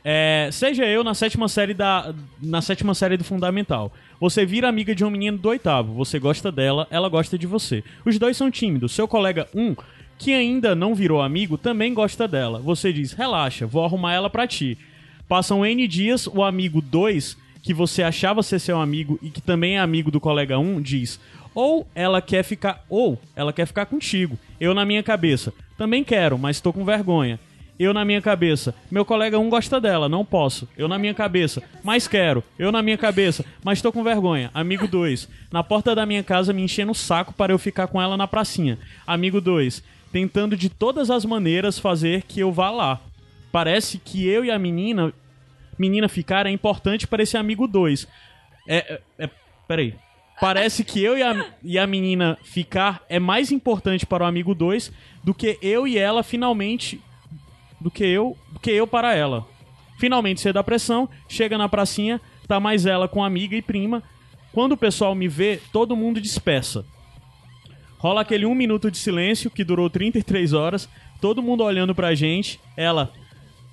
É, seja eu na sétima série da na sétima série do fundamental. Você vira amiga de um menino do oitavo, você gosta dela, ela gosta de você. Os dois são tímidos. Seu colega um que ainda não virou amigo também gosta dela. Você diz: "Relaxa, vou arrumar ela pra ti". Passam N dias, o amigo 2, que você achava ser seu amigo e que também é amigo do colega 1, diz: "Ou ela quer ficar, ou ela quer ficar contigo". Eu na minha cabeça: "Também quero, mas tô com vergonha". Eu na minha cabeça: "Meu colega 1 gosta dela, não posso". Eu na minha cabeça: "Mas quero". Eu na minha cabeça: "Mas tô com vergonha". Amigo 2, na porta da minha casa me enchendo o saco para eu ficar com ela na pracinha. Amigo 2, tentando de todas as maneiras fazer que eu vá lá. Parece que eu e a menina menina ficar é importante para esse amigo 2. É, é, é, peraí. Parece que eu e a, e a menina ficar é mais importante para o amigo 2 do que eu e ela finalmente. Do que eu, do que eu para ela. Finalmente você dá pressão, chega na pracinha, tá mais ela com amiga e prima. Quando o pessoal me vê, todo mundo dispersa. Rola aquele um minuto de silêncio que durou 33 horas, todo mundo olhando pra gente. Ela,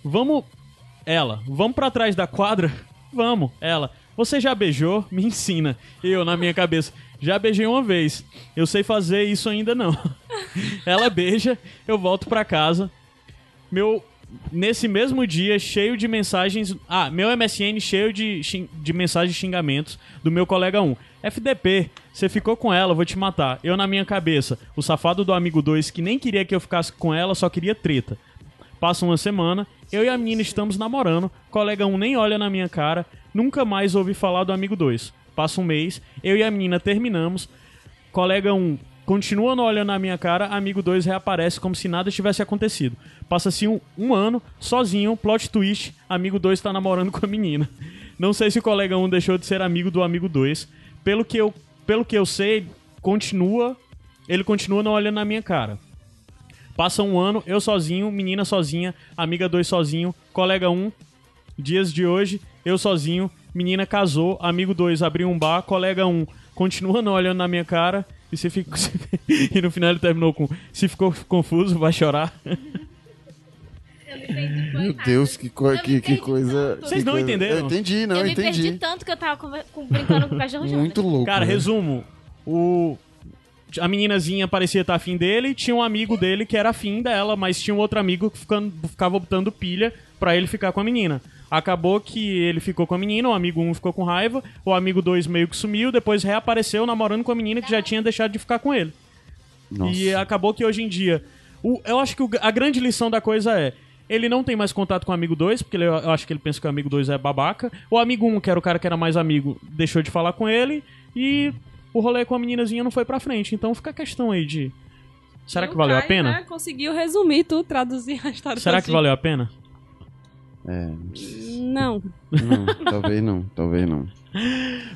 vamos. Ela, vamos pra trás da quadra? (laughs) Vamos. Ela, você já beijou? (laughs) Me ensina. Eu, na minha cabeça, já beijei uma vez. Eu sei fazer isso ainda não. (laughs) Ela beija, eu volto pra casa. Meu. Nesse mesmo dia, cheio de mensagens. Ah, meu MSN cheio de, xin- de mensagens e xingamentos do meu colega 1. FDP, você ficou com ela, vou te matar. Eu na minha cabeça, o safado do amigo 2 que nem queria que eu ficasse com ela, só queria treta. Passa uma semana, eu e a menina estamos namorando, colega 1 nem olha na minha cara, nunca mais ouvi falar do amigo 2. Passa um mês, eu e a menina terminamos, colega 1 continua não olhando na minha cara, amigo 2 reaparece como se nada tivesse acontecido. Passa-se um, um ano, sozinho, plot twist, amigo 2 está namorando (laughs) com a menina. Não sei se o colega 1 deixou de ser amigo do amigo 2, pelo que eu, pelo que eu sei, continua, ele continua não olhando na minha cara. Passa um ano, eu sozinho, menina sozinha, amiga 2 sozinho, colega 1, um, dias de hoje, eu sozinho, menina casou, amigo 2 abriu um bar, colega 1 um, continua não olhando na minha cara e você (laughs) fica e no final ele terminou com se ficou confuso, vai chorar. Eu me perdi Meu Deus, que, co- Eu que, que entendi coisa. tanto. que Vocês não coisa- entenderam? Eu entendi, não, eu eu me perdi entendi. tanto que eu tava conver- com- brincando com o cachorro de Muito louco. Cara, né? resumo, o a meninazinha parecia estar afim dele, tinha um amigo dele que era afim dela, mas tinha um outro amigo que ficando- ficava botando pilha pra ele ficar com a menina. Acabou que ele ficou com a menina, o amigo 1 ficou com raiva, o amigo 2 meio que sumiu, depois reapareceu namorando com a menina que já tinha deixado de ficar com ele. Nossa. E acabou que hoje em dia. o- eu acho que o- a grande lição da coisa é. Ele não tem mais contato com o amigo 2, porque ele- eu acho que ele pensa que o amigo 2 é babaca. O amigo 1, que era o cara que era mais amigo, deixou de falar com ele. E o rolê com a meninazinha não foi pra frente. Então fica a questão aí de. Será que o valeu a Caio, pena? né, conseguiu resumir tudo, traduzir a história. Será que todinha. valeu a pena? Não. Não, talvez não, (laughs) talvez não.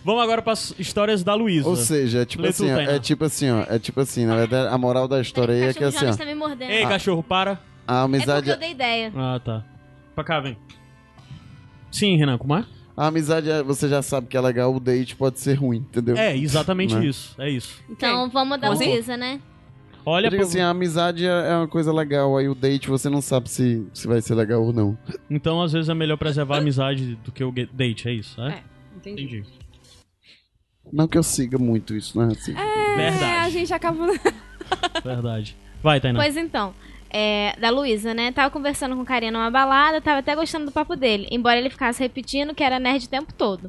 Vamos agora pras histórias da Luísa. Ou seja, é tipo Lê assim, tu, ó, Tainá. é tipo assim, ó, é tipo assim, na verdade, a moral da história aí é que cachorro assim, já ó, está me mordendo. Ei, cachorro, para. a é porque amizade, eu dei ideia. Ah, tá. Pra cá, vem. Sim, Renan, como é? a amizade é- você já sabe que é legal, o date pode ser ruim, entendeu? É, exatamente Né? isso. É isso. Então vamos dar Como assim? Luísa, né? Olha Eu digo pra. assim, a amizade é é uma coisa legal, aí o date você não sabe se, se vai ser legal ou não. Então, às vezes, é melhor preservar a amizade do que o ge- date, é isso? É? É. Entendi. Entendi. Não que eu siga muito isso, né? Assim, É, a Verdade, gente acaba. verdade. Vai, Tainá. Pois então, é, da Luísa, né? Tava conversando com o carinha numa balada, tava até gostando do papo dele, embora ele ficasse repetindo que era nerd o tempo todo.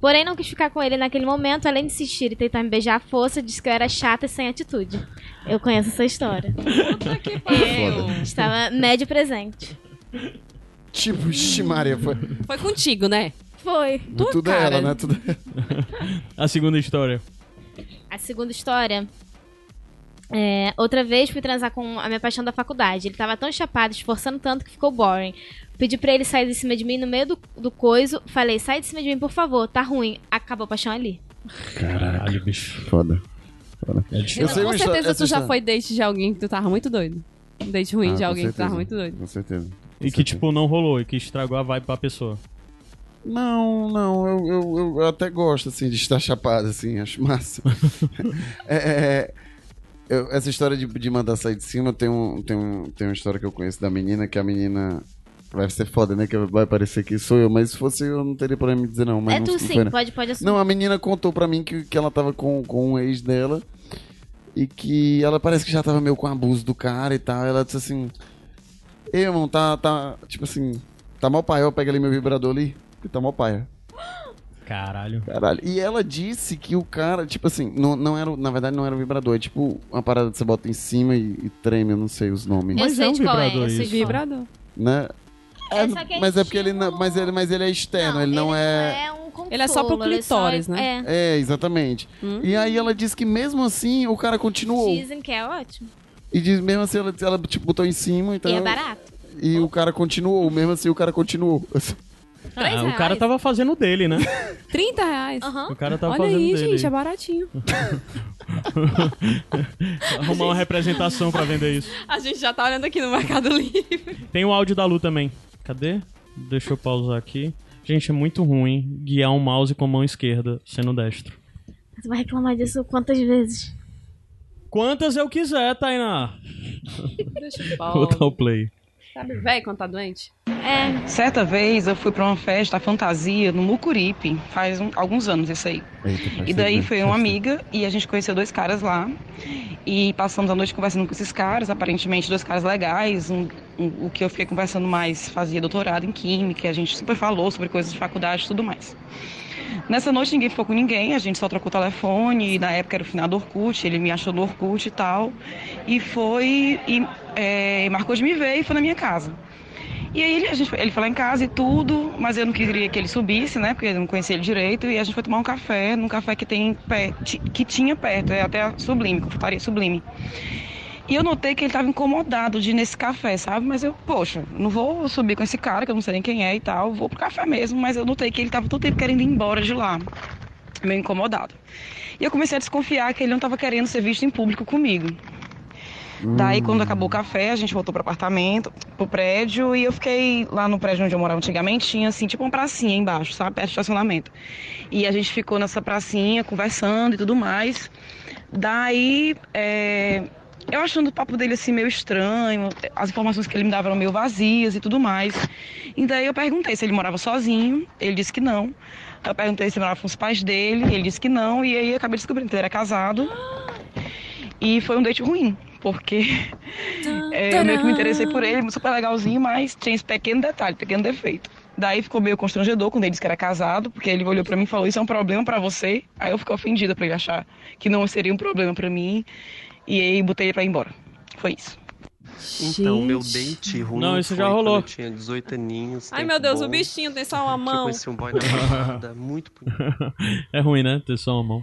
Porém, não quis ficar com ele naquele momento, além de insistir e tentar me beijar à força, disse que eu era chata e sem atitude. Eu conheço essa história. Puta que pariu. Estava médio presente. tipo, ixi, Maria, foi, Foi contigo, né? Foi. Tua tudo é cara. ela, né? Tudo é A segunda história. A segunda história. É, outra vez fui transar com a minha paixão da faculdade. Ele tava tão chapado, esforçando tanto que ficou boring. Pedi pra ele sair de cima de mim no meio do, do coiso. Falei, sai de cima de mim, por favor, tá ruim. Acabou a paixão ali. Caralho, bicho. foda. É difícil. Eu sei uma com certeza histó- tu já essa foi date de alguém que tu tava muito doido. Um date Ah, ruim com de alguém que tu certeza. tava muito doido. Com certeza. E que, tipo, não rolou e que estragou a vibe pra pessoa. Não, não, eu, eu, eu- eu até gosto, assim, de estar chapado, assim, acho massa. É, é, eu- essa história de, de mandar sair de cima, tem, um, tem, um, tem uma história que eu conheço da menina, que a menina Vai ser foda, né? Que vai parecer que sou eu, mas se fosse eu, não teria problema em dizer não. Mas é não, tu não sim, foi, né? não. pode, pode assumir. Não, a menina contou pra mim que, que ela tava com, com um ex dela e que ela parece que já tava meio com abuso do cara e tal. Ela disse assim: Ei, irmão, tá, tá. Tipo assim, tá mal paia, ó, pega ali meu vibrador ali. Que tá mal paia. Caralho. Caralho. E ela disse que o cara, tipo assim, não, não era. o- Na verdade, não era o vibrador, é tipo uma parada que você bota em cima e, e treme, eu não sei os nomes. Eu Mas sei é um de qual é, vibrador eu sei isso. de qual é. Vibrador. Né? É, É, só que é mas é porque ele, estilo- não, mas ele. Mas ele é externo, ele não é. um consolo, Ele é só pro clitóris, só- né? É. É, exatamente. E aí ela disse que mesmo assim o cara continuou. Dizem que é ótimo. E diz, mesmo assim, ela, ela tipo, botou em cima, então. E é barato. e o cara continuou, mesmo assim o cara continuou. Ah, Três o cara reais. tá- tava fazendo o dele, né? 30 reais. Aham. O cara tava Olha fazendo aí, dele. gente, é baratinho. Arrumar uma representação pra vender isso. A gente (laughs) já tá olhando aqui no Mercado Livre. Tem o áudio da Lu também. Cadê? Deixa eu pausar aqui. Gente, é muito ruim guiar um mouse com a mão esquerda, sendo destro. Tu vai reclamar disso quantas vezes? Quantas eu quiser, Tainá. (laughs) Deixa eu Vou dar um- o play. Sabe, velho, quando tá doente? É, Certa vez eu fui pra uma festa fantasia no Mucuripe, faz um- alguns anos isso aí. E daí foi uma amiga e a gente conheceu dois caras lá. E passamos a noite conversando com esses caras, aparentemente dois caras legais. Um, um- o que eu fiquei conversando mais fazia doutorado em química, a gente super falou sobre coisas de faculdade e tudo mais. Nessa noite ninguém ficou com ninguém, a gente só trocou telefone, e na época era o final do Orkut, ele me achou no Orkut e tal. E foi, e é, marcou de me ver e foi na minha casa. E aí ele, a gente, foi- ele foi lá em casa e tudo, mas eu não queria que ele subisse, né? Porque eu não conhecia ele direito. E a gente foi tomar um café, num café que tem pé, ti- que tinha perto, é até a Sublime, confutaria Sublime. E eu notei que ele estava incomodado de ir nesse café, sabe? Mas eu, poxa, não vou subir com esse cara, que eu não sei nem quem é e tal, vou pro café mesmo. Mas eu notei que ele estava todo tempo querendo ir embora de lá, meio incomodado. E eu comecei a desconfiar que ele não estava querendo ser visto em público comigo. Daí, quando acabou o café, a gente voltou pro apartamento, pro prédio, e eu fiquei lá no prédio onde eu morava antigamente, tinha assim, tipo uma pracinha embaixo, sabe? Perto do estacionamento. E a gente ficou nessa pracinha, conversando e tudo mais. Daí, é, eu achando o papo dele assim meio estranho, as informações que ele me dava eram meio vazias e tudo mais. E daí eu perguntei se ele morava sozinho, ele disse que não. Eu perguntei se ele morava com os pais dele, ele disse que não, e aí eu acabei descobrindo que ele era casado. E foi um date ruim, porque (laughs) é, eu meio que me interessei por ele, super legalzinho, mas tinha esse pequeno detalhe, pequeno defeito. Daí ficou meio constrangedor quando ele disse que era casado, porque ele olhou pra mim e falou: Isso é um problema pra você. Aí eu fiquei ofendida pra ele achar que não seria um problema pra mim. E aí botei ele pra ir embora. Foi isso. Então, meu Gente. date ruim. Não, isso foi já rolou. quando Eu tinha 18 aninhos. Ai, tempo meu Deus, bom, o bichinho tem só uma que Eu mão. conheci um boy na balada, muito bonito. É ruim, né? Ter só uma mão.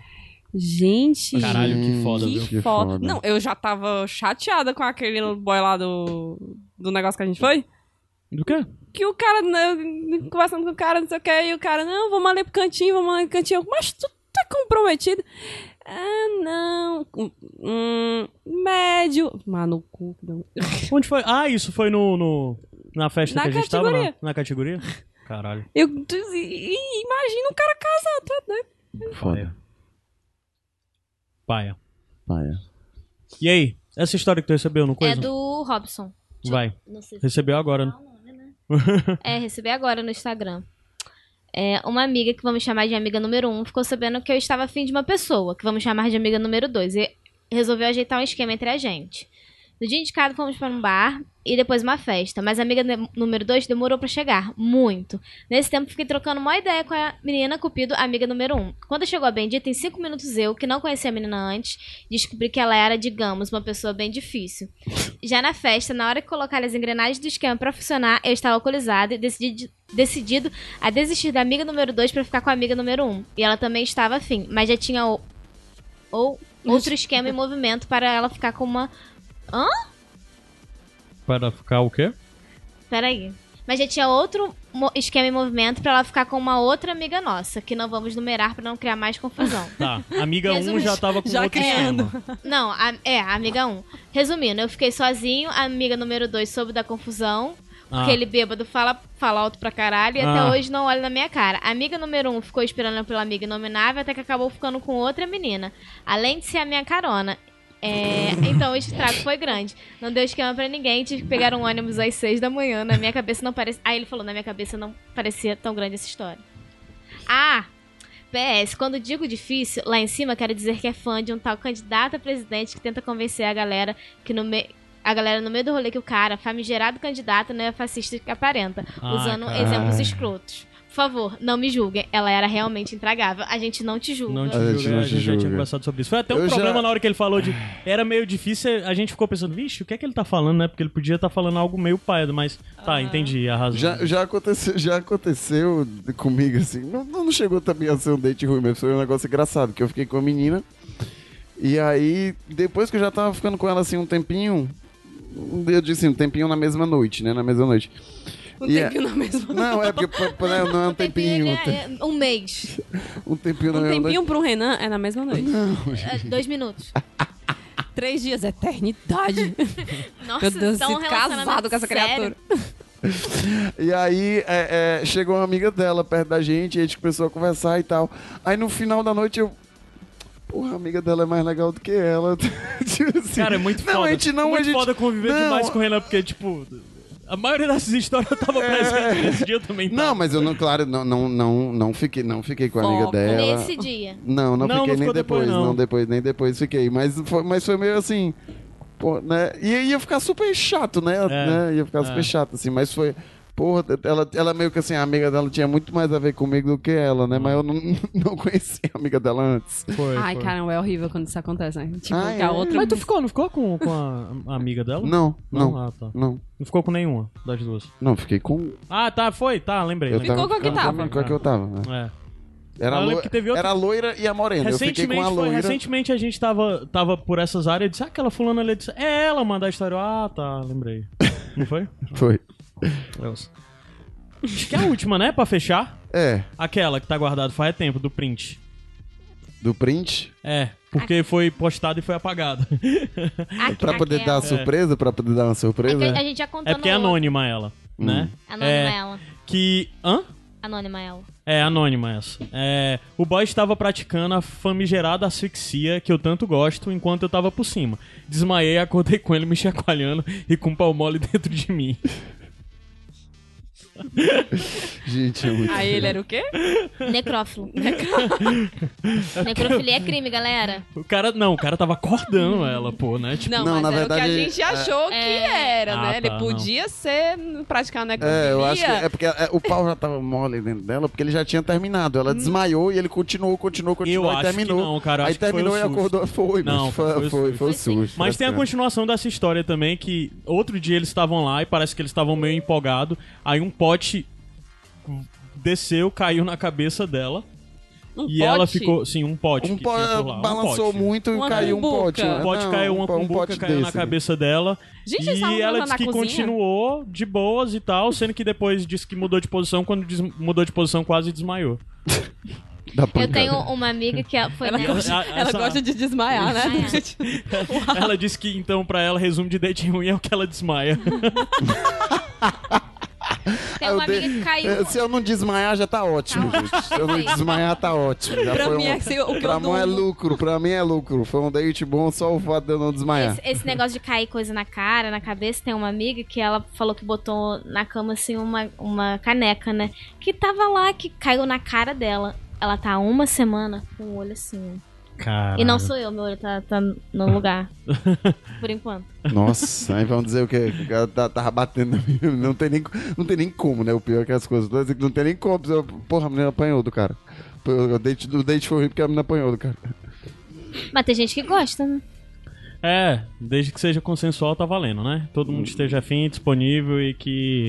Gente. Caralho, que foda, Que, viu? Que foda. foda. Não, eu já tava chateada com aquele boy lá do, do negócio que a gente foi. Do quê? Que o cara, né, conversando com o cara, não sei o que, e o cara, não, vamos ali pro cantinho, vamos ali pro cantinho. Eu, Mas tu tá comprometido? Ah, não. Hum, médio. Mano, cu. não. Onde foi? Ah, isso foi no. no- na festa Na que a gente tava? categoria. Na, na categoria? Caralho. Eu, tu- i- i- imagina um cara casado, tá doido? Foda. Paia. Paia. E aí? Essa história que tu recebeu no coisa? é do Robson. Vai. Não sei se Recebeu agora. né? É, recebi agora no Instagram. É, uma amiga que vamos chamar de amiga número um ficou sabendo que eu estava afim de uma pessoa, que vamos chamar de amiga número dois e resolveu ajeitar um esquema entre a gente. No dia indicado, fomos para um bar e depois uma festa, mas a amiga ne- número dois demorou para chegar, muito. Nesse tempo, fiquei trocando uma ideia com a menina Cupido, amiga número um. Quando chegou a Bendita, em cinco minutos eu, que não conhecia a menina antes, descobri que ela era, digamos, uma pessoa bem difícil. Já na festa, na hora que colocaram as engrenagens do esquema pra funcionar, eu estava alcoolizada e decidi- decidido a desistir da amiga número 2 pra ficar com a amiga número 1. Um. E ela também estava afim, mas já tinha o- ou outro esquema em movimento para ela ficar com uma. Para ficar o quê? Peraí. Mas já tinha outro mo- esquema em movimento pra ela ficar com uma outra amiga nossa, que não vamos numerar pra não criar mais confusão. Tá. Amiga 1 um Resumindo, já tava com já outro criando. esquema. Não, a- é, a amiga 1. Um. Resumindo, eu fiquei sozinho, a amiga número 2 soube da confusão, Porque Ah. ele bêbado fala, fala alto pra caralho e Ah. até hoje não olha na minha cara. A amiga número um ficou esperando pela amiga inominável até que acabou ficando com outra menina. Além de ser a minha carona. É, então, o estrago foi grande. Não deu esquema pra ninguém. Tive que pegar um ônibus às seis da manhã. Na minha cabeça não parecia. Aí ele falou: na minha cabeça não parecia tão grande essa história. Ah! PS, quando digo difícil, lá em cima quero dizer que é fã de um tal candidato a presidente que tenta convencer a galera que no meio. A galera no meio do rolê que o cara, famigerado candidato, não é fascista que aparenta, Ah, usando cara. exemplos escrotos. Por favor, não me julguem. Ela era realmente intragável. A gente não te julga. Não te A gente julga, não a te gente já tinha julga. conversado sobre isso. Foi até um Eu já- problema na hora que ele falou de. Era meio difícil, a gente ficou pensando, vixe, o que é que ele tá falando, né? Porque ele podia estar falando algo meio paedo, mas tá, entendi a razão. Já, já, aconteceu, já aconteceu comigo, assim. Não, não chegou também a ser um date ruim, mas foi um negócio engraçado, que eu fiquei com a menina. E aí, depois que eu já tava ficando com ela assim um tempinho. Eu disse assim, um tempinho na mesma noite, né? Na mesma noite. Um E é- tempinho na mesma Não, é porque pô, pô, né, (laughs) não é um tempinho. Um te- É, um mês. Um tempinho na Um mesma tempinho pro Renan é na mesma noite. É, dois (laughs) minutos. Três dias, eternidade. Nossa, Meu Deus, então eu um sinto relacionamento casado com essa sério. criatura. E aí é, é, chegou uma amiga dela perto da gente, e a gente começou a conversar e tal. Aí no final da noite eu. Porra, a amiga dela é mais legal do que ela. (laughs) Tipo assim, Cara, é muito não, foda. A gente não, muito a gente... foda conviver não, demais com o Renan, porque, tipo, a maioria dessas histórias eu É. tava presente nesse dia eu também. então. Não, mas eu não, claro, não, não, não, não fiquei, não fiquei com a amiga Foco. dela. Nesse dia. Não, Não, não, não fiquei nem ficou depois, depois, não. não depois, nem depois fiquei. Mas foi, mas foi meio assim. Pô, né? E aí ia ficar super chato, É, né? né? Ia ficar super chato, assim, mas foi. Porra, ela, ela meio que assim, a amiga dela tinha muito mais a ver comigo do que ela, né? Mas eu não, (laughs) não conhecia a amiga dela antes. Foi, Ai, foi. caramba, é horrível quando isso acontece, né? Tipo, Ah, que a é? outra. Mas tu ficou, não ficou com, com a, a amiga dela? Não, não, não. Ah, tá. Não ficou com nenhuma das duas. Não, fiquei com. Ah, tá, foi, tá, lembrei. Eu lembrei. tava com a que ficando a tava. menina Com a que eu tava. né? É. Era, Eu lembro lo... que teve outra- Era a loira e a morena. Eu fiquei com Recentemente, a foi- loira. recentemente a gente tava, tava por essas áreas e disse, ah, aquela fulana ali disse, é ela mandar a história. Eu, Ah, tá, lembrei. Não (laughs) foi? Foi. Deus. Acho que é a última, né, pra fechar. É, Aquela que tá guardada faz tempo, do print. do print. É, porque foi postada e foi apagada. Aqui, (laughs) Pra poder dar né? aquela- uma surpresa, pra poder dar uma É que surpresa. a gente já contou É porque é no outro. anônima ela, né? Anônima É, ela. que... Hã? Anônima ela. É, anônima essa. É, o boy estava praticando a famigerada asfixia que eu tanto gosto enquanto eu tava por cima. Desmaiei, acordei com ele me chacoalhando e com um pau mole (laughs) dentro de mim. Gente, é muito. (laughs) Aí ele era o quê? Necrófilo. Necrofilia é crime, galera. O cara, não, o cara tava acordando ela, pô, né? Tipo, Não, Não, mas na era o que a verdade, é- gente achou que era, Ah, né? Ele tá, não. podia ser praticar necrofilia. É, eu acho que é porque é, o pau já tava mole dentro dela, porque ele já tinha terminado. Ela desmaiou e ele continuou, continuou, continuou Eu e acho que terminou. não, cara, eu Aí acho que foi terminou o e susto. acordou. Foi, Não, mas foi foi, o susto. foi, foi o Foi sim. susto. é Mas tem a continuação dessa história também, que outro dia eles estavam lá e parece que eles estavam meio empolgados. Aí um pote desceu, caiu na cabeça dela. Um e ela pote? ficou. Sim, um pote. Um que tinha pó por lá, um balançou pote. muito Uma e caiu cumbuca. um pote. Um O pote Não, caiu, uma pó- um cumbuca pote caiu na desse. cabeça dela. Gente, eles estavam e ela andando disse na que cozinha? continuou de boas e tal, sendo que depois disse que mudou de posição. Quando des- mudou de posição, quase desmaiou. (laughs) Da Eu pancada. tenho uma amiga que é- foi Ela, nessa. gosta, a- ela essa- gosta de desmaiar, né? Desmaiar. Gente, (laughs) Ela disse que, então, pra ela, resumo de date ruim é o que ela desmaia. Tem Ah, eu uma amiga dei- que caiu. (laughs) É, Se eu não desmaiar, já tá ótimo, Tá gente. Se eu não Perfeito. desmaiar, tá ótimo. Já Pra foi mim um- é que se- o que pra eu mim é durmo- lucro, pra mim é lucro. Foi um date bom só o fato de eu não desmaiar. Esse, esse negócio de cair coisa na cara, na cabeça, tem uma amiga que ela falou que botou na cama assim uma, uma caneca, né? Que tava lá, que caiu na cara dela. Ela tá há uma semana com o olho assim. Cara. E não sou eu, meu olho tá, tá no lugar. Por enquanto. Nossa, aí vão dizer o quê? que o cara tá- tava batendo. na menina. Não tem, nem, não tem nem como, né? O pior é que as coisas. todas, Não tem nem como. Eu- Porra, a menina apanhou do cara. Pô, O date, o date foi ruim porque a menina apanhou do cara. Mas tem gente que gosta, né? É, desde que seja consensual, tá valendo, né? Todo mundo esteja afim, disponível e que